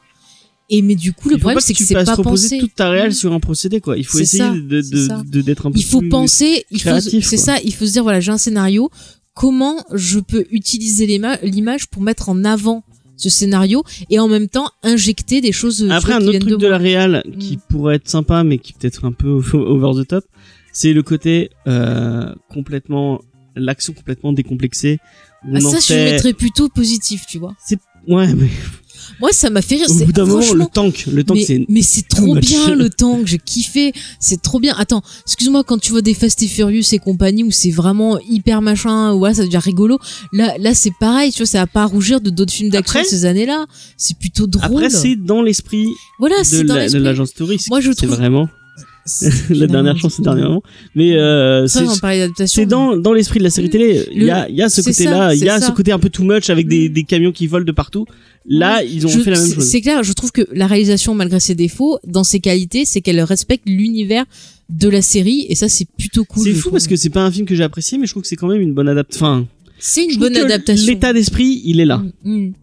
Speaker 2: Et mais du coup le
Speaker 3: il faut
Speaker 2: problème
Speaker 3: pas
Speaker 2: c'est
Speaker 3: que
Speaker 2: que,
Speaker 3: tu
Speaker 2: c'est
Speaker 3: passes
Speaker 2: pas
Speaker 3: reposer
Speaker 2: pensé.
Speaker 3: toute ta réelle
Speaker 2: Mm.
Speaker 3: sur un procédé, quoi. Il faut
Speaker 2: C'est
Speaker 3: essayer
Speaker 2: ça,
Speaker 3: de
Speaker 2: c'est
Speaker 3: de-
Speaker 2: ça.
Speaker 3: de- d'être un peu
Speaker 2: Il faut
Speaker 3: plus-
Speaker 2: penser, il faut
Speaker 3: créatif,
Speaker 2: c'est
Speaker 3: quoi.
Speaker 2: ça, il faut se dire voilà j'ai un scénario, comment je peux utiliser l'ima- l'image pour mettre en avant ce scénario et en même temps injecter des choses euh, tu
Speaker 3: Après,
Speaker 2: vois,
Speaker 3: un
Speaker 2: qui
Speaker 3: autre
Speaker 2: viennent
Speaker 3: truc de,
Speaker 2: de moi.
Speaker 3: la réal qui
Speaker 2: Mm.
Speaker 3: pourrait être sympa, mais qui peut-être un peu [laughs] over the top, c'est le côté euh, complètement l'action complètement décomplexée.
Speaker 2: Ah,
Speaker 3: On
Speaker 2: ça
Speaker 3: en
Speaker 2: je le
Speaker 3: fait-
Speaker 2: mettrais plutôt positif tu vois. [laughs]
Speaker 3: C'est [laughs] ouais, mais
Speaker 2: Moi, ça m'a fait rire.
Speaker 3: Au
Speaker 2: c'est-
Speaker 3: bout d'un moment, le
Speaker 2: franchement,
Speaker 3: tank, le tank,
Speaker 2: mais,
Speaker 3: c'est
Speaker 2: mais c'est
Speaker 3: too
Speaker 2: trop
Speaker 3: much.
Speaker 2: bien le tank, j'ai kiffé, c'est trop bien. Attends, excuse-moi quand tu vois des Fast et Furious et compagnie où c'est vraiment hyper machin, ouais, ça devient rigolo. Là, là c'est pareil, tu vois, ça a pas à rougir de d'autres films d'action
Speaker 3: Après-
Speaker 2: de ces années-là. C'est plutôt drôle.
Speaker 3: Après, c'est dans l'esprit
Speaker 2: voilà,
Speaker 3: de
Speaker 2: Ah, c'est dans
Speaker 3: la- de
Speaker 2: l'esprit.
Speaker 3: l'agence touriste.
Speaker 2: Moi, je
Speaker 3: C'est
Speaker 2: trouve-
Speaker 3: vraiment [laughs] la dernière chance, c'est dernièrement. Mais euh,
Speaker 2: Ça,
Speaker 3: c'est-
Speaker 2: on en parlait d'adaptation.
Speaker 3: c'est dans, dans l'esprit de la série télé. Il y a, il y a ce
Speaker 2: c'est ça,
Speaker 3: côté-là, il y a
Speaker 2: c'est
Speaker 3: ce
Speaker 2: ça. Mm.
Speaker 3: côté un peu too much avec des, des camions qui volent de partout. Là, ils ont
Speaker 2: Je-
Speaker 3: fait la même
Speaker 2: c'est-
Speaker 3: chose.
Speaker 2: C'est clair, je trouve que la réalisation, malgré ses défauts, dans ses qualités, c'est qu'elle respecte l'univers de la série et ça c'est plutôt cool.
Speaker 3: C'est
Speaker 2: je
Speaker 3: fou
Speaker 2: trouve.
Speaker 3: parce que c'est pas un film que j'ai apprécié, mais je trouve que c'est quand même une bonne adaptation. Enfin,
Speaker 2: c'est
Speaker 3: je
Speaker 2: une
Speaker 3: trouve
Speaker 2: bonne
Speaker 3: que
Speaker 2: adaptation.
Speaker 3: L'état d'esprit, il est là.
Speaker 2: Mm, mm.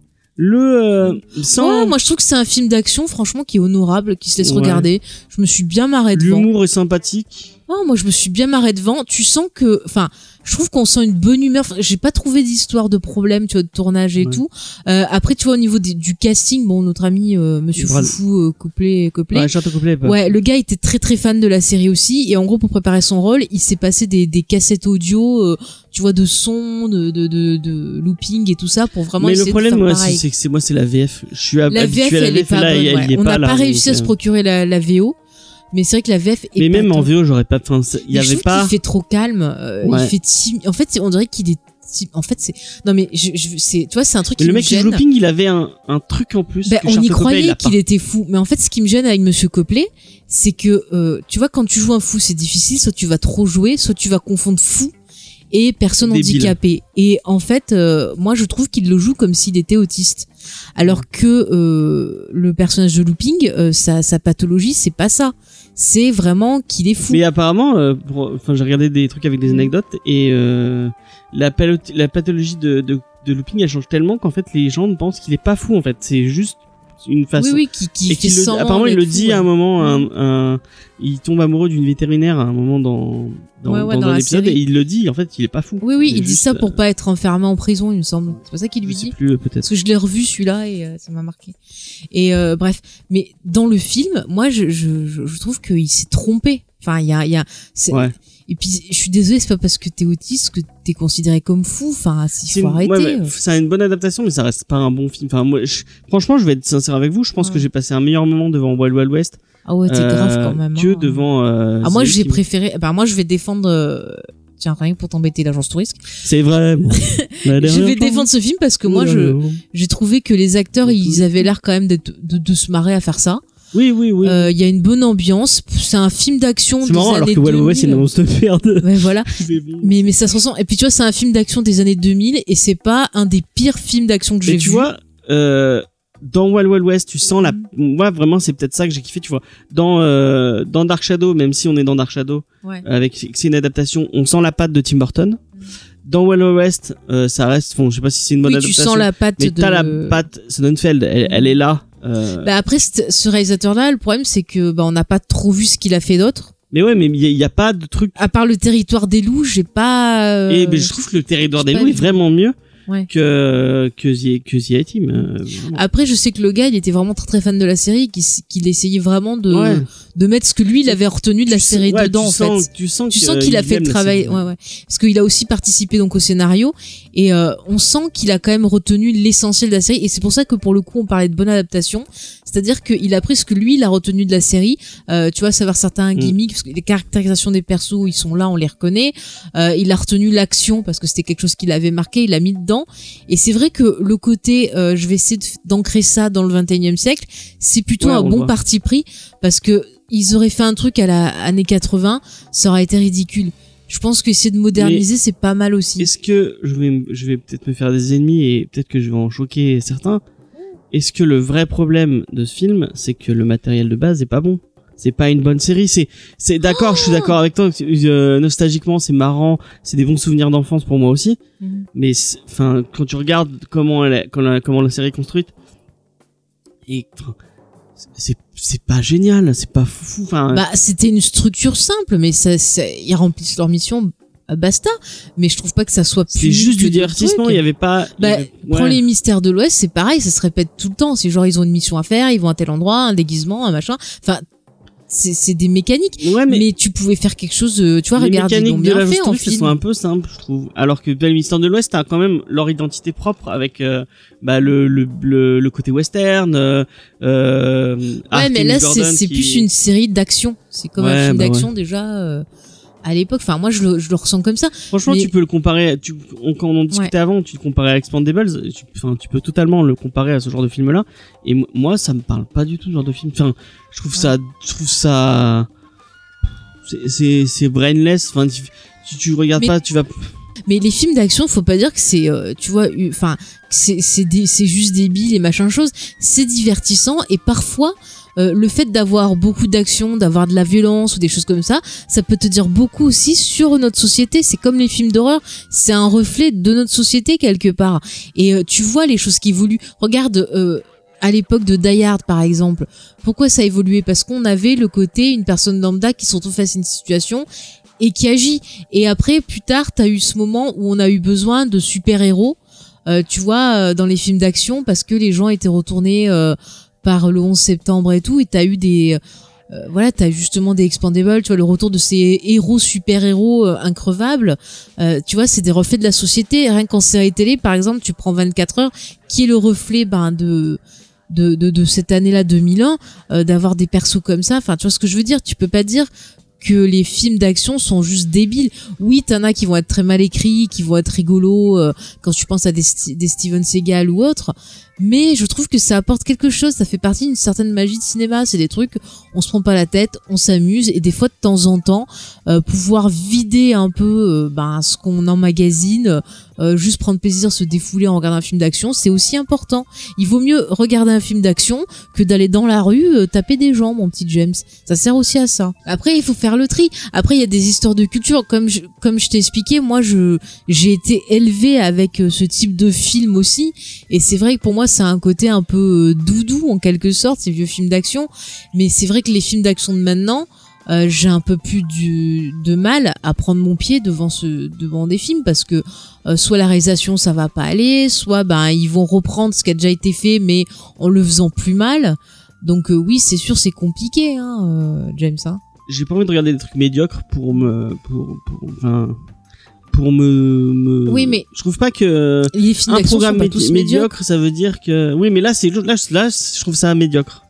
Speaker 3: Le euh, sans
Speaker 2: Ouais, moi je trouve que c'est un film d'action franchement qui est honorable, qui se laisse
Speaker 3: Ouais.
Speaker 2: regarder. Je me suis bien marré devant.
Speaker 3: l'humour est sympathique.
Speaker 2: Oh, moi je me suis bien marré devant. Tu sens que, enfin, je trouve qu'on sent une bonne humeur. Enfin, J'ai pas trouvé d'histoire de problème, tu vois, de tournage et
Speaker 3: Ouais.
Speaker 2: tout. Euh, après, tu vois au niveau des- du casting, bon, notre ami euh, Monsieur
Speaker 3: Vral.
Speaker 2: Foufou euh, Couplet, Couplet,
Speaker 3: Ouais, Château Couplet, pas-
Speaker 2: Ouais, le gars était très très fan de la série aussi et en gros pour préparer son rôle, il s'est passé des, des cassettes audio, euh, tu vois, de son, de, de, de, de looping et tout ça pour vraiment
Speaker 3: mais
Speaker 2: essayer
Speaker 3: le problème,
Speaker 2: de faire
Speaker 3: moi, c'est
Speaker 2: pareil.
Speaker 3: c'est que c'est moi, c'est la VF. Je suis hab-
Speaker 2: la
Speaker 3: habitué
Speaker 2: VF
Speaker 3: à la
Speaker 2: elle est
Speaker 3: VF.
Speaker 2: pas
Speaker 3: et Là,
Speaker 2: bonne,
Speaker 3: il y a- il y
Speaker 2: ouais.
Speaker 3: est
Speaker 2: on n'a
Speaker 3: là,
Speaker 2: pas
Speaker 3: donc,
Speaker 2: réussi à
Speaker 3: euh,
Speaker 2: se procurer la, la VO, mais c'est vrai que la VF est
Speaker 3: Mais
Speaker 2: pas
Speaker 3: même en
Speaker 2: top.
Speaker 3: VO, j'aurais pas. Enfin, c'est- il y
Speaker 2: Mais je
Speaker 3: avait
Speaker 2: trouve
Speaker 3: pas.
Speaker 2: qu'il fait trop calme, euh,
Speaker 3: Ouais.
Speaker 2: il fait tim- en fait, c'est- on dirait qu'il est tim- en fait, c'est non mais je, je c'est tu vois, c'est un truc
Speaker 3: Mais
Speaker 2: qui
Speaker 3: le
Speaker 2: me
Speaker 3: mec qui
Speaker 2: gêne.
Speaker 3: joue looping, il avait un, un truc en plus.
Speaker 2: Ben,
Speaker 3: que
Speaker 2: on
Speaker 3: Charles
Speaker 2: y
Speaker 3: Coppel, il
Speaker 2: croyait
Speaker 3: a
Speaker 2: qu'il
Speaker 3: pas.
Speaker 2: était fou, mais en fait, ce qui me gêne avec Monsieur Copelet, c'est que euh, tu vois, quand tu joues un fou, c'est difficile. Soit tu vas trop jouer, soit tu vas confondre fou et personne
Speaker 3: Débile.
Speaker 2: handicapée. Et en fait, euh, moi, je trouve qu'il le joue comme s'il était autiste, alors que euh, le personnage de Looping, euh, sa, sa pathologie, c'est pas ça. C'est vraiment qu'il est fou.
Speaker 3: Mais apparemment, euh, pour- enfin, j'ai regardé des trucs avec des
Speaker 2: Mm.
Speaker 3: anecdotes et euh, la, palo- la pathologie de, de, de looping, elle change tellement qu'en fait, les gens pensent qu'il est pas fou. En fait, c'est juste une façon.
Speaker 2: oui, oui, qui, qui
Speaker 3: Et
Speaker 2: fait
Speaker 3: qu'il le,
Speaker 2: semblant
Speaker 3: apparemment, il
Speaker 2: d'être
Speaker 3: le
Speaker 2: fou,
Speaker 3: dit
Speaker 2: ouais. Mm.
Speaker 3: à un moment, un- un- il tombe amoureux d'une vétérinaire à un moment dans, dans,
Speaker 2: Ouais, ouais,
Speaker 3: dans
Speaker 2: dans
Speaker 3: un
Speaker 2: la
Speaker 3: épisode
Speaker 2: série.
Speaker 3: et il le dit, en fait, il est pas fou.
Speaker 2: Oui, oui, il dit
Speaker 3: juste,
Speaker 2: ça pour
Speaker 3: euh,
Speaker 2: pas être enfermé en prison, il me semble. C'est pas ça qu'il
Speaker 3: Je
Speaker 2: lui
Speaker 3: sais
Speaker 2: dit.
Speaker 3: plus, euh, peut-être.
Speaker 2: Parce que je l'ai revu celui-là et euh, ça m'a marqué. Et euh, bref, mais dans le film, moi je, je, je je trouve qu'il s'est trompé. Enfin, il y a, il y a c'est-
Speaker 3: Ouais.
Speaker 2: et puis je suis désolée, c'est pas parce que t'es autiste que t'es considéré comme fou. Enfin,
Speaker 3: C'est
Speaker 2: s'il
Speaker 3: une-
Speaker 2: faut arrêter. euh.
Speaker 3: ouais, mais ça a une bonne adaptation, mais ça reste pas un bon film. Enfin, moi, je- franchement, je vais être sincère avec vous. Je pense
Speaker 2: Ouais.
Speaker 3: que j'ai passé un meilleur moment devant Wild Wild West
Speaker 2: ah ouais, t'es
Speaker 3: euh,
Speaker 2: grave quand même.
Speaker 3: que
Speaker 2: hein.
Speaker 3: devant. euh,
Speaker 2: Ah moi
Speaker 3: The
Speaker 2: j'ai
Speaker 3: Victim.
Speaker 2: préféré. Bah moi je vais défendre. euh, Tiens, rien que pour t'embêter l'agence touriste.
Speaker 3: C'est
Speaker 2: [laughs]
Speaker 3: vrai. bon. La
Speaker 2: Je
Speaker 3: dernière
Speaker 2: vais
Speaker 3: fois, euh,
Speaker 2: défendre ce film parce que
Speaker 3: oui,
Speaker 2: moi,
Speaker 3: la
Speaker 2: je
Speaker 3: dernière fois.
Speaker 2: j'ai trouvé que les acteurs,
Speaker 3: Oui, oui.
Speaker 2: ils avaient l'air quand même d'être- de, de se marrer à faire ça.
Speaker 3: Oui, oui, oui.
Speaker 2: Euh, Il y a une bonne ambiance. C'est un film d'action
Speaker 3: c'est
Speaker 2: des
Speaker 3: marrant,
Speaker 2: années
Speaker 3: alors que Wild Wild West, c'est
Speaker 2: 2000.
Speaker 3: une annonce de
Speaker 2: [laughs]
Speaker 3: merde.
Speaker 2: Ouais, voilà.
Speaker 3: Mais bon.
Speaker 2: Mais, mais ça se ressent. Et puis tu vois, c'est un film d'action des années 2000 et c'est pas un des pires films d'action que j'ai
Speaker 3: Mais
Speaker 2: vu. Mm.
Speaker 3: tu vois, euh, dans Wild Wild West, tu sens la. Moi, vraiment, c'est peut-être ça que j'ai kiffé, tu vois. Dans, euh, dans Dark Shadow, même si on est dans Dark Shadow,
Speaker 2: Ouais. Mm.
Speaker 3: avec c'est une adaptation, on sent la patte de Tim Burton. Dans Wild Wild West, euh, ça reste. Bon, je sais pas si c'est une bonne
Speaker 2: oui, tu
Speaker 3: adaptation.
Speaker 2: sens la patte
Speaker 3: mais
Speaker 2: de.
Speaker 3: t'as la patte Sonnenfeld, elle, elle est là. euh,
Speaker 2: Bah après, c'est- ce réalisateur-là, le problème, c'est que bah, on n'a pas trop vu ce qu'il a fait d'autre.
Speaker 3: Mais ouais, mais il y, a pas de truc.
Speaker 2: À part le territoire des loups, j'ai pas. euh,
Speaker 3: Et Eh, mais je trouve que le territoire
Speaker 2: j'ai
Speaker 3: des
Speaker 2: pas
Speaker 3: loups est
Speaker 2: vu.
Speaker 3: vraiment mieux
Speaker 2: Ouais. Ah,
Speaker 3: que euh, que The, que The A-Team. euh, vraiment.
Speaker 2: Après, je sais que le gars, il était vraiment très très fan de la série, qu'il s- qu'il essayait vraiment de,
Speaker 3: Ouais.
Speaker 2: de mettre ce que lui, il avait retenu de euh, la
Speaker 3: Tu sens-
Speaker 2: série
Speaker 3: ouais,
Speaker 2: dedans,
Speaker 3: tu
Speaker 2: en fait.
Speaker 3: sens, Tu sens,
Speaker 2: Tu
Speaker 3: que,
Speaker 2: sens
Speaker 3: euh,
Speaker 2: qu'il a
Speaker 3: il
Speaker 2: fait
Speaker 3: aime
Speaker 2: le
Speaker 3: la
Speaker 2: travail,
Speaker 3: série.
Speaker 2: ouais, ouais. Parce qu'il a aussi participé donc au scénario et euh, on sent qu'il a quand même retenu l'essentiel de la série et c'est pour ça que pour le coup on parlait de bonne adaptation, c'est-à-dire qu'il a pris ce que lui il a retenu de la série, euh, tu vois, savoir certains
Speaker 3: Mm.
Speaker 2: gimmicks, parce que les caractérisations des persos ils sont là, on les reconnaît, Euh, il a retenu l'action parce que c'était quelque chose qu'il avait marqué, il l'a mis dedans et c'est vrai que le côté euh, je vais essayer de- d'ancrer ça dans le 21e siècle, c'est plutôt
Speaker 3: Ouais,
Speaker 2: un
Speaker 3: on le
Speaker 2: bon
Speaker 3: voit.
Speaker 2: parti pris parce que ils auraient fait un truc à la année 80, ça aurait été ridicule. Je pense qu'essayer de moderniser, c'est pas mal aussi.
Speaker 3: Est-ce que je vais me- je vais peut-être me faire des ennemis et peut-être que je vais en choquer certains. Est-ce que le vrai problème de ce film, c'est que le matériel de base est pas bon C'est pas une bonne série. C'est c'est d'accord,
Speaker 2: Ah
Speaker 3: je suis d'accord avec toi. euh, nostalgiquement, c'est marrant, c'est des bons souvenirs d'enfance pour moi aussi.
Speaker 2: Mhm.
Speaker 3: Mais c'est- enfin, quand tu regardes comment elle, est- quand la- comment la série est construite, et enfin, c'est c'est pas génial, c'est pas fou. Enfin,
Speaker 2: Bah, c'était une structure simple, mais ça, ça- ils remplissent leur mission, euh, basta. Mais je trouve pas que ça soit plus.
Speaker 3: c'est juste du divertissement. Il y avait pas. il y
Speaker 2: Bah,
Speaker 3: avait-
Speaker 2: Prends
Speaker 3: ouais.
Speaker 2: les mystères de l'Ouest, c'est pareil, ça se répète tout le temps. C'est genre ils ont une mission à faire, ils vont à tel endroit, un déguisement, un machin. Enfin, c'est c'est des mécaniques.
Speaker 3: Ouais,
Speaker 2: Mais, tu pouvais faire quelque chose, euh, tu vois,
Speaker 3: Ah, les
Speaker 2: regarde, ils l'ont
Speaker 3: mécaniques de
Speaker 2: bien
Speaker 3: la
Speaker 2: fait en
Speaker 3: justice, elles
Speaker 2: film.
Speaker 3: sont un peu simples, je trouve. Alors que Belle Mystère de l'Ouest a quand même leur identité propre avec euh, bah, le, le, le, le côté western. Euh, euh,
Speaker 2: Ouais,
Speaker 3: Art
Speaker 2: mais
Speaker 3: et
Speaker 2: là,
Speaker 3: Miss
Speaker 2: c'est
Speaker 3: Gordon
Speaker 2: c'est
Speaker 3: qui-
Speaker 2: plus une série d'action. C'est comme
Speaker 3: Ouais,
Speaker 2: un film
Speaker 3: bah
Speaker 2: d'action déjà euh, à l'époque. Enfin, moi, je le, je le ressens comme ça.
Speaker 3: Franchement,
Speaker 2: mais-
Speaker 3: tu peux le comparer. Tu, on, quand on en discutait avant, tu le comparais à Expandables. Tu, enfin, tu peux totalement le comparer à ce genre de film-là. Et mo- moi, ça me parle pas du tout ce genre de film. Enfin, je trouve ça, je trouve ça, c'est- c'est c'est brainless. Enfin, tu, tu, tu regardes
Speaker 2: Mais-
Speaker 3: pas, tu vas.
Speaker 2: Mais les films d'action, faut pas dire que c'est, euh, tu vois, eu- enfin, que c'est c'est des- c'est juste débile et machin chose. C'est divertissant et parfois. euh, le fait d'avoir beaucoup d'action, d'avoir de la violence ou des choses comme ça, ça peut te dire beaucoup aussi sur notre société. C'est comme les films d'horreur, c'est un reflet de notre société quelque part. Et euh, tu vois les choses qui évoluent. Regarde euh, à l'époque de Die Hard par exemple. Pourquoi ça a évolué Parce qu'on avait le côté une personne lambda qui se retrouve face à une situation et qui agit. Et après, plus tard, t'as eu ce moment où on a eu besoin de super-héros, euh, tu vois, euh, dans les films d'action, parce que les gens étaient retournés euh, par le 11 septembre et tout, et t'as eu des... euh, voilà, t'as justement des expandables, tu vois, le retour de ces héros, super-héros euh, increvables, euh, tu vois, c'est des reflets de la société. Rien qu'en série télé, par exemple, tu prends 24 heures, qui est le reflet ben, de... De, de, de cette année-là 2001 euh, d'avoir des persos comme ça enfin tu vois ce que je veux dire tu peux pas dire que les films d'action sont juste débiles oui, t'en as qui vont être très mal écrits, qui vont être rigolos euh, quand tu penses à des, Sti- des Steven Seagal ou autres, mais je trouve que ça apporte quelque chose, ça fait partie d'une certaine magie de cinéma, c'est des trucs, on se prend pas la tête, on s'amuse, et des fois de temps en temps, euh, pouvoir vider un peu euh, ben, ce qu'on emmagasine, euh, juste prendre plaisir, se défouler en regardant un film d'action, c'est aussi important. Il vaut mieux regarder un film d'action que d'aller dans la rue euh, taper des gens, mon petit James. Ça sert aussi à ça. Après, il faut faire le tri. Après, il y a des histoires de culture. Comme je, comme je t'ai expliqué, moi, je, j'ai été élevée avec euh, ce type de film aussi. Et c'est vrai que pour moi, ça a un côté un peu euh, doudou, en quelque sorte, ces vieux films d'action. Mais c'est vrai que les films d'action de maintenant, euh, j'ai un peu plus du, de mal à prendre mon pied devant ce devant des films parce que euh, soit la réalisation ça va pas aller, soit ben ils vont reprendre ce qui a déjà été fait mais en le faisant plus mal. Donc euh, oui, c'est sûr, c'est compliqué, hein, euh, James. hein.
Speaker 3: J'ai pas envie de regarder des trucs médiocres pour me, pour, pour, enfin, pour me, me-
Speaker 2: Oui, mais-
Speaker 3: je trouve pas que euh,
Speaker 2: Les films
Speaker 3: un
Speaker 2: d'action sont
Speaker 3: programme
Speaker 2: pas
Speaker 3: médi-
Speaker 2: tous médiocres.
Speaker 3: médiocre, ça veut dire que oui, mais là c'est là, je- là, je trouve ça médiocre.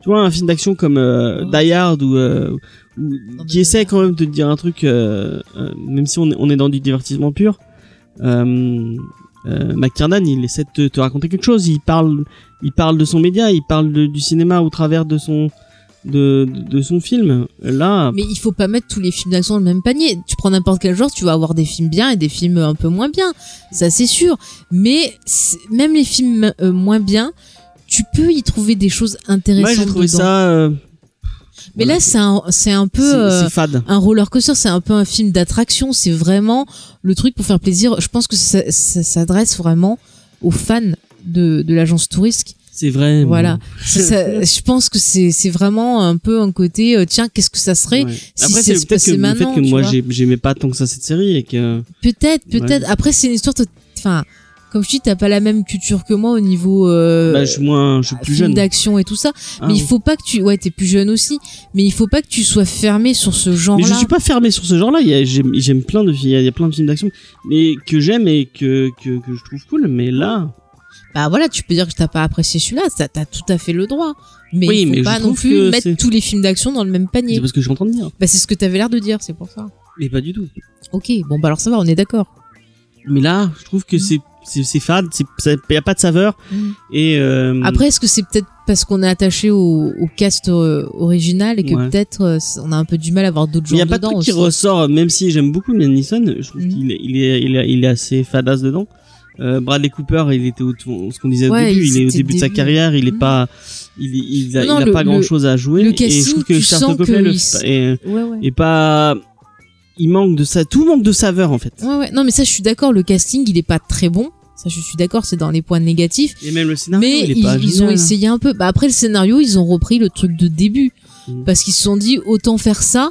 Speaker 3: Tu vois un film d'action comme euh,
Speaker 2: Ouais.
Speaker 3: Die Hard ou, euh, ou-
Speaker 2: Oh. Non,
Speaker 3: qui
Speaker 2: mais-
Speaker 3: essaie quand même de te dire un truc, euh, euh, même si on est, on est dans du divertissement pur. Euh, euh, McTiernan, il essaie de te, te raconter quelque chose. Il parle, il parle de son média, il parle de- du cinéma au travers de son de, de son film. Là,
Speaker 2: Mais il faut pas mettre tous les films d'action dans le même panier. Tu prends n'importe quel genre, tu vas avoir des films bien et des films un peu moins bien. Ça, c'est sûr. Mais c'est- même les films euh, moins bien, tu peux y trouver des choses
Speaker 3: moi
Speaker 2: intéressantes.
Speaker 3: j'ai trouvé
Speaker 2: dedans.
Speaker 3: ça. euh,
Speaker 2: Mais
Speaker 3: voilà,
Speaker 2: là, c'est un, c'est un peu. euh,
Speaker 3: c'est c'est fade.
Speaker 2: un roller coaster, c'est un peu un film d'attraction. C'est vraiment le truc pour faire plaisir. Je pense que ça, ça s'adresse vraiment aux fans de, de l'agence touristique.
Speaker 3: C'est vrai. mais-
Speaker 2: Voilà. Ça- ça- je pense que c'est c'est vraiment un peu un côté. euh, tiens, qu'est-ce que ça serait
Speaker 3: Ouais.
Speaker 2: si ça
Speaker 3: Après,
Speaker 2: se
Speaker 3: c'est peut-être que
Speaker 2: passait
Speaker 3: le fait
Speaker 2: maintenant,
Speaker 3: que
Speaker 2: tu
Speaker 3: moi
Speaker 2: vois.
Speaker 3: j'ai- j'aimais pas tant que ça cette série et que.
Speaker 2: Peut-être, peut-être. Après, c'est une histoire. tot- Enfin, comme je dis, t'as pas la même culture que moi au niveau. Euh,
Speaker 3: bah, je suis moins. Je suis plus
Speaker 2: film
Speaker 3: jeune.
Speaker 2: d'action et tout ça
Speaker 3: Ah,
Speaker 2: mais il
Speaker 3: ouais.
Speaker 2: faut pas que tu ouais t'es plus jeune aussi mais il faut pas que tu sois fermé sur ce genre
Speaker 3: Mais
Speaker 2: là
Speaker 3: je suis pas fermé sur ce genre-là. il y a- J'aime j'aime plein de films. Il y a- il y a plein de films d'action, mais que j'aime et que, que que je trouve cool. Mais là,
Speaker 2: bah voilà, tu peux dire que t'as pas apprécié celui-là, ça t'as tout à fait le droit. Mais
Speaker 3: Oui,
Speaker 2: il faut
Speaker 3: mais je
Speaker 2: pas non
Speaker 3: trouve
Speaker 2: plus
Speaker 3: que
Speaker 2: mettre
Speaker 3: c'est-
Speaker 2: tous les films d'action dans le même
Speaker 3: c'est
Speaker 2: panier.
Speaker 3: parce que je suis en train de dire.
Speaker 2: Bah c'est ce que t'avais l'air de dire, c'est pour ça.
Speaker 3: Mais pas du tout.
Speaker 2: Ok, bon bah alors ça va, on est d'accord.
Speaker 3: Mais là, je trouve que
Speaker 2: Mm.
Speaker 3: c'est c'est c'est fade. c'est- ça- Il y a pas de saveur
Speaker 2: Mm.
Speaker 3: et. euh,
Speaker 2: Après, est-ce que c'est peut-être parce qu'on est attaché au, au cast euh, original et que
Speaker 3: Ouais.
Speaker 2: peut-être euh, c'est- on a un peu du mal à avoir d'autres
Speaker 3: Il
Speaker 2: gens
Speaker 3: n'y a pas de
Speaker 2: dedans
Speaker 3: truc qui
Speaker 2: aussi.
Speaker 3: ressort, même si j'aime beaucoup Liam Neeson, je trouve
Speaker 2: Mhm.
Speaker 3: qu'il est, il est, il est, il est assez fadasse dedans. Euh, Bradley Cooper, il était au, ce qu'on disait au
Speaker 2: Ouais,
Speaker 3: début,
Speaker 2: il-
Speaker 3: il est au
Speaker 2: c'était
Speaker 3: début de sa
Speaker 2: début.
Speaker 3: carrière, il est
Speaker 2: Mhm.
Speaker 3: pas, il, il a,
Speaker 2: Non, non,
Speaker 3: il a
Speaker 2: le-
Speaker 3: pas grand chose à jouer.
Speaker 2: le
Speaker 3: et je
Speaker 2: casting,
Speaker 3: trouve que
Speaker 2: tu
Speaker 3: Charles
Speaker 2: sens
Speaker 3: Copley
Speaker 2: que
Speaker 3: le
Speaker 2: il
Speaker 3: fa-
Speaker 2: s-
Speaker 3: est,
Speaker 2: Ouais, ouais.
Speaker 3: est pas, il manque de ça, tout manque de saveur en fait.
Speaker 2: Ouais, ouais. Non, mais ça, je suis d'accord, le casting, il est pas très bon. Ça, je suis d'accord, c'est dans les points négatifs.
Speaker 3: Et même le scénario,
Speaker 2: mais
Speaker 3: il est
Speaker 2: ils,
Speaker 3: pas hein.
Speaker 2: ils ont
Speaker 3: génial.
Speaker 2: essayé un peu. Bah, après le scénario, ils ont repris le truc de début
Speaker 3: Mhm.
Speaker 2: parce qu'ils se sont dit autant faire ça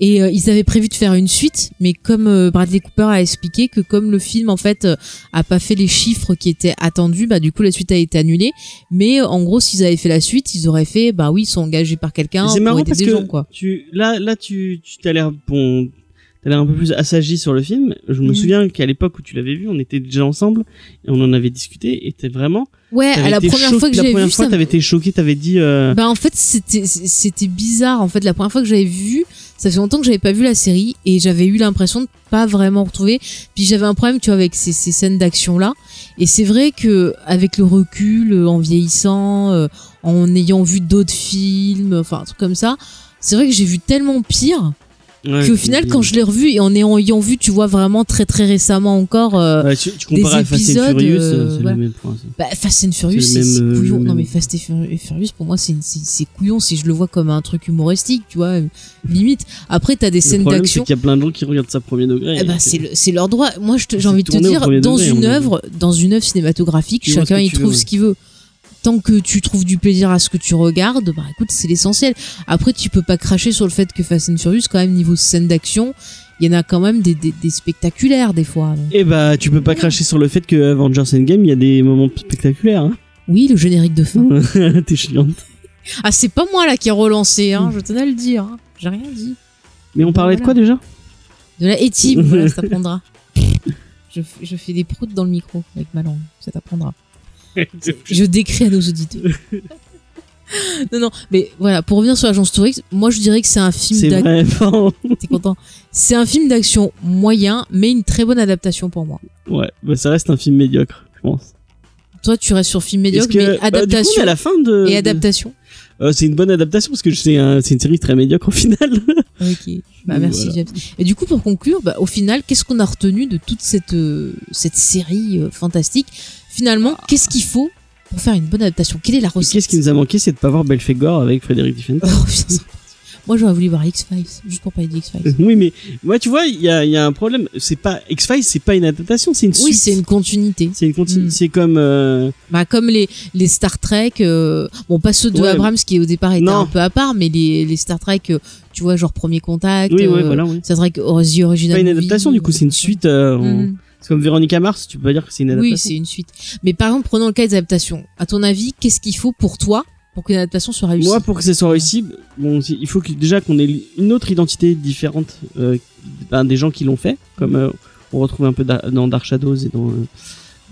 Speaker 2: Et euh, ils avaient prévu de faire une suite, mais comme euh, Bradley Cooper a expliqué que comme le film en fait euh, a pas fait les chiffres qui étaient attendus, bah du coup la suite a été annulée. Mais euh, en gros, s'ils avaient fait la suite, ils auraient fait bah oui, ils sont engagés par quelqu'un
Speaker 3: Mais c'est
Speaker 2: Hein, pour
Speaker 3: marrant
Speaker 2: aider
Speaker 3: parce
Speaker 2: des
Speaker 3: que
Speaker 2: gens quoi.
Speaker 3: tu là là tu tu t'as l'air bon t'as l'air un peu plus assagi sur le film je me
Speaker 2: Mhm.
Speaker 3: souviens qu'à l'époque où tu l'avais vu on était déjà ensemble et on en avait discuté et t'es vraiment
Speaker 2: Ouais,
Speaker 3: t'avais
Speaker 2: à Eh, la
Speaker 3: été
Speaker 2: première
Speaker 3: choqué-
Speaker 2: fois que
Speaker 3: la
Speaker 2: j'ai
Speaker 3: première
Speaker 2: vu
Speaker 3: fois
Speaker 2: ça,
Speaker 3: t'avais été choqué t'avais dit euh,
Speaker 2: Bah en fait c'était c'était bizarre en fait la première fois que j'avais vu ça fait longtemps que j'avais pas vu la série et j'avais eu l'impression de pas vraiment retrouver puis j'avais un problème tu vois avec ces, ces scènes d'action là et c'est vrai que avec le recul euh, en vieillissant euh, en ayant vu d'autres films euh, enfin un truc comme ça c'est vrai que j'ai vu tellement pire
Speaker 3: ouais,
Speaker 2: qu'au
Speaker 3: tu
Speaker 2: Bah, final
Speaker 3: dis-
Speaker 2: quand je l'ai revu et en ayant ayant vu tu vois vraiment très très récemment encore euh,
Speaker 3: Ouais, tu, tu compares à Fast and
Speaker 2: épisodes,
Speaker 3: Furious
Speaker 2: euh,
Speaker 3: c'est
Speaker 2: voilà.
Speaker 3: le même point ça.
Speaker 2: Bah, Fast and Furious,
Speaker 3: C'est
Speaker 2: c'est
Speaker 3: le
Speaker 2: c'est
Speaker 3: même, euh,
Speaker 2: couillon.
Speaker 3: le
Speaker 2: Non,
Speaker 3: même.
Speaker 2: mais Fast and Fur- Furious, pour moi, c'est une- c'est c'est couillon si je le vois comme un truc humoristique, tu vois, euh, limite. Après, t'as des
Speaker 3: le
Speaker 2: scènes
Speaker 3: problème c'est
Speaker 2: d'action.
Speaker 3: qu'il y a plein de gens qui regardent ça premier degré
Speaker 2: Eh ben,
Speaker 3: Et-
Speaker 2: c'est le- c'est leur droit. Moi, je te-
Speaker 3: C'est
Speaker 2: j'ai envie de te
Speaker 3: tourné au
Speaker 2: dire,
Speaker 3: premier
Speaker 2: dans
Speaker 3: degré, à mon
Speaker 2: une
Speaker 3: avis.
Speaker 2: œuvre, dans une œuvre cinématographique,
Speaker 3: Tu vois ce
Speaker 2: chacun
Speaker 3: que
Speaker 2: y
Speaker 3: tu veux,
Speaker 2: trouve
Speaker 3: ouais.
Speaker 2: ce qu'il veut. Tant que tu trouves du plaisir à ce que tu regardes, bah écoute, c'est l'essentiel. Après, tu peux pas cracher sur le fait que Fast and Furious, quand même, niveau scène d'action, il y en a quand même des, des, des spectaculaires des fois.
Speaker 3: Eh bah, tu peux pas cracher sur le fait que Avengers Endgame, il y a des moments spectaculaires. hein.
Speaker 2: Oui, le générique de fin.
Speaker 3: [laughs] T'es chiante.
Speaker 2: Ah, c'est pas moi là qui ai relancé,
Speaker 3: Mm.
Speaker 2: hein, je tenais à le dire. hein. J'ai rien dit.
Speaker 3: Mais on parlait de quoi déjà
Speaker 2: De la étime, voilà, ça t'apprendra. Je, f- je fais des proutes dans le micro avec ma langue, ça t'apprendra. Je décris à nos
Speaker 3: [laughs]
Speaker 2: auditeurs. non, non, mais voilà, pour revenir sur l'agence touriste, moi je dirais que c'est un film
Speaker 3: C'est
Speaker 2: d'action.
Speaker 3: vrai. [laughs] pardon.
Speaker 2: T'es content C'est un film d'action moyen, mais une très bonne adaptation pour moi.
Speaker 3: ouais, bah, ça reste un film médiocre, je pense.
Speaker 2: Toi, tu restes sur film médiocre,
Speaker 3: Est-ce que- bah,
Speaker 2: mais
Speaker 3: du coup, on est
Speaker 2: adaptation.
Speaker 3: à la fin de.
Speaker 2: et
Speaker 3: de-
Speaker 2: adaptation.
Speaker 3: Euh, c'est une bonne adaptation parce que c'est un- c'est une série très médiocre
Speaker 2: [laughs]
Speaker 3: au final.
Speaker 2: Ok. Bah, merci
Speaker 3: Voilà.
Speaker 2: James. Et du coup, pour conclure, bah, au final, qu'est-ce qu'on a retenu de toute cette, euh, cette série euh, fantastique Finalement, qu'est-ce qu'il faut pour faire une bonne adaptation Quelle est la
Speaker 3: Et
Speaker 2: recette
Speaker 3: Qu'est-ce qui nous a manqué, c'est de pas voir Belphégor avec Frédéric Diffental.
Speaker 2: [laughs] Oh, putain, c'est parti. Moi, j'aurais voulu voir X-Files, juste pour parler de X-Files.
Speaker 3: oui, mais moi, tu vois, il y a, il y a un problème. C'est pas X-Files, c'est pas une adaptation, c'est une
Speaker 2: oui,
Speaker 3: suite.
Speaker 2: c'est une continuité.
Speaker 3: C'est une continu-
Speaker 2: Mm.
Speaker 3: C'est comme. euh,
Speaker 2: Bah, comme les, les Star Trek, euh, bon, pas ceux de
Speaker 3: Ouais.
Speaker 2: Abrams qui au départ étaient
Speaker 3: Non.
Speaker 2: un peu à part, mais les, les Star Trek, euh, tu vois, genre Premier Contact,
Speaker 3: Oui, ouais,
Speaker 2: euh,
Speaker 3: voilà, oui.
Speaker 2: Star Trek or- The
Speaker 3: C'est
Speaker 2: Original.
Speaker 3: pas une
Speaker 2: Movie,
Speaker 3: adaptation, du coup,
Speaker 2: euh,
Speaker 3: c'est une suite. euh, en-
Speaker 2: Mhm.
Speaker 3: C'est comme Véronica Mars, tu peux pas dire que c'est une
Speaker 2: Oui,
Speaker 3: adaptation.
Speaker 2: c'est une suite. Mais par exemple, prenons le cas des adaptations. À ton avis, qu'est-ce qu'il faut pour toi pour qu'une adaptation soit réussie
Speaker 3: Moi, pour que ça soit réussi, bon, c'est- il faut que, déjà qu'on ait une autre identité différente euh, ben, des gens qui l'ont fait, comme euh, on retrouve un peu da- dans Dark Shadows et dans, euh,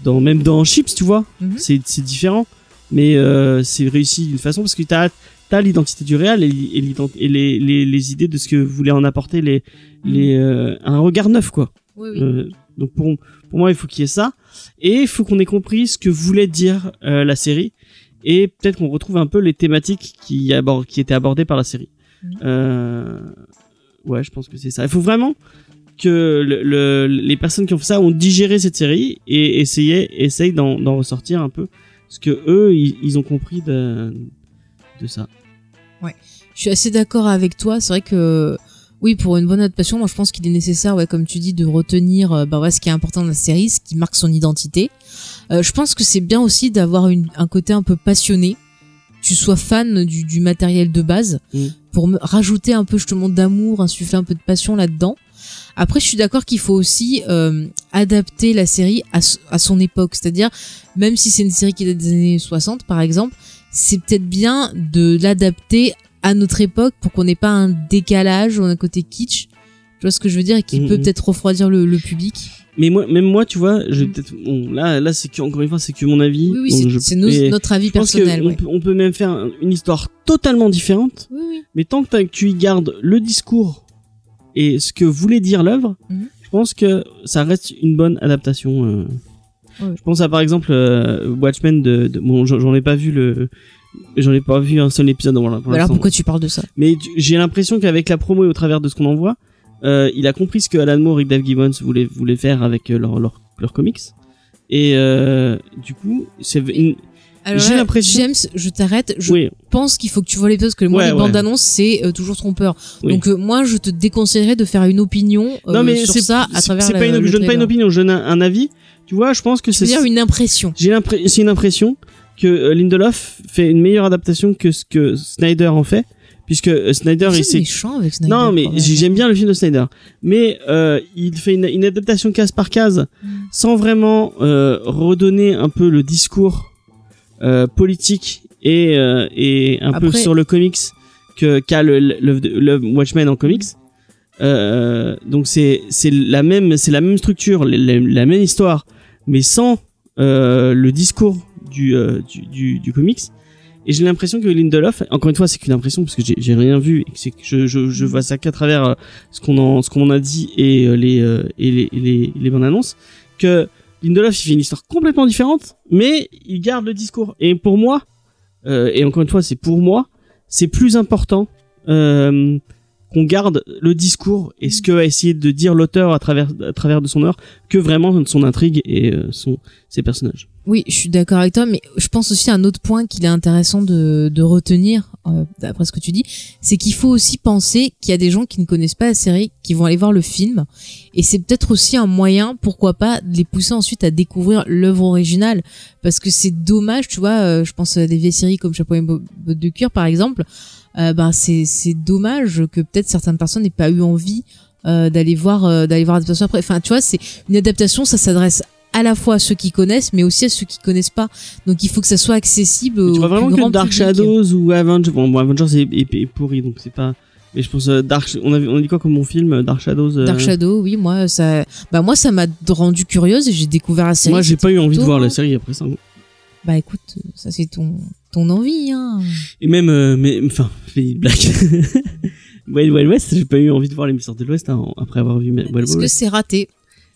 Speaker 3: dans même dans Chips, tu vois.
Speaker 2: Mhm.
Speaker 3: C'est c'est différent, mais euh, c'est réussi d'une façon parce que t'as as, l'identité du réel et, li- et l'ident- et les, les, les idées de ce que voulaient en apporter les, les euh, un regard neuf, quoi.
Speaker 2: Oui, oui.
Speaker 3: Euh, donc pour, pour moi, il faut qu'il y ait ça. Et il faut qu'on ait compris ce que voulait dire euh, la série. Et peut-être qu'on retrouve un peu les thématiques qui, abor- qui étaient abordées par la série.
Speaker 2: Mhm.
Speaker 3: Euh, ouais, je pense que c'est ça. Il faut vraiment que le- le- les personnes qui ont fait ça ont digéré cette série et essayé, essayent d'en d'en ressortir un peu ce que eux, ils, ils ont compris de, de ça.
Speaker 2: Je suis assez d'accord avec toi. C'est vrai que oui, pour une bonne adaptation, moi je pense qu'il est nécessaire, ouais, comme tu dis, de retenir euh, bah, ouais, ce qui est important dans la série, ce qui marque son identité. Euh, je pense que c'est bien aussi d'avoir une- un côté un peu passionné. Tu sois fan du, du matériel de base
Speaker 3: Mm.
Speaker 2: pour me rajouter un peu justement d'amour, insuffler un peu de passion là-dedans. Après, je suis d'accord qu'il faut aussi euh, adapter la série à, s- à son époque. C'est-à-dire, même si c'est une série qui date des années 60, par exemple, c'est peut-être bien de l'adapter à notre époque pour qu'on n'ait pas un décalage ou un côté kitsch. Tu vois ce que je veux dire et qui
Speaker 3: Mhm.
Speaker 2: peut peut-être refroidir le, le public.
Speaker 3: Mais moi, même moi, tu vois, je vais
Speaker 2: Mhm.
Speaker 3: peut-être. bon, là, là c'est que, encore une fois, c'est que mon avis.
Speaker 2: Oui, oui,
Speaker 3: Donc
Speaker 2: c'est-
Speaker 3: je-
Speaker 2: c'est nos-
Speaker 3: mais-
Speaker 2: notre avis
Speaker 3: Je pense que
Speaker 2: personnel.
Speaker 3: on,
Speaker 2: ouais.
Speaker 3: peut, on peut même faire un- une histoire totalement différente,
Speaker 2: Oui, oui.
Speaker 3: mais tant que, t'as- que tu y gardes le discours et ce que voulait dire l'œuvre,
Speaker 2: Mhm.
Speaker 3: je pense que ça reste une bonne adaptation. euh.
Speaker 2: Ouais.
Speaker 3: Je pense à par exemple euh, Watchmen de, de- bon, j'en j'en ai pas vu le, j'en ai pas vu un seul épisode. voilà, pour
Speaker 2: Ou Bah, alors
Speaker 3: l'instant.
Speaker 2: pourquoi tu parles de ça
Speaker 3: Mais tu- j'ai l'impression qu'avec la promo et au travers de ce qu'on en voit, euh, il a compris ce que Alan Moore et Dave Gibbons voulaient, voulaient faire avec euh, leur, leur, leurs comics. Et euh, du coup, c'est une...
Speaker 2: Alors
Speaker 3: J'ai
Speaker 2: là,
Speaker 3: l'impression-
Speaker 2: James, je t'arrête. Je
Speaker 3: oui,
Speaker 2: pense qu'il faut que tu vois les parce que moi,
Speaker 3: Ouais,
Speaker 2: les
Speaker 3: ouais.
Speaker 2: bandes annonces, c'est euh, toujours trompeur.
Speaker 3: Oui.
Speaker 2: Donc, euh, moi, je te déconseillerais de faire une opinion euh,
Speaker 3: non mais
Speaker 2: sur
Speaker 3: c'est-
Speaker 2: ça à
Speaker 3: c'est-
Speaker 2: travers
Speaker 3: c'est
Speaker 2: la-
Speaker 3: pas une
Speaker 2: le
Speaker 3: opinion- je donne pas une
Speaker 2: trailer.
Speaker 3: opinion je donne un, un avis tu vois je pense que
Speaker 2: Je veux
Speaker 3: c'est
Speaker 2: dire une impression.
Speaker 3: j'ai l'impr- c'est une impression que euh, Lindelof fait une meilleure adaptation que ce que Snyder en fait puisque euh, Snyder, il
Speaker 2: C'est
Speaker 3: s'est
Speaker 2: méchant avec Snyder.
Speaker 3: non, mais
Speaker 2: quand même.
Speaker 3: j'ai- j'aime bien le film de Snyder. Mais euh, il fait une, une adaptation case par case sans vraiment euh, redonner un peu le discours euh, politique et, euh, et un peu
Speaker 2: Après-
Speaker 3: sur le comics que qu'a le, le, le- le Watchmen en comics. Euh, donc c'est c'est la même c'est la même structure, la, la- la même histoire, mais sans euh, le discours du, euh, du, du, du comics. Et j'ai l'impression que Lindelof, encore une fois, c'est qu'une impression parce que j'ai- j'ai rien vu, et que c'est que je, je, je vois ça qu'à travers euh, ce qu'on en ce qu'on en a dit et euh, les euh, et les et les, les bandes annonces que Lindelof il fait une histoire complètement différente, mais il garde le discours. Et pour moi, euh, et encore une fois, c'est pour moi, c'est plus important euh, qu'on garde le discours et ce que a essayé de dire l'auteur à travers à travers de son œuvre que vraiment son intrigue et euh, son ses personnages.
Speaker 2: Oui, je suis d'accord avec toi, mais je pense aussi à un autre point qu'il est intéressant de, de retenir, euh, d'après ce que tu dis, c'est qu'il faut aussi penser qu'il y a des gens qui ne connaissent pas la série, qui vont aller voir le film, et c'est peut-être aussi un moyen, pourquoi pas, de les pousser ensuite à découvrir l'œuvre originale, parce que c'est dommage, tu vois, euh, je pense à des vieilles séries comme Chapeau et Bo- Bottes de Cuir, par exemple, euh, ben c'est c'est dommage que peut-être certaines personnes n'aient pas eu envie euh, d'aller voir euh, d'aller voir l'adaptation après. Enfin, tu vois, c'est une adaptation, ça s'adresse à la fois à ceux qui connaissent, mais aussi à ceux qui connaissent pas. Donc, il faut que ça soit accessible.
Speaker 3: Mais
Speaker 2: au
Speaker 3: tu vois vraiment
Speaker 2: plus grand
Speaker 3: que Dark
Speaker 2: public.
Speaker 3: Shadows ou Avengers, bon, bon Avengers est, est- est pourri donc c'est pas. Mais je pense euh, Dark, on a on a dit quoi comme mon film euh, Dark Shadows. euh,
Speaker 2: Dark Shadow, oui, moi ça, bah moi ça m'a rendu curieuse et j'ai découvert la série.
Speaker 3: Moi j'ai pas eu envie de
Speaker 2: plutôt-
Speaker 3: voir la série après ça.
Speaker 2: Bah écoute, ça c'est ton ton envie, hein.
Speaker 3: Et même, euh, mais enfin, je fais une blague. [laughs] Wild Wild West, j'ai pas eu envie de voir l'émissaire de l'Ouest hein, après avoir vu Wild Wild
Speaker 2: Parce que
Speaker 3: West.
Speaker 2: c'est raté.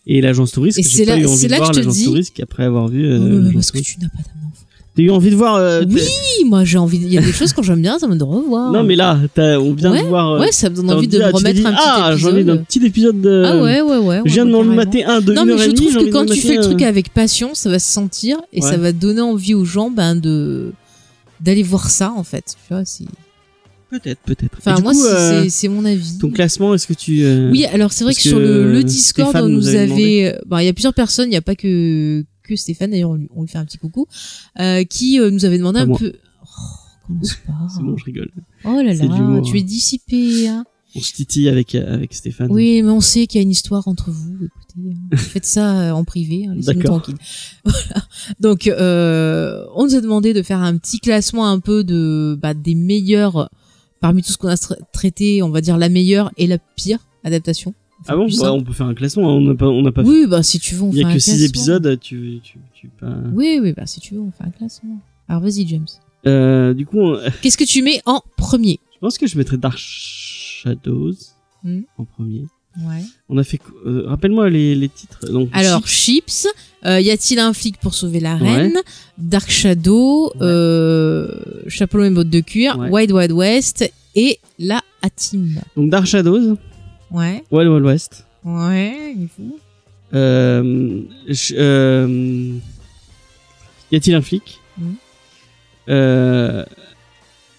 Speaker 3: Et l'agence touriste,
Speaker 2: Et
Speaker 3: j'ai
Speaker 2: c'est
Speaker 3: pas
Speaker 2: là-
Speaker 3: eu
Speaker 2: c'est
Speaker 3: envie de
Speaker 2: là que je
Speaker 3: voir
Speaker 2: te
Speaker 3: l'agence
Speaker 2: dis-
Speaker 3: touriste qu'après avoir vu. euh,
Speaker 2: Non, non, non,
Speaker 3: l'agence
Speaker 2: Oh parce que
Speaker 3: touriste.
Speaker 2: tu n'as pas d'âme d'enfant.
Speaker 3: T'as eu envie de voir. euh,
Speaker 2: Oui, moi j'ai envie. Il y a des choses quand j'aime bien, ça me donne de
Speaker 3: t'as-
Speaker 2: revoir.
Speaker 3: Non mais là, t'as- on vient de voir. euh,
Speaker 2: ouais, ça me donne
Speaker 3: t'as
Speaker 2: envie de me
Speaker 3: ah, tu t'es
Speaker 2: remettre
Speaker 3: dit,
Speaker 2: un petit
Speaker 3: Ah, j'ai envie d'un
Speaker 2: épisode.
Speaker 3: petit épisode. de-
Speaker 2: Ah ouais, ouais, ouais.
Speaker 3: Je viens de
Speaker 2: ouais,
Speaker 3: m'en
Speaker 2: carrément.
Speaker 3: mater un de
Speaker 2: Non,
Speaker 3: une
Speaker 2: mais
Speaker 3: heure
Speaker 2: je
Speaker 3: et demie,
Speaker 2: trouve
Speaker 3: j'ai envie
Speaker 2: que
Speaker 3: de
Speaker 2: quand
Speaker 3: me
Speaker 2: tu fais le
Speaker 3: mater un-
Speaker 2: truc avec passion, ça va se sentir et
Speaker 3: hein. Ouais.
Speaker 2: ça va donner envie aux gens ben, de d'aller voir ça en fait. Tu vois, c'est-
Speaker 3: Peut-être, peut-être. Et
Speaker 2: enfin
Speaker 3: du
Speaker 2: moi
Speaker 3: coup,
Speaker 2: c'est-
Speaker 3: euh,
Speaker 2: c'est- c'est mon avis.
Speaker 3: ton classement, est-ce que tu. euh,
Speaker 2: Oui, alors c'est vrai que,
Speaker 3: Parce
Speaker 2: sur
Speaker 3: que
Speaker 2: le, le Discord,
Speaker 3: Stéphane
Speaker 2: on
Speaker 3: nous
Speaker 2: nous
Speaker 3: avait
Speaker 2: avait. bah, Il y a plusieurs personnes, il n'y a pas que, que Stéphane, d'ailleurs, on, lui- on lui fait un petit coucou, euh, qui euh, nous avait demandé
Speaker 3: Pas
Speaker 2: un
Speaker 3: moi.
Speaker 2: peu. Oh, commence pas.
Speaker 3: [laughs] C'est bon, je rigole.
Speaker 2: Oh là
Speaker 3: C'est Ah de
Speaker 2: là,
Speaker 3: l'humour.
Speaker 2: tu es dissipé. hein.
Speaker 3: On se titille avec euh, avec Stéphane.
Speaker 2: Oui, mais on sait qu'il y a une histoire entre vous. Écoutez,
Speaker 3: [laughs]
Speaker 2: hein. faites ça euh, en privé, hein, laissez-nous
Speaker 3: D'accord.
Speaker 2: tranquille. [laughs] Voilà. Donc, euh, on nous a demandé de faire un petit classement un peu de bah, des meilleurs parmi tout ce qu'on a tra- traité, on va dire la meilleure et la pire adaptation.
Speaker 3: Ah bon
Speaker 2: Plus
Speaker 3: Bah,
Speaker 2: simple.
Speaker 3: On peut faire un classement. hein, On n'a pas, on n'a pas.
Speaker 2: Oui, bah si tu veux, on
Speaker 3: Il y
Speaker 2: fait
Speaker 3: a
Speaker 2: un
Speaker 3: que 6
Speaker 2: classement.
Speaker 3: épisodes. Tu, tu, tu pas.
Speaker 2: Oui, oui, bah si tu veux, on fait un classement. Alors vas-y, James.
Speaker 3: Euh, du coup, on- [laughs]
Speaker 2: Qu'est-ce que tu mets en premier
Speaker 3: je pense que je mettrais Dark Shadows
Speaker 2: Hmm.
Speaker 3: en premier.
Speaker 2: Ouais.
Speaker 3: On a fait. qu- euh, Rappelle-moi les, les titres. Donc,
Speaker 2: Alors, Chips, euh, y a-t-il un flic pour sauver la
Speaker 3: Ouais.
Speaker 2: reine Dark Shadow, euh, Chapeau et bottes de cuir,
Speaker 3: Ouais.
Speaker 2: Wide Wide West et la A-Team.
Speaker 3: donc Dark Shadows,
Speaker 2: Ouais,
Speaker 3: Wild Wild West,
Speaker 2: ouais, il faut.
Speaker 3: euh, ch- euh, Y a-t-il un flic
Speaker 2: Hmm.
Speaker 3: Euh,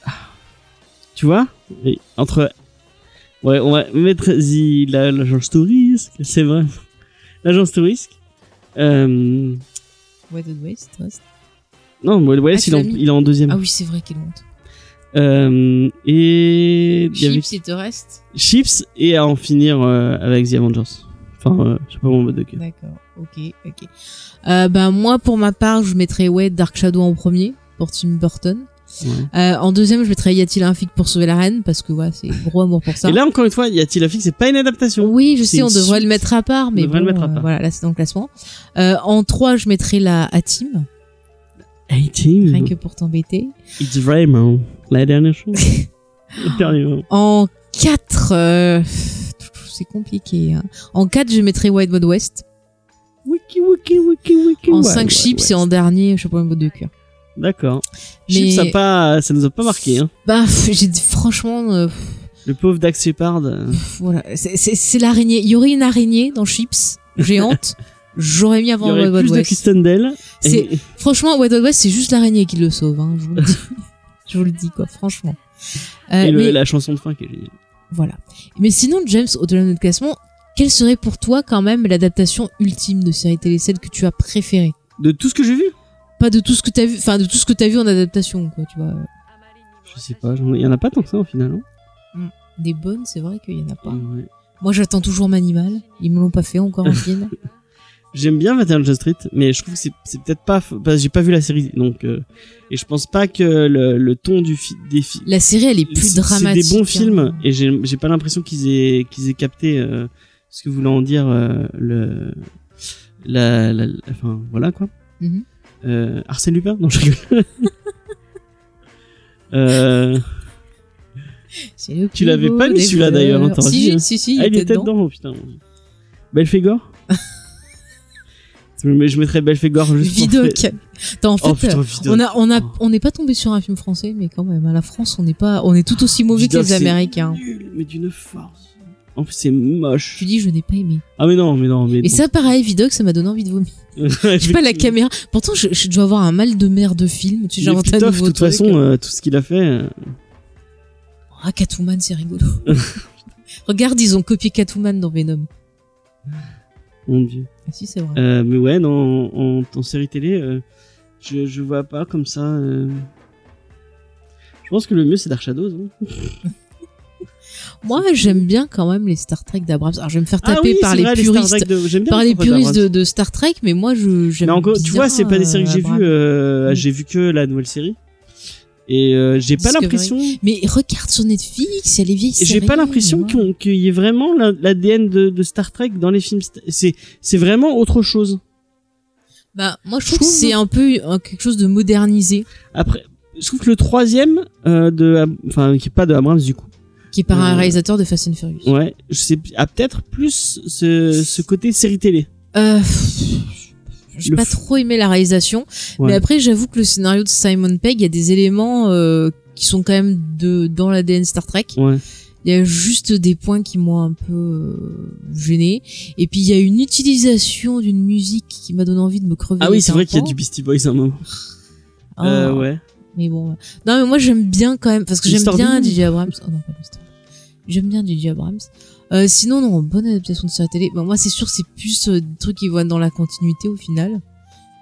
Speaker 3: ah, Tu vois Et Entre. Ouais, on va mettre The- la- l'agence touriste, c'est vrai. [laughs] L'agence touriste. Euh,
Speaker 2: Wide Wide West. West.
Speaker 3: non, Wild Wild West,
Speaker 2: Ah, tu
Speaker 3: il, est en-
Speaker 2: l'as mis
Speaker 3: il est en deuxième.
Speaker 2: Ah oui, c'est vrai, quelle honte.
Speaker 3: Euh, et il y avait
Speaker 2: Chips, il te reste
Speaker 3: Chips et à en finir euh, avec The Avengers. Enfin, euh, je sais pas mon mode de cœur.
Speaker 2: D'accord, ok, ok. Euh, bah, moi, pour ma part, je mettrais ouais, Dark Shadow en premier pour Tim Burton.
Speaker 3: Ouais.
Speaker 2: Euh, en deuxième, je mettrais Y a-t-il un flic pour sauver la reine Parce que ouais, c'est gros amour pour ça.
Speaker 3: Et là, encore une fois, y a-t-il la fille C'est pas une adaptation.
Speaker 2: oui, je
Speaker 3: c'est
Speaker 2: sais,
Speaker 3: une
Speaker 2: on devrait
Speaker 3: suite.
Speaker 2: le mettre à part, mais
Speaker 3: devrait le
Speaker 2: bon,
Speaker 3: mettre à
Speaker 2: euh,
Speaker 3: part.
Speaker 2: voilà, là c'est dans le classement. Euh, en trois, je mettrais la A-Team, rien
Speaker 3: A-Team,
Speaker 2: que pour t'embêter.
Speaker 3: it's vraiment la dernière chose.
Speaker 2: [laughs]
Speaker 3: Le dernier mot.
Speaker 2: En quatre, euh, c'est compliqué. hein. En quatre, je mettrais Wild Wild West.
Speaker 3: Wiki, wiki, wiki, wiki.
Speaker 2: En
Speaker 3: ouais,
Speaker 2: cinq,
Speaker 3: ouais,
Speaker 2: Chips,
Speaker 3: ouais.
Speaker 2: et en dernier, je sais pas le mot de cœur.
Speaker 3: D'accord.
Speaker 2: Mais-
Speaker 3: Chips, ça, a pas, ça nous a pas marqué. Hein.
Speaker 2: Bah, pff, j'ai dit, franchement, euh, pff,
Speaker 3: Le pauvre Dax Shepard. euh,
Speaker 2: voilà, c'est- c'est c'est l'araignée. Il y aurait une araignée dans Chips,
Speaker 3: [laughs]
Speaker 2: géante. J'aurais mis
Speaker 3: Il
Speaker 2: avant
Speaker 3: y aurait
Speaker 2: Wild Wild
Speaker 3: plus de
Speaker 2: West.
Speaker 3: Kristen Dell.
Speaker 2: C'est- Franchement, Wild Wild West, c'est juste l'araignée qui le sauve, hein, je vous le dis. [laughs] je vous le dis, quoi, franchement. Euh,
Speaker 3: Et le-
Speaker 2: mais,
Speaker 3: la chanson de fin qui est géniale.
Speaker 2: Voilà. Mais sinon, James, au-delà de notre classement, quelle serait pour toi, quand même, l'adaptation ultime de série télé, celle que tu as préférée
Speaker 3: De tout ce que j'ai vu
Speaker 2: Pas de tout ce que t'as vu, enfin, de tout ce que t'as vu en adaptation, quoi, tu vois.
Speaker 3: Je sais pas, j'en- il y en a pas tant que ça au final. hein.
Speaker 2: Des bonnes, c'est vrai qu'il y en a pas.
Speaker 3: Ouais.
Speaker 2: Moi, j'attends toujours Manimal. Ils me l'ont pas fait
Speaker 3: [laughs]
Speaker 2: encore en film.
Speaker 3: J'aime bien 21 Jump Street, mais je trouve que c'est c'est peut-être pas f- parce que j'ai pas vu la série, donc euh, et je pense pas que le, le ton du fi- des filles
Speaker 2: La série, elle est plus
Speaker 3: C'est-
Speaker 2: dramatique.
Speaker 3: C'est des bons films
Speaker 2: hein.
Speaker 3: et j'ai j'ai pas l'impression qu'ils aient qu'ils aient capté euh, ce que voulait en dire euh, le la, la- la- enfin voilà quoi.
Speaker 2: Mhm.
Speaker 3: Euh, Arsène Lupin Non, je rigole. [laughs] Euh,
Speaker 2: C'est le
Speaker 3: Tu
Speaker 2: plus
Speaker 3: l'avais
Speaker 2: beau
Speaker 3: pas mis,
Speaker 2: des
Speaker 3: celui-là,
Speaker 2: fleurs.
Speaker 3: d'ailleurs, hein, t'aurais
Speaker 2: Si,
Speaker 3: dit,
Speaker 2: si,
Speaker 3: hein.
Speaker 2: si, si,
Speaker 3: ah, il était
Speaker 2: dedans.
Speaker 3: dedans, oh, putain. Belphégor
Speaker 2: [laughs]
Speaker 3: Je me- Je mettrais Belphégor juste pour
Speaker 2: Vidoc.
Speaker 3: faire-
Speaker 2: Attends, en
Speaker 3: Oh
Speaker 2: fait,
Speaker 3: putain,
Speaker 2: euh,
Speaker 3: Vidoc.
Speaker 2: on a, on a,
Speaker 3: Oh.
Speaker 2: on n'est pas tombé sur un film français, mais quand même, à la France, on n'est pas, on est tout aussi mauvais que
Speaker 3: Vidoc,
Speaker 2: les
Speaker 3: c'est
Speaker 2: Américains.
Speaker 3: nul, mais d'une force. En plus, c'est moche.
Speaker 2: Je dis, je n'ai pas aimé.
Speaker 3: Ah, mais non, mais non, mais.
Speaker 2: Et
Speaker 3: [laughs]
Speaker 2: ça, pareil, Vidoc, ça m'a donné envie de vomir. Je sais pas, la caméra. Pourtant, je, je dois avoir un mal de mer de film. Tu sais,
Speaker 3: J'ai
Speaker 2: j'invente un
Speaker 3: De
Speaker 2: nouveau
Speaker 3: toute
Speaker 2: truc.
Speaker 3: façon, euh, tout ce qu'il a fait. euh,
Speaker 2: Ah, Catwoman, c'est rigolo.
Speaker 3: [laughs]
Speaker 2: Regarde, ils ont copié Catwoman dans Venom.
Speaker 3: Mon dieu.
Speaker 2: Ah si, c'est vrai.
Speaker 3: Euh, mais ouais, non, en, en- en série télé, euh, je, je vois pas comme ça. euh. Je pense que le mieux c'est Dark Shadows. hein.
Speaker 2: Moi, j'aime bien quand même les Star Trek d'Abrams. Alors, je vais me faire taper
Speaker 3: Ah oui,
Speaker 2: par
Speaker 3: c'est
Speaker 2: les
Speaker 3: vrai, Star
Speaker 2: puristes.
Speaker 3: Trek de- J'aime bien
Speaker 2: par
Speaker 3: les
Speaker 2: les
Speaker 3: Star Trek
Speaker 2: puristes
Speaker 3: d'Abrams.
Speaker 2: de, de Star Trek, mais moi, je j'aime
Speaker 3: Mais encore, tu
Speaker 2: bien,
Speaker 3: vois, c'est pas des séries que j'ai
Speaker 2: euh,
Speaker 3: vues.
Speaker 2: Abrams.
Speaker 3: euh, J'ai vu que la nouvelle série. Et euh, j'ai pas
Speaker 2: Discovery.
Speaker 3: l'impression.
Speaker 2: Mais regarde sur Netflix, elle est vieille.
Speaker 3: J'ai
Speaker 2: série,
Speaker 3: pas l'impression
Speaker 2: moi.
Speaker 3: qu'on- qu'il y ait vraiment la- l'ADN de, de Star Trek dans les films. C'est c'est vraiment autre chose.
Speaker 2: Bah, moi, je
Speaker 3: Je
Speaker 2: trouve que
Speaker 3: trouve-
Speaker 2: c'est un peu euh, quelque chose de modernisé,
Speaker 3: Après, je trouve que le troisième euh, de, Ab- enfin, qui est pas de Abrams du coup.
Speaker 2: qui est par un
Speaker 3: Euh,
Speaker 2: réalisateur de Fast and Furious.
Speaker 3: Ouais, je sais, a peut-être plus ce, ce côté série télé.
Speaker 2: Euh, pff, j'ai
Speaker 3: Le
Speaker 2: pas
Speaker 3: f-
Speaker 2: trop aimé la réalisation,
Speaker 3: Ouais.
Speaker 2: mais après, j'avoue que le scénario de Simon Pegg, il y a des éléments euh, qui sont quand même de dans l'ADN Star Trek.
Speaker 3: Ouais.
Speaker 2: Il y a juste des points qui m'ont un peu euh, gêné. Et puis il y a une utilisation d'une musique qui m'a donné envie de me crever.
Speaker 3: Ah
Speaker 2: les
Speaker 3: oui, c'est vrai qu'il y a
Speaker 2: tympans.
Speaker 3: du Beastie Boys à un moment.
Speaker 2: Ah,
Speaker 3: Euh, ouais.
Speaker 2: Mais bon. ouais. Non, mais moi j'aime bien quand même parce que j'aime
Speaker 3: Mr.
Speaker 2: bien
Speaker 3: Bean.
Speaker 2: DJ Abrams. Oh non, pas Mr. Bean. J'aime bien DJ Abrams. Euh, sinon, non, bonne adaptation de série télé. Bon, moi, c'est sûr, c'est plus euh, des trucs qui vont être dans la continuité au final.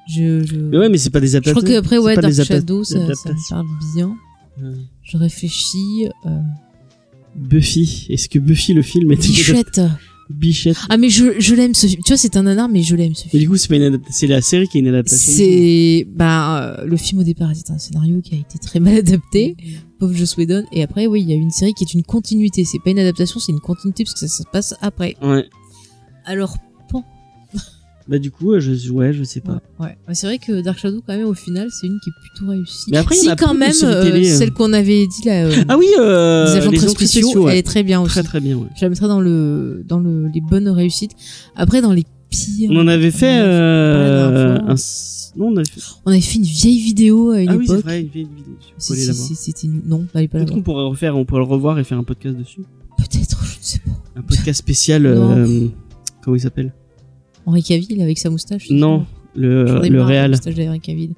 Speaker 2: Je, je...
Speaker 3: Mais ouais, mais c'est pas des
Speaker 2: je
Speaker 3: adaptations.
Speaker 2: crois que après,
Speaker 3: C'est
Speaker 2: ouais,
Speaker 3: pas
Speaker 2: Dark
Speaker 3: des adap-
Speaker 2: Shadow, ça, ça me
Speaker 3: adaptations.
Speaker 2: parle bien.
Speaker 3: Euh,
Speaker 2: Je réfléchis. Euh...
Speaker 3: Buffy. Est-ce que Buffy le film était
Speaker 2: Bichette.
Speaker 3: Bichette.
Speaker 2: Ah, mais je, je l'aime ce film. Tu vois, c'est un nanar, mais je l'aime ce film.
Speaker 3: Mais du coup, c'est pas une adaptation. C'est la série qui est une adaptation.
Speaker 2: C'est bah euh, le film au départ c'est un scénario qui a été très mal [laughs] adapté,
Speaker 3: Mm-hmm.
Speaker 2: pauvre Joss Whedon. Et après oui il y a une série qui est une continuité. C'est pas une adaptation, c'est une continuité parce que ça se passe après.
Speaker 3: Ouais.
Speaker 2: Alors
Speaker 3: Bah du coup, euh, je ouais, je sais
Speaker 2: ouais,
Speaker 3: pas.
Speaker 2: ouais. Ouais, c'est vrai que Dark Shadow quand même au final c'est une qui est plutôt réussie.
Speaker 3: Mais après, il y en
Speaker 2: si
Speaker 3: a
Speaker 2: quand
Speaker 3: plus de
Speaker 2: même
Speaker 3: séries
Speaker 2: euh,
Speaker 3: télé, euh.
Speaker 2: celle qu'on avait dit là, euh,
Speaker 3: [laughs] Ah oui, euh,
Speaker 2: les agents
Speaker 3: les
Speaker 2: très
Speaker 3: entrées
Speaker 2: spéciaux,
Speaker 3: ouais.
Speaker 2: elle est très bien aussi.
Speaker 3: très très bien. ouais.
Speaker 2: Je la mettrais dans le dans le, les bonnes réussites. Après dans les pires.
Speaker 3: On en avait fait euh,
Speaker 2: dernière fois.
Speaker 3: un. s- Non, on avait fait.
Speaker 2: on avait fait une vieille vidéo à une
Speaker 3: Ah oui,
Speaker 2: époque.
Speaker 3: c'est vrai, il y avait une vidéo. dessus. Faut
Speaker 2: Si,
Speaker 3: aller
Speaker 2: si,
Speaker 3: la voir.
Speaker 2: si, C'était nul. non, n'allez pas la
Speaker 3: [laughs] Peut-être
Speaker 2: voir.
Speaker 3: qu'on pourrait refaire, on pourrait le revoir et faire un podcast dessus.
Speaker 2: Peut-être, je ne sais pas.
Speaker 3: Un podcast spécial. euh, comment il s'appelle
Speaker 2: Henri Cavill avec sa moustache. c'est
Speaker 3: Non,
Speaker 2: ça J'en
Speaker 3: le, euh,
Speaker 2: ai marre de
Speaker 3: le
Speaker 2: la
Speaker 3: Real.
Speaker 2: moustache d'Henri Cavill.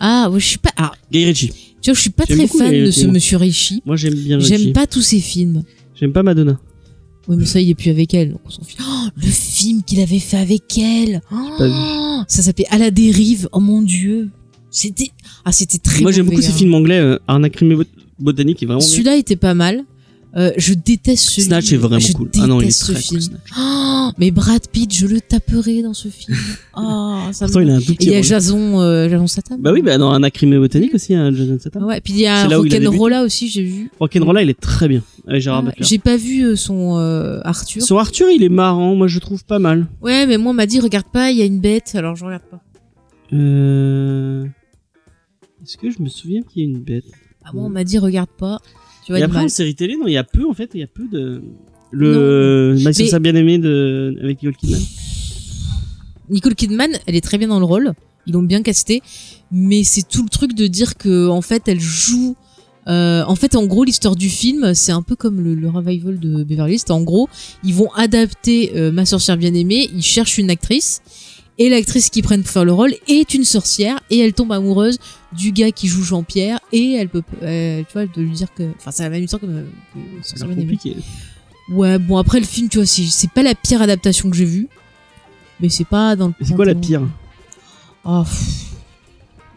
Speaker 2: Ah, ouais, je suis pas. ah,
Speaker 3: Guy Ritchie.
Speaker 2: tu vois, je suis pas
Speaker 3: J'aime
Speaker 2: très
Speaker 3: beaucoup
Speaker 2: fan
Speaker 3: les-
Speaker 2: de ce
Speaker 3: les-
Speaker 2: Monsieur Richie.
Speaker 3: Moi j'aime bien
Speaker 2: J'aime
Speaker 3: Ritchie.
Speaker 2: pas tous ses films.
Speaker 3: J'aime pas Madonna.
Speaker 2: Oui, mais ça, il est plus avec elle. Donc on s'en fiche. Oh, le film qu'il avait fait avec elle.
Speaker 3: pas vu.
Speaker 2: Oh, ça s'appelait À la dérive. Oh mon dieu. C'était. Ah, c'était très.
Speaker 3: Moi j'aime
Speaker 2: mauvais,
Speaker 3: beaucoup ces
Speaker 2: hein.
Speaker 3: films anglais. Euh, Arnaque Crime et Bot- Botanique est vraiment. bien.
Speaker 2: Celui-là était pas mal. Euh, je déteste celui
Speaker 3: Snatch est vraiment
Speaker 2: je
Speaker 3: cool. Ah non, il est
Speaker 2: déteste ce
Speaker 3: très cool.
Speaker 2: film.
Speaker 3: Snatch.
Speaker 2: Oh, mais Brad Pitt, je le taperai dans ce film. Oh, ça me
Speaker 3: Pourtant il a un tout
Speaker 2: Et
Speaker 3: petit.
Speaker 2: il y a
Speaker 3: rôle.
Speaker 2: Jason, euh, Jason Statham.
Speaker 3: Bah oui, bah dans Arnaque Crime et Botanique aussi, hein, Jason Statham.
Speaker 2: Ah Ouais, puis il y a
Speaker 3: C'est là où il a
Speaker 2: Rock'n'Rolla aussi, j'ai vu.
Speaker 3: Rock'n'Rolla il est très bien. Avec Gérard
Speaker 2: Ah,
Speaker 3: Butler.
Speaker 2: j'ai pas vu euh, son euh, Arthur.
Speaker 3: Son Arthur il est marrant. Moi je le trouve pas mal.
Speaker 2: Ouais, mais moi on m'a dit regarde pas, il y a une bête, alors je regarde pas.
Speaker 3: Euh... Est-ce que je me souviens qu'il y a une bête
Speaker 2: Ah moi on m'a dit regarde pas. Tu vas
Speaker 3: Mm. Et
Speaker 2: être
Speaker 3: après
Speaker 2: mal.
Speaker 3: en série télé, non, il y a peu en fait, il y a peu de. Le Maïssa
Speaker 2: Mais-
Speaker 3: bien aimé de avec Nicole Kidman.
Speaker 2: Nicole Kidman, elle est très bien dans le rôle. Ils l'ont bien casté, mais c'est tout le truc de dire que en fait elle joue. euh, en fait, en gros, l'histoire du film, c'est un peu comme le, le revival de Beverly Hills. En gros, ils vont adapter euh, Ma sorcière bien-aimée. Ils cherchent une actrice. Et l'actrice qu'ils prennent pour faire le rôle est une sorcière et elle tombe amoureuse du gars qui joue Jean-Pierre et elle peut, euh, tu vois, de lui dire que, enfin, c'est la même histoire que, euh, que
Speaker 3: C'est
Speaker 2: Sorcière bien-aimée.
Speaker 3: compliqué.
Speaker 2: Ouais, bon après le film, tu vois, c'est- c'est pas la pire adaptation que j'ai vue, mais c'est pas dans le.
Speaker 3: Mais C'est quoi la
Speaker 2: panthéon.
Speaker 3: pire
Speaker 2: Oh, pff.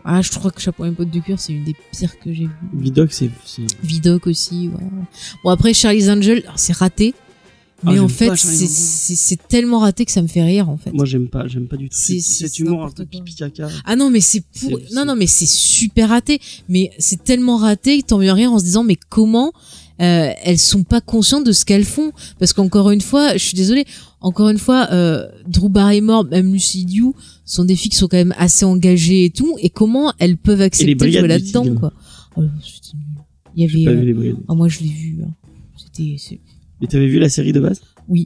Speaker 2: Ah, je crois que Chapeau et Pote de Cure, c'est une des pires que j'ai vues.
Speaker 3: Vidoc, c'est. c'est-
Speaker 2: Vidocq aussi, ouais. Bon, après, Charlie's Angel, alors, c'est raté. Mais
Speaker 3: Ah, j'aime
Speaker 2: en
Speaker 3: pas
Speaker 2: fait,
Speaker 3: Charlie's
Speaker 2: c'est-
Speaker 3: Angel.
Speaker 2: c'est c'est tellement raté que ça me fait rire, en fait.
Speaker 3: Moi, j'aime pas, j'aime pas du tout
Speaker 2: C'est-
Speaker 3: cet
Speaker 2: c'est-
Speaker 3: cet
Speaker 2: c'est
Speaker 3: humour un
Speaker 2: n'importe
Speaker 3: peu
Speaker 2: quoi.
Speaker 3: pipi caca.
Speaker 2: Ah non, mais c'est pour...
Speaker 3: C'est-
Speaker 2: Non,
Speaker 3: c'est-
Speaker 2: non, mais c'est super raté. Mais c'est tellement raté, tant mieux rien en se disant, mais comment euh, elles sont pas conscientes de ce qu'elles font Parce qu'encore une fois, je suis désolée, encore une fois, euh, Drew Barrymore, même Lucy Liu, sont des filles qui sont quand même assez engagées et tout. Et comment elles peuvent accepter de jouer
Speaker 3: Brigades du
Speaker 2: là-dedans,
Speaker 3: Tigre.
Speaker 2: quoi Oh, c'était nul. Il
Speaker 3: J'ai
Speaker 2: y
Speaker 3: pas
Speaker 2: avait...
Speaker 3: vu
Speaker 2: euh,
Speaker 3: les brigades.
Speaker 2: Ah, moi, je l'ai vu. hein. C'était... c'est-
Speaker 3: Mais t'avais vu la série de base [laughs]
Speaker 2: Ouais,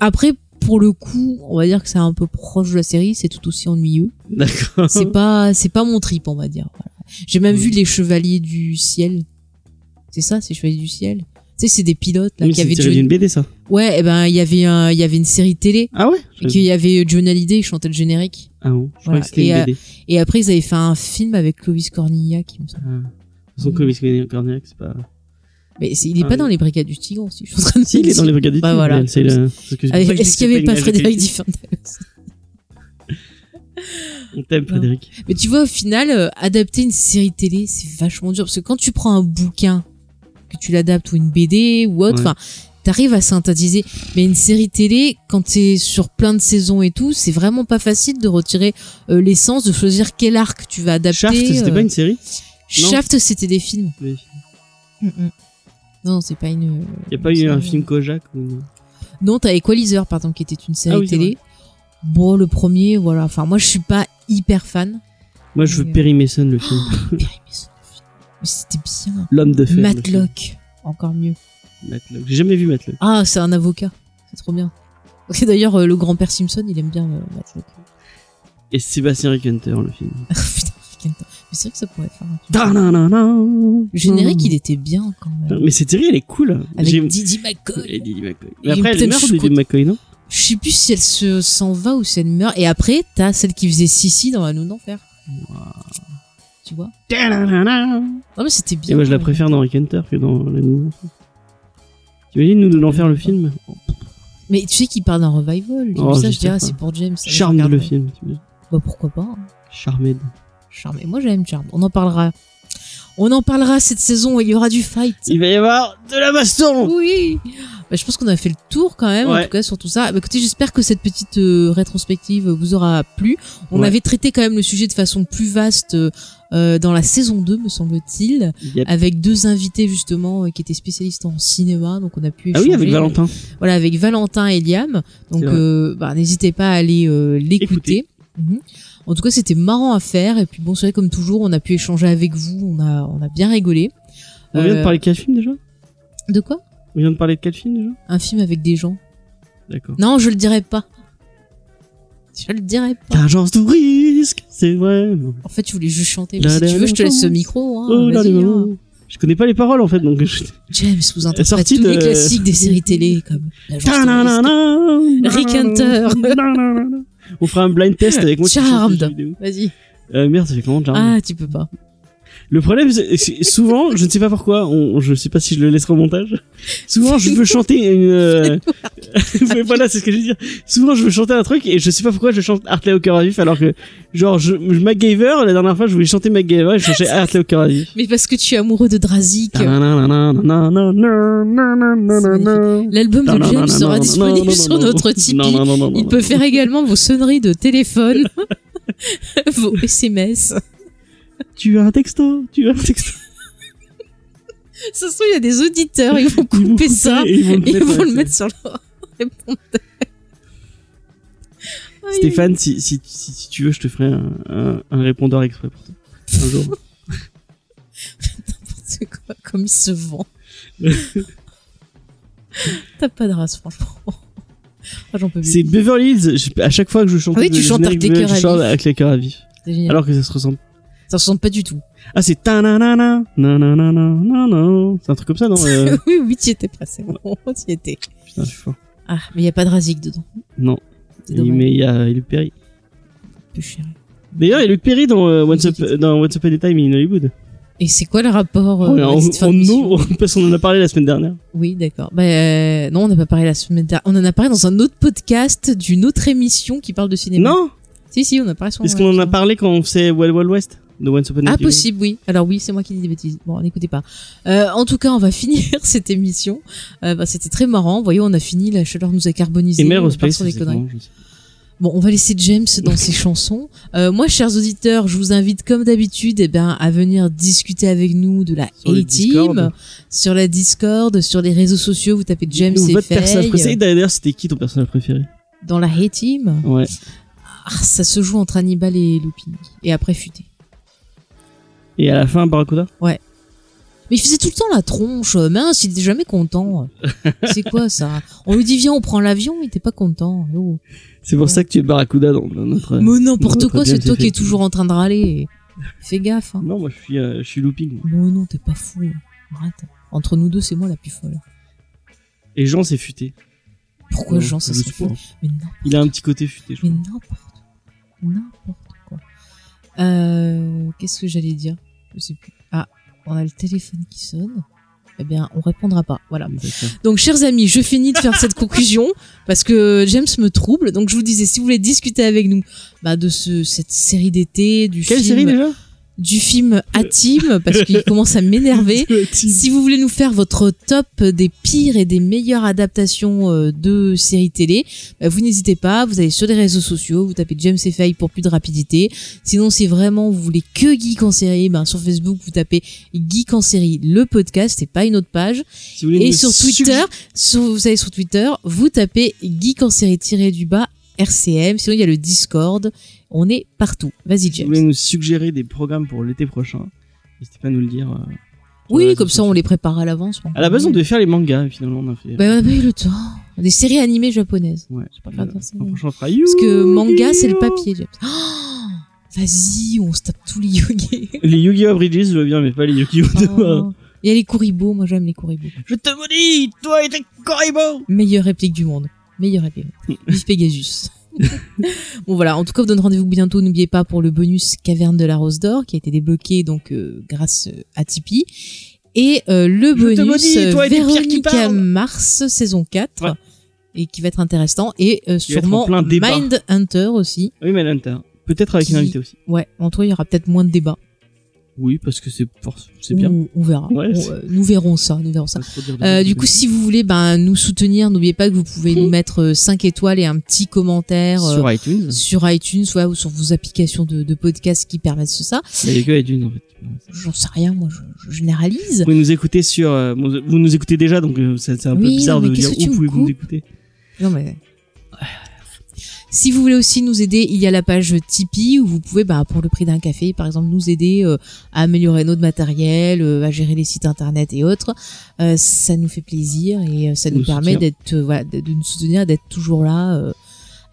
Speaker 2: après, pour le coup, on va dire que c'est un peu proche de la série, c'est tout aussi ennuyeux.
Speaker 3: D'accord.
Speaker 2: C'est pas, c'est pas mon trip, on va dire. Voilà. J'ai même
Speaker 3: Mm.
Speaker 2: vu les Chevaliers du Ciel. C'est ça, ces Chevaliers du Ciel. Tu sais, c'est des pilotes là
Speaker 3: Mais
Speaker 2: qui
Speaker 3: Ah c'est
Speaker 2: avaient
Speaker 3: tiré
Speaker 2: Johnny-
Speaker 3: d'une BD, ça.
Speaker 2: Ouais, et ben il y avait un, il y avait une série télé
Speaker 3: Ah ouais
Speaker 2: et qu'il y avait John Hallyday, il chantait le générique.
Speaker 3: Ah bon Je
Speaker 2: Voilà.
Speaker 3: croyais que c'était
Speaker 2: Et,
Speaker 3: une
Speaker 2: euh,
Speaker 3: BD. De
Speaker 2: Et après ils avaient fait un film avec Clovis Cornillac, il me semble.
Speaker 3: toute
Speaker 2: Mm.
Speaker 3: façon, Ah. Comics Corniac, c'est pas.
Speaker 2: Mais c'est- il est
Speaker 3: Ah
Speaker 2: pas
Speaker 3: oui.
Speaker 2: dans les Brigades du Tigre aussi. Je suis en train de
Speaker 3: Si, il est dans les brigades du
Speaker 2: Bah
Speaker 3: Tigre,
Speaker 2: voilà.
Speaker 3: mais c'est le- c'est que c'est pour ça que je dis
Speaker 2: Est-ce
Speaker 3: que
Speaker 2: qu'il y
Speaker 3: c'est
Speaker 2: avait
Speaker 3: pas
Speaker 2: pas
Speaker 3: une
Speaker 2: Frédéric
Speaker 3: réalité.
Speaker 2: Diffental aussi
Speaker 3: On t'aime, Frédéric.
Speaker 2: Mais tu vois, au final, euh, adapter une série télé, c'est vachement dur. Parce que quand tu prends un bouquin, que tu l'adaptes ou une BD ou autre,
Speaker 3: Ouais.
Speaker 2: enfin, t'arrives à synthétiser. Mais une série télé, quand t'es sur plein de saisons et tout, c'est vraiment pas facile de retirer euh, l'essence, de choisir quel arc tu vas adapter.
Speaker 3: Shaft, c'était
Speaker 2: euh,
Speaker 3: pas une série non
Speaker 2: Shaft, c'était des films.
Speaker 3: Il
Speaker 2: Non, c'est pas une. euh,
Speaker 3: y a pas eu un film Kojak ou une-
Speaker 2: Non, t'as Equalizer, par exemple, qui était une série
Speaker 3: Ah oui, c'est
Speaker 2: télé. Bon, le premier, voilà. Enfin, moi, je suis pas hyper fan.
Speaker 3: Moi, je veux
Speaker 2: Euh.
Speaker 3: Perry Mason, le film.
Speaker 2: Mais c'était bien.
Speaker 3: L'homme de fer. le film.
Speaker 2: Matlock, encore mieux.
Speaker 3: Matlock. J'ai jamais vu Matlock.
Speaker 2: Ah, c'est un avocat. C'est trop bien. Ok, D'ailleurs, euh, le grand-père Simpson, il aime bien euh, Matlock.
Speaker 3: Et Sébastien Rickhunter, le film.
Speaker 2: [laughs] Putain, quel temps. Mais c'est vrai que ça pourrait faire. un-
Speaker 3: Le
Speaker 2: Le générique, il était bien quand même.
Speaker 3: Mais cette série, elle est cool.
Speaker 2: Avec
Speaker 3: J'ai-
Speaker 2: Didi
Speaker 3: Euh, Et
Speaker 2: McCoy.
Speaker 3: Lily McCoy.
Speaker 2: Et
Speaker 3: Mais après,
Speaker 2: putain,
Speaker 3: elle meurt,
Speaker 2: je suis
Speaker 3: Lily
Speaker 2: con-
Speaker 3: McCoy, non
Speaker 2: Je sais plus si elle se s'en va ou si elle meurt. Et après, t'as celle qui faisait Sissi dans L'Anneau d'Enfer. Tu vois Non, mais c'était bien.
Speaker 3: Et moi, je la
Speaker 2: ouais.
Speaker 3: préfère dans Rick Hunter que dans la nouvelle. T'imagines, nous, de l'enfer, le film
Speaker 2: Mais tu sais qu'il part d'un revival. Et
Speaker 3: Oh,
Speaker 2: puis ça,
Speaker 3: je
Speaker 2: je
Speaker 3: sais
Speaker 2: dirais, ah,
Speaker 3: pas.
Speaker 2: c'est pour James. ça, je
Speaker 3: Charmed, le
Speaker 2: regarderai.
Speaker 3: film. t'imagines
Speaker 2: Bah, pourquoi pas. hein.
Speaker 3: Charmed.
Speaker 2: Charmed. Et moi, j'aime Charmed. On en parlera. On en parlera cette saison. Il y aura du fight.
Speaker 3: Il va y avoir de la baston
Speaker 2: Oui Bah, Je pense qu'on a fait le tour quand même, en
Speaker 3: Ouais.
Speaker 2: tout cas sur tout ça. Bah, écoutez, j'espère que cette petite euh, rétrospective vous aura plu. On
Speaker 3: Ouais.
Speaker 2: avait traité quand même le sujet de façon plus vaste euh, euh, dans la saison 2, me semble-t-il,
Speaker 3: Yep.
Speaker 2: avec deux invités justement euh, qui étaient spécialistes en cinéma, donc on a pu
Speaker 3: Ah
Speaker 2: échanger.
Speaker 3: oui, avec Valentin.
Speaker 2: Voilà, avec Valentin et Liam. Donc
Speaker 3: C'est vrai.
Speaker 2: euh, bah, n'hésitez pas à aller euh, l'écouter. Mhm. En tout cas, c'était marrant à faire. Et puis bon, c'est vrai comme toujours, on a pu échanger avec vous. On a, on a bien rigolé.
Speaker 3: On vient de
Speaker 2: Euh,
Speaker 3: parler de quel film déjà
Speaker 2: de quoi
Speaker 3: On vient de parler de quel film déjà
Speaker 2: Un film avec des gens.
Speaker 3: D'accord.
Speaker 2: Non, je le dirai pas. Je le dirai pas.
Speaker 3: L'agence de risque, c'est vraiment.
Speaker 2: En fait, je voulais juste chanter.
Speaker 3: La
Speaker 2: si tu veux, je te laisse ce
Speaker 3: dernière
Speaker 2: micro. Hein,
Speaker 3: Oh là
Speaker 2: Oh, Vas-y,
Speaker 3: là.
Speaker 2: hein.
Speaker 3: Je connais pas les paroles en fait, donc je.
Speaker 2: James, vous interprète
Speaker 3: Sortie
Speaker 2: tous les
Speaker 3: de-
Speaker 2: classiques des séries télé comme L'Agence Touriste. Rick
Speaker 3: Rick
Speaker 2: Hunter.
Speaker 3: On fera un blind test avec moi. qui
Speaker 2: Charmed.
Speaker 3: chante les jeux vidéo.
Speaker 2: Vas-y.
Speaker 3: Euh, merde, ça fait comment Charmed
Speaker 2: Ah, tu peux pas.
Speaker 3: Le problème, c'est c'est- souvent, je ne sais pas pourquoi, on, je ne sais pas si je le laisserai au montage. Souvent, je veux chanter une. euh, mais [laughs] voilà, c'est ce que je veux dire. Souvent, je veux chanter un truc et je ne sais pas pourquoi je chante Hartley au cœur à vif alors que, genre, je, je- MacGyver, la dernière fois, je voulais chanter MacGyver et je chantais Hartley au cœur à vif.
Speaker 2: Mais parce que tu es amoureux de Drazik.
Speaker 3: L'album
Speaker 2: L'album de James sera disponible sur notre Tipeee. Il peut faire également vos sonneries de téléphone, vos SMS.
Speaker 3: Tu as un texto, tu as un texto.
Speaker 2: Ça se trouve, il y a des auditeurs, ils vont
Speaker 3: Ils vont
Speaker 2: couper ça.
Speaker 3: couper et ils vont le
Speaker 2: Et ils
Speaker 3: mettre
Speaker 2: vont le
Speaker 3: à la
Speaker 2: mettre sur leur répondeur. Aïe.
Speaker 3: Stéphane, si, si, si, si tu veux, je te ferai un, un, un répondeur exprès pour toi. Un jour.
Speaker 2: [laughs] N'importe quoi, comme il se vend. [laughs] T'as pas de race, franchement. Ah, J'en peux plus.
Speaker 3: C'est Beverly Hills. Je- à chaque fois que je chante,
Speaker 2: Ah oui, tu
Speaker 3: le
Speaker 2: chantes
Speaker 3: générique
Speaker 2: avec
Speaker 3: de-
Speaker 2: les cœurs
Speaker 3: je
Speaker 2: à
Speaker 3: chante
Speaker 2: vif.
Speaker 3: avec les cœurs à vif.
Speaker 2: C'est génial.
Speaker 3: Alors que ça se ressemble.
Speaker 2: Ça ressemble pas du tout.
Speaker 3: Ah, c'est ta na na na na na na na na. C'est un truc comme ça, non euh,
Speaker 2: [laughs] oui, oui, t'y étais pas, c'est bon, [laughs] t'y étais.
Speaker 3: Putain, je suis fort.
Speaker 2: Ah, mais y a pas de rasique dedans.
Speaker 3: Non.
Speaker 2: C'est dommage.
Speaker 3: Mais il y a Luc Perry.
Speaker 2: Peu chéri.
Speaker 3: D'ailleurs, il y a Luc Perry dans euh, Once Up- dans Once Upon a Time in Hollywood.
Speaker 2: Et c'est quoi le rapport euh,
Speaker 3: Ouais,
Speaker 2: à
Speaker 3: on,
Speaker 2: cette fin
Speaker 3: on-
Speaker 2: de mission
Speaker 3: nous, [laughs] on- parce qu'on en a parlé la semaine dernière.
Speaker 2: Oui, d'accord. Bah, euh, Eh non, on n'a pas parlé la semaine dernière. On en a parlé dans un autre podcast d'une autre émission qui parle de cinéma.
Speaker 3: Non
Speaker 2: Si, si, on a parlé sur
Speaker 3: Est-ce qu'on en a parlé quand on faisait Wild Wild West de Once Upon a
Speaker 2: Ah,
Speaker 3: Time
Speaker 2: possible, oui. Alors oui, c'est moi qui dis des bêtises. Bon, n'écoutez pas. Euh, en tout cas, on va [laughs] finir cette émission. Euh, bah, C'était très marrant. Vous voyez, on a fini. La chaleur nous a carbonisé.
Speaker 3: Et Mère
Speaker 2: on
Speaker 3: au
Speaker 2: part
Speaker 3: Space,
Speaker 2: sur des conneries.
Speaker 3: exactement, je sais.
Speaker 2: Bon, on va laisser James dans
Speaker 3: [laughs]
Speaker 2: ses chansons. Euh, moi, chers auditeurs, je vous invite comme d'habitude eh ben, à venir discuter avec nous de la
Speaker 3: Sur le
Speaker 2: A-Team,
Speaker 3: Discord.
Speaker 2: sur la Discord, sur les réseaux sociaux. Vous tapez James
Speaker 3: Ou
Speaker 2: et
Speaker 3: votre personnage
Speaker 2: Faye,
Speaker 3: préféré. D'ailleurs, c'était qui ton personnage préféré
Speaker 2: euh, dans la A-Team.
Speaker 3: Ouais.
Speaker 2: Ah, ça se joue entre Hannibal et Looping. Et après, Futé.
Speaker 3: Et à la fin, Barracuda
Speaker 2: Mais il faisait tout le temps la tronche. euh, Mince, il était jamais
Speaker 3: [laughs]
Speaker 2: content. C'est quoi ça On lui dit viens, on prend l'avion. Il était pas content. Oh.
Speaker 3: C'est pour ça que tu es Barracuda dans dans notre. euh,
Speaker 2: Mais n'importe
Speaker 3: notre
Speaker 2: quoi,
Speaker 3: James
Speaker 2: c'est toi
Speaker 3: et
Speaker 2: qui es
Speaker 3: Faye.
Speaker 2: toujours en train de râler. Fais gaffe. Hein.
Speaker 3: Non, moi je suis, euh, je suis Looping.
Speaker 2: Non, non, t'es pas fou. hein. Arrête. Entre nous deux, c'est moi la plus folle.
Speaker 3: Et Jean, c'est futé.
Speaker 2: Pourquoi
Speaker 3: Non,
Speaker 2: Jean, ça
Speaker 3: je
Speaker 2: serait
Speaker 3: sais
Speaker 2: fou
Speaker 3: pas.
Speaker 2: Mais n'importe,
Speaker 3: Il a un petit côté futé, je
Speaker 2: mais
Speaker 3: crois.
Speaker 2: n'importe, n'importe quoi. Euh, qu'est-ce que j'allais dire Je sais plus. Ah, on a le téléphone qui sonne. Eh bien, on répondra pas. Voilà.
Speaker 3: D'accord.
Speaker 2: Donc, chers amis, je finis de faire cette
Speaker 3: [laughs]
Speaker 2: conclusion parce que James me trouble. Donc, je vous disais, si vous voulez discuter avec nous, bah, de ce, cette série d'été, du
Speaker 3: Quelle
Speaker 2: film,
Speaker 3: série déjà
Speaker 2: du film A-Team, parce
Speaker 3: [laughs]
Speaker 2: qu'il commence à m'énerver. Si vous voulez nous faire votre top des pires et des meilleures adaptations euh, de séries télé, bah, vous n'hésitez pas, vous allez sur les réseaux sociaux, vous tapez James et Faye pour plus de rapidité. Sinon, si vraiment vous voulez que Geek en série, ben, sur Facebook, vous tapez Geek en série, le podcast et pas une autre page.
Speaker 3: Si vous voulez
Speaker 2: Et
Speaker 3: me
Speaker 2: sur
Speaker 3: sugg-
Speaker 2: Twitter, sur- vous allez sur Twitter, vous tapez Geek en série tiré du bas RCM. Sinon, il y a le Discord. On est partout. Vas-y,
Speaker 3: Si vous voulez
Speaker 2: James.
Speaker 3: nous suggérer des programmes pour l'été prochain, n'hésitez pas à nous le dire. euh, sur les
Speaker 2: Oui,
Speaker 3: réseaux
Speaker 2: comme ça,
Speaker 3: sociaux.
Speaker 2: on les prépare à l'avance.
Speaker 3: À la base, on devait faire les mangas, et finalement, on a fait.
Speaker 2: Bah, on n'a pas eu le temps. Des séries animées japonaises.
Speaker 3: ouais,
Speaker 2: j'ai pas
Speaker 3: Euh,
Speaker 2: le droit de faire ça,
Speaker 3: l'an
Speaker 2: mais-
Speaker 3: prochain, on fera
Speaker 2: Parce que
Speaker 3: Yu-Gi-Oh!
Speaker 2: manga, c'est le papier. James. [gasps] Oh, Vas-y, on se tape tous les yogis.
Speaker 3: Les Yu-Gi-Oh! Bridges, je veux bien, mais pas les Yu-Gi-Oh! [laughs] demain.
Speaker 2: Oh. Il y a les Kuribo, moi j'aime les Kuribo.
Speaker 3: Je te maudis, toi et tes coribos!
Speaker 2: Meilleure réplique du monde. Meilleure réplique. Vive
Speaker 3: [laughs]
Speaker 2: Pegasus. bon voilà, en tout cas, on vous donne rendez-vous bientôt. N'oubliez pas pour le bonus Caverne de la Rose d'Or qui a été débloqué donc euh, grâce euh, à Tipeee. Et euh, le
Speaker 3: Je te
Speaker 2: bonus
Speaker 3: maudis,
Speaker 2: euh,
Speaker 3: toi et tes pierres qui
Speaker 2: Véronica
Speaker 3: parlent.
Speaker 2: Mars saison 4
Speaker 3: Ouais.
Speaker 2: et qui va être intéressant. Et euh,
Speaker 3: Qui va être en
Speaker 2: sûrement
Speaker 3: plein débat.
Speaker 2: Mind Hunter aussi.
Speaker 3: Oui, mais Atlanta. Peut-être avec
Speaker 2: Qui-
Speaker 3: une invitée aussi.
Speaker 2: Ouais, en toi, il y aura peut-être moins de débats.
Speaker 3: Oui, parce que c'est force- c'est bien.
Speaker 2: On, on verra.
Speaker 3: Ouais,
Speaker 2: On-
Speaker 3: c'est-
Speaker 2: euh, nous verrons ça. Nous verrons ça.
Speaker 3: Ça se peut dire de-
Speaker 2: Euh, du coup, si vous voulez ben, nous soutenir, n'oubliez pas que vous pouvez
Speaker 3: [laughs]
Speaker 2: nous mettre 5 étoiles et un petit commentaire euh,
Speaker 3: sur iTunes.
Speaker 2: sur iTunes ouais, ou sur vos applications de, de podcasts qui permettent ça.
Speaker 3: Il n'y a que iTunes en fait.
Speaker 2: J'en sais rien, moi, je, je généralise.
Speaker 3: Vous pouvez nous écouter sur. euh, bon, vous nous écoutez déjà, donc euh, c'est c'est un peu
Speaker 2: Oui,
Speaker 3: bizarre
Speaker 2: non, mais
Speaker 3: de
Speaker 2: qu'est-ce
Speaker 3: dire
Speaker 2: que tu
Speaker 3: où
Speaker 2: me
Speaker 3: pouvez-vous
Speaker 2: coupes
Speaker 3: nous écouter.
Speaker 2: Non, mais... Si vous voulez aussi nous aider, il y a la page Tipeee où vous pouvez, bah, pour le prix d'un café, par exemple, nous aider euh, à améliorer notre matériel, euh, à gérer les sites internet et autres. Euh, ça nous fait plaisir et euh, ça nous,
Speaker 3: Nous
Speaker 2: permet
Speaker 3: soutient.
Speaker 2: d'être, euh, voilà, de de nous soutenir, d'être toujours là euh,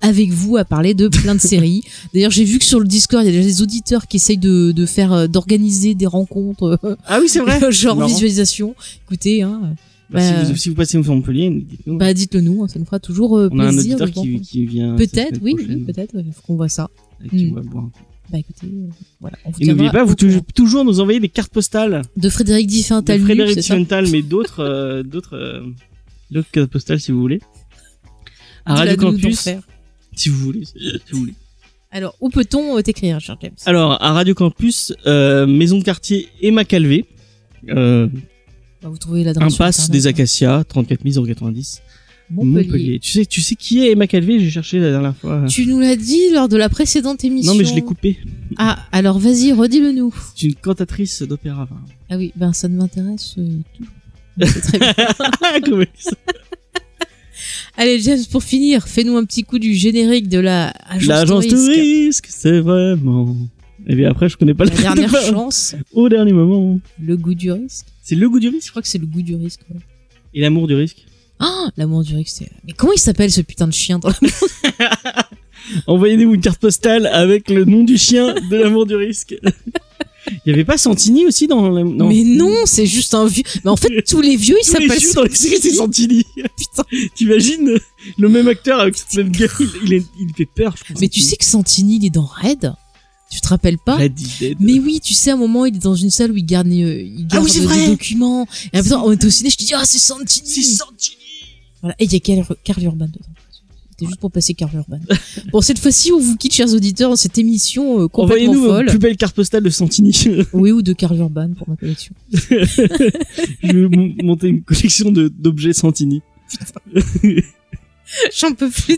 Speaker 2: avec vous à parler de plein de séries. D'ailleurs, j'ai vu que sur le Discord, il y a déjà des auditeurs qui essayent de, de faire, euh, d'organiser des rencontres, euh,
Speaker 3: Ah oui, c'est
Speaker 2: [laughs]
Speaker 3: vrai!
Speaker 2: genre
Speaker 3: Marrant.
Speaker 2: visualisation. Écoutez, hein,
Speaker 3: Bah, si,
Speaker 2: Bah,
Speaker 3: vous, si vous passez sur Montpellier, dites-nous.
Speaker 2: bah, dites-le nous, hein, ça nous fera toujours euh,
Speaker 3: on a un
Speaker 2: plaisir.
Speaker 3: auditeur
Speaker 2: de vous
Speaker 3: qui, qui vient.
Speaker 2: Peut-être, oui, oui,
Speaker 3: peut-être.
Speaker 2: peut-être. Il faut qu'on voit ça. Mm. Bah écoutez, euh, voilà. On vous
Speaker 3: Et n'oubliez
Speaker 2: tiendra
Speaker 3: pas, vous
Speaker 2: au
Speaker 3: tou-
Speaker 2: courant.
Speaker 3: toujours nous envoyer des cartes postales.
Speaker 2: De Frédéric
Speaker 3: De
Speaker 2: Diffintal.
Speaker 3: Frédéric
Speaker 2: c'est ça
Speaker 3: Simental, mais d'autres, euh, d'autres, euh, d'autres cartes postales si vous voulez. À
Speaker 2: De la
Speaker 3: Radio
Speaker 2: Nounou
Speaker 3: Campus,
Speaker 2: d'Enfer.
Speaker 3: si vous voulez, si vous voulez.
Speaker 2: Alors, où peut-on euh, t'écrire, cher James
Speaker 3: Alors, à Radio Campus, euh, Maison de quartier Emma Calvé, euh,
Speaker 2: Bah, Vous trouvez l'adresse. sur
Speaker 3: impasse
Speaker 2: Internet,
Speaker 3: des
Speaker 2: hein.
Speaker 3: Acacias, 34 090,
Speaker 2: Montpellier.
Speaker 3: Montpellier. Tu sais, tu sais qui est Emma Calvé J'ai cherché la dernière fois.
Speaker 2: Tu nous l'as dit lors de la précédente émission.
Speaker 3: Non, mais je l'ai coupé.
Speaker 2: Ah, alors vas-y, redis-le nous.
Speaker 3: C'est une cantatrice
Speaker 2: [laughs]
Speaker 3: d'opéra. Enfin,
Speaker 2: Ah oui, ben ça ne m'intéresse euh, tout. C'est
Speaker 3: [laughs]
Speaker 2: très bien.
Speaker 3: Comme ça.
Speaker 2: Allez, James, pour finir, fais-nous un petit coup du générique de la agence,
Speaker 3: L'agence
Speaker 2: touriste.
Speaker 3: touriste, c'est vraiment. Et bien après, je connais pas
Speaker 2: La
Speaker 3: le truc [laughs] de
Speaker 2: dernière
Speaker 3: fin.
Speaker 2: chance,
Speaker 3: Au dernier moment.
Speaker 2: le goût du risque.
Speaker 3: C'est le goût du
Speaker 2: Je
Speaker 3: risque
Speaker 2: crois que c'est le goût du risque. ouais.
Speaker 3: et l'amour du risque.
Speaker 2: Ah, l'amour du risque, c'est. Mais comment il s'appelle ce putain de chien dans la-
Speaker 3: Envoyez-nous une carte postale avec le nom du chien de l'amour du risque. Il y avait pas Santini aussi dans la... non.
Speaker 2: Mais non, c'est juste un vieux. Mais en
Speaker 3: [laughs]
Speaker 2: fait, tous les vieux, ils
Speaker 3: Tous les
Speaker 2: s'appellent.
Speaker 3: jeux dans les séries, c'est Santini.
Speaker 2: Putain.
Speaker 3: T'imagines le même acteur avec cette même gueule, il, est- il fait peur, je pense.
Speaker 2: Mais tu sais que Santini, il est dans Red. Tu te rappelles pas
Speaker 3: Red is Dead.
Speaker 2: Mais oui, tu sais, à un moment, il est dans une salle où il garde, euh, il
Speaker 3: Ah
Speaker 2: garde
Speaker 3: oui, c'est
Speaker 2: des
Speaker 3: vrai.
Speaker 2: documents. Et en même temps, on était au ciné, je te dis, ah, c'est Santini.
Speaker 3: C'est Santini.
Speaker 2: Voilà. Et il y a Carl, Carl Urban dedans. C'était juste pour passer Carl
Speaker 3: [laughs]
Speaker 2: Urban. bon, cette fois-ci, on vous quitte, chers auditeurs, dans cette émission euh, complètement
Speaker 3: Envoyez-nous vos
Speaker 2: folle.
Speaker 3: plus belles cartes postales de Santini. [laughs]
Speaker 2: Oui, ou de Carl Urban pour ma collection.
Speaker 3: Je vais mon- monter une collection de- d'objets Santini.
Speaker 2: J'en peux plus. de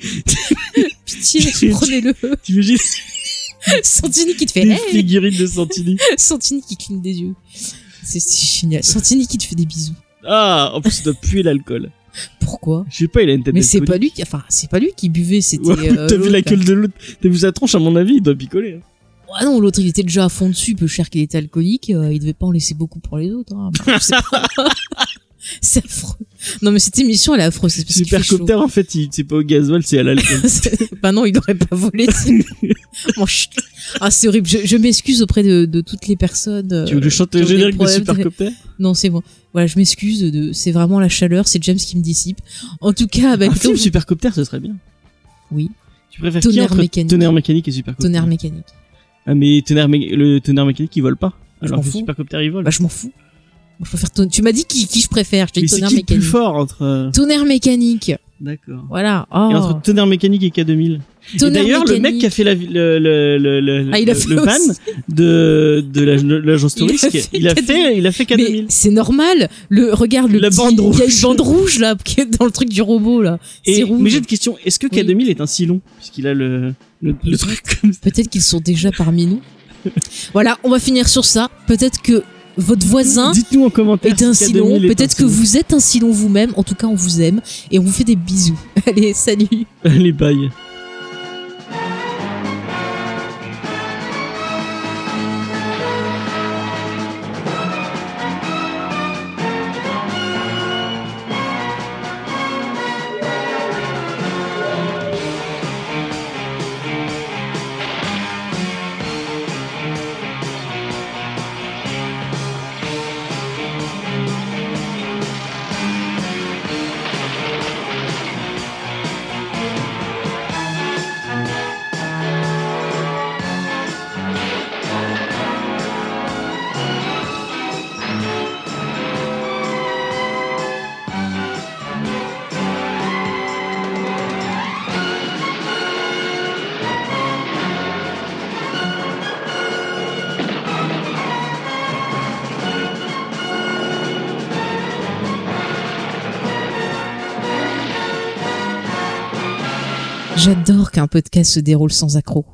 Speaker 3: [laughs]
Speaker 2: toi. Pitié,
Speaker 3: J'ai-
Speaker 2: prenez-le.
Speaker 3: T'imagines
Speaker 2: Santini qui te fait,
Speaker 3: des
Speaker 2: hey,
Speaker 3: figurines de Santini
Speaker 2: Santini qui cligne des yeux. C'est c'est génial. Santini qui te fait des bisous.
Speaker 3: Ah, en plus, il doit puer l'alcool.
Speaker 2: Pourquoi
Speaker 3: Je sais pas, il a une tête
Speaker 2: Mais c'est
Speaker 3: d'alcoolique.
Speaker 2: pas lui qui, enfin, c'est pas lui qui buvait, c'était.
Speaker 3: [laughs] Ouais,
Speaker 2: euh,
Speaker 3: T'as vu la
Speaker 2: l'autre,
Speaker 3: gueule de l'autre T'as vu sa tronche, à mon avis, il doit picoler. hein.
Speaker 2: Ah non, l'autre il était déjà à fond dessus, peu cher qu'il était alcoolique, euh, il devait pas en laisser beaucoup pour les autres. hein. Je sais
Speaker 3: [laughs]
Speaker 2: pas. c'est affreux. Non mais cette émission elle est affreuse, c'est parce qu'il fait chaud.
Speaker 3: Supercopter, en fait, il- c'est pas au gasoil, c'est à l'alcool.
Speaker 2: [laughs] bah non, il aurait pas volé.
Speaker 3: [laughs]
Speaker 2: sinon. bon, chut. Ah c'est horrible. Je, je m'excuse auprès de, de toutes les personnes. euh,
Speaker 3: tu veux que je chante
Speaker 2: qui
Speaker 3: le
Speaker 2: ont des
Speaker 3: générique de
Speaker 2: problèmes de-
Speaker 3: Supercopter
Speaker 2: Non c'est bon. Voilà, je m'excuse. De... C'est vraiment la chaleur, c'est James qui me dissipe. En tout cas, bah,
Speaker 3: Un
Speaker 2: plutôt,
Speaker 3: film Supercopter, ce serait bien.
Speaker 2: Oui.
Speaker 3: Tu préfères
Speaker 2: Tonnerre
Speaker 3: qui entre
Speaker 2: mécanique.
Speaker 3: Tonnerre mécanique et Supercopter
Speaker 2: tonnerre mécanique.
Speaker 3: Ah, mais tonnerre mé- le tonnerre mécanique, il vole pas.
Speaker 2: Je
Speaker 3: Alors
Speaker 2: m'en
Speaker 3: que
Speaker 2: fous.
Speaker 3: Supercopter, il vole.
Speaker 2: Bah je m'en fous. Moi, je préfère ton... Tu m'as dit qui, qui je préfère. Je t'ai
Speaker 3: mais
Speaker 2: dit
Speaker 3: c'est
Speaker 2: tonnerre
Speaker 3: qui le plus
Speaker 2: mécanique.
Speaker 3: fort entre. euh,
Speaker 2: Tonnerre mécanique.
Speaker 3: D'accord.
Speaker 2: Voilà.
Speaker 3: Et
Speaker 2: Oh.
Speaker 3: entre tonnerre mécanique et K2000. Et
Speaker 2: Tonnerre
Speaker 3: d'ailleurs, le mec
Speaker 2: mécanique.
Speaker 3: qui a fait la, vi- le, le, le, le,
Speaker 2: Ah, il a
Speaker 3: le-
Speaker 2: fait
Speaker 3: le van
Speaker 2: aussi.
Speaker 3: de, de la- de l'agence
Speaker 2: Il a
Speaker 3: touristique,
Speaker 2: fait
Speaker 3: il a fait, il a fait
Speaker 2: Mais
Speaker 3: 4000.
Speaker 2: c'est normal. Le regarde le
Speaker 3: La
Speaker 2: petit-
Speaker 3: bande
Speaker 2: Il y a
Speaker 3: rouge.
Speaker 2: une bande rouge là qui est dans le truc du robot là. C'est
Speaker 3: Et,
Speaker 2: rouge.
Speaker 3: mais j'ai une question, est-ce que
Speaker 2: Oui.
Speaker 3: K2000 est un silon Puisqu'il a le, le, le [laughs] truc comme ça.
Speaker 2: Peut-être qu'ils sont déjà parmi nous. voilà, on va finir sur ça. Peut-être que votre voisin
Speaker 3: Dites-nous en commentaire.
Speaker 2: est un
Speaker 3: si
Speaker 2: silon.
Speaker 3: K2000 est
Speaker 2: Peut-être
Speaker 3: un
Speaker 2: que
Speaker 3: silon.
Speaker 2: vous êtes un silon vous-même. En tout cas, on vous aime et on vous fait des bisous. [laughs] Allez, salut.
Speaker 3: [laughs] Allez, bye.
Speaker 2: J'adore qu'un podcast se déroule sans accroc.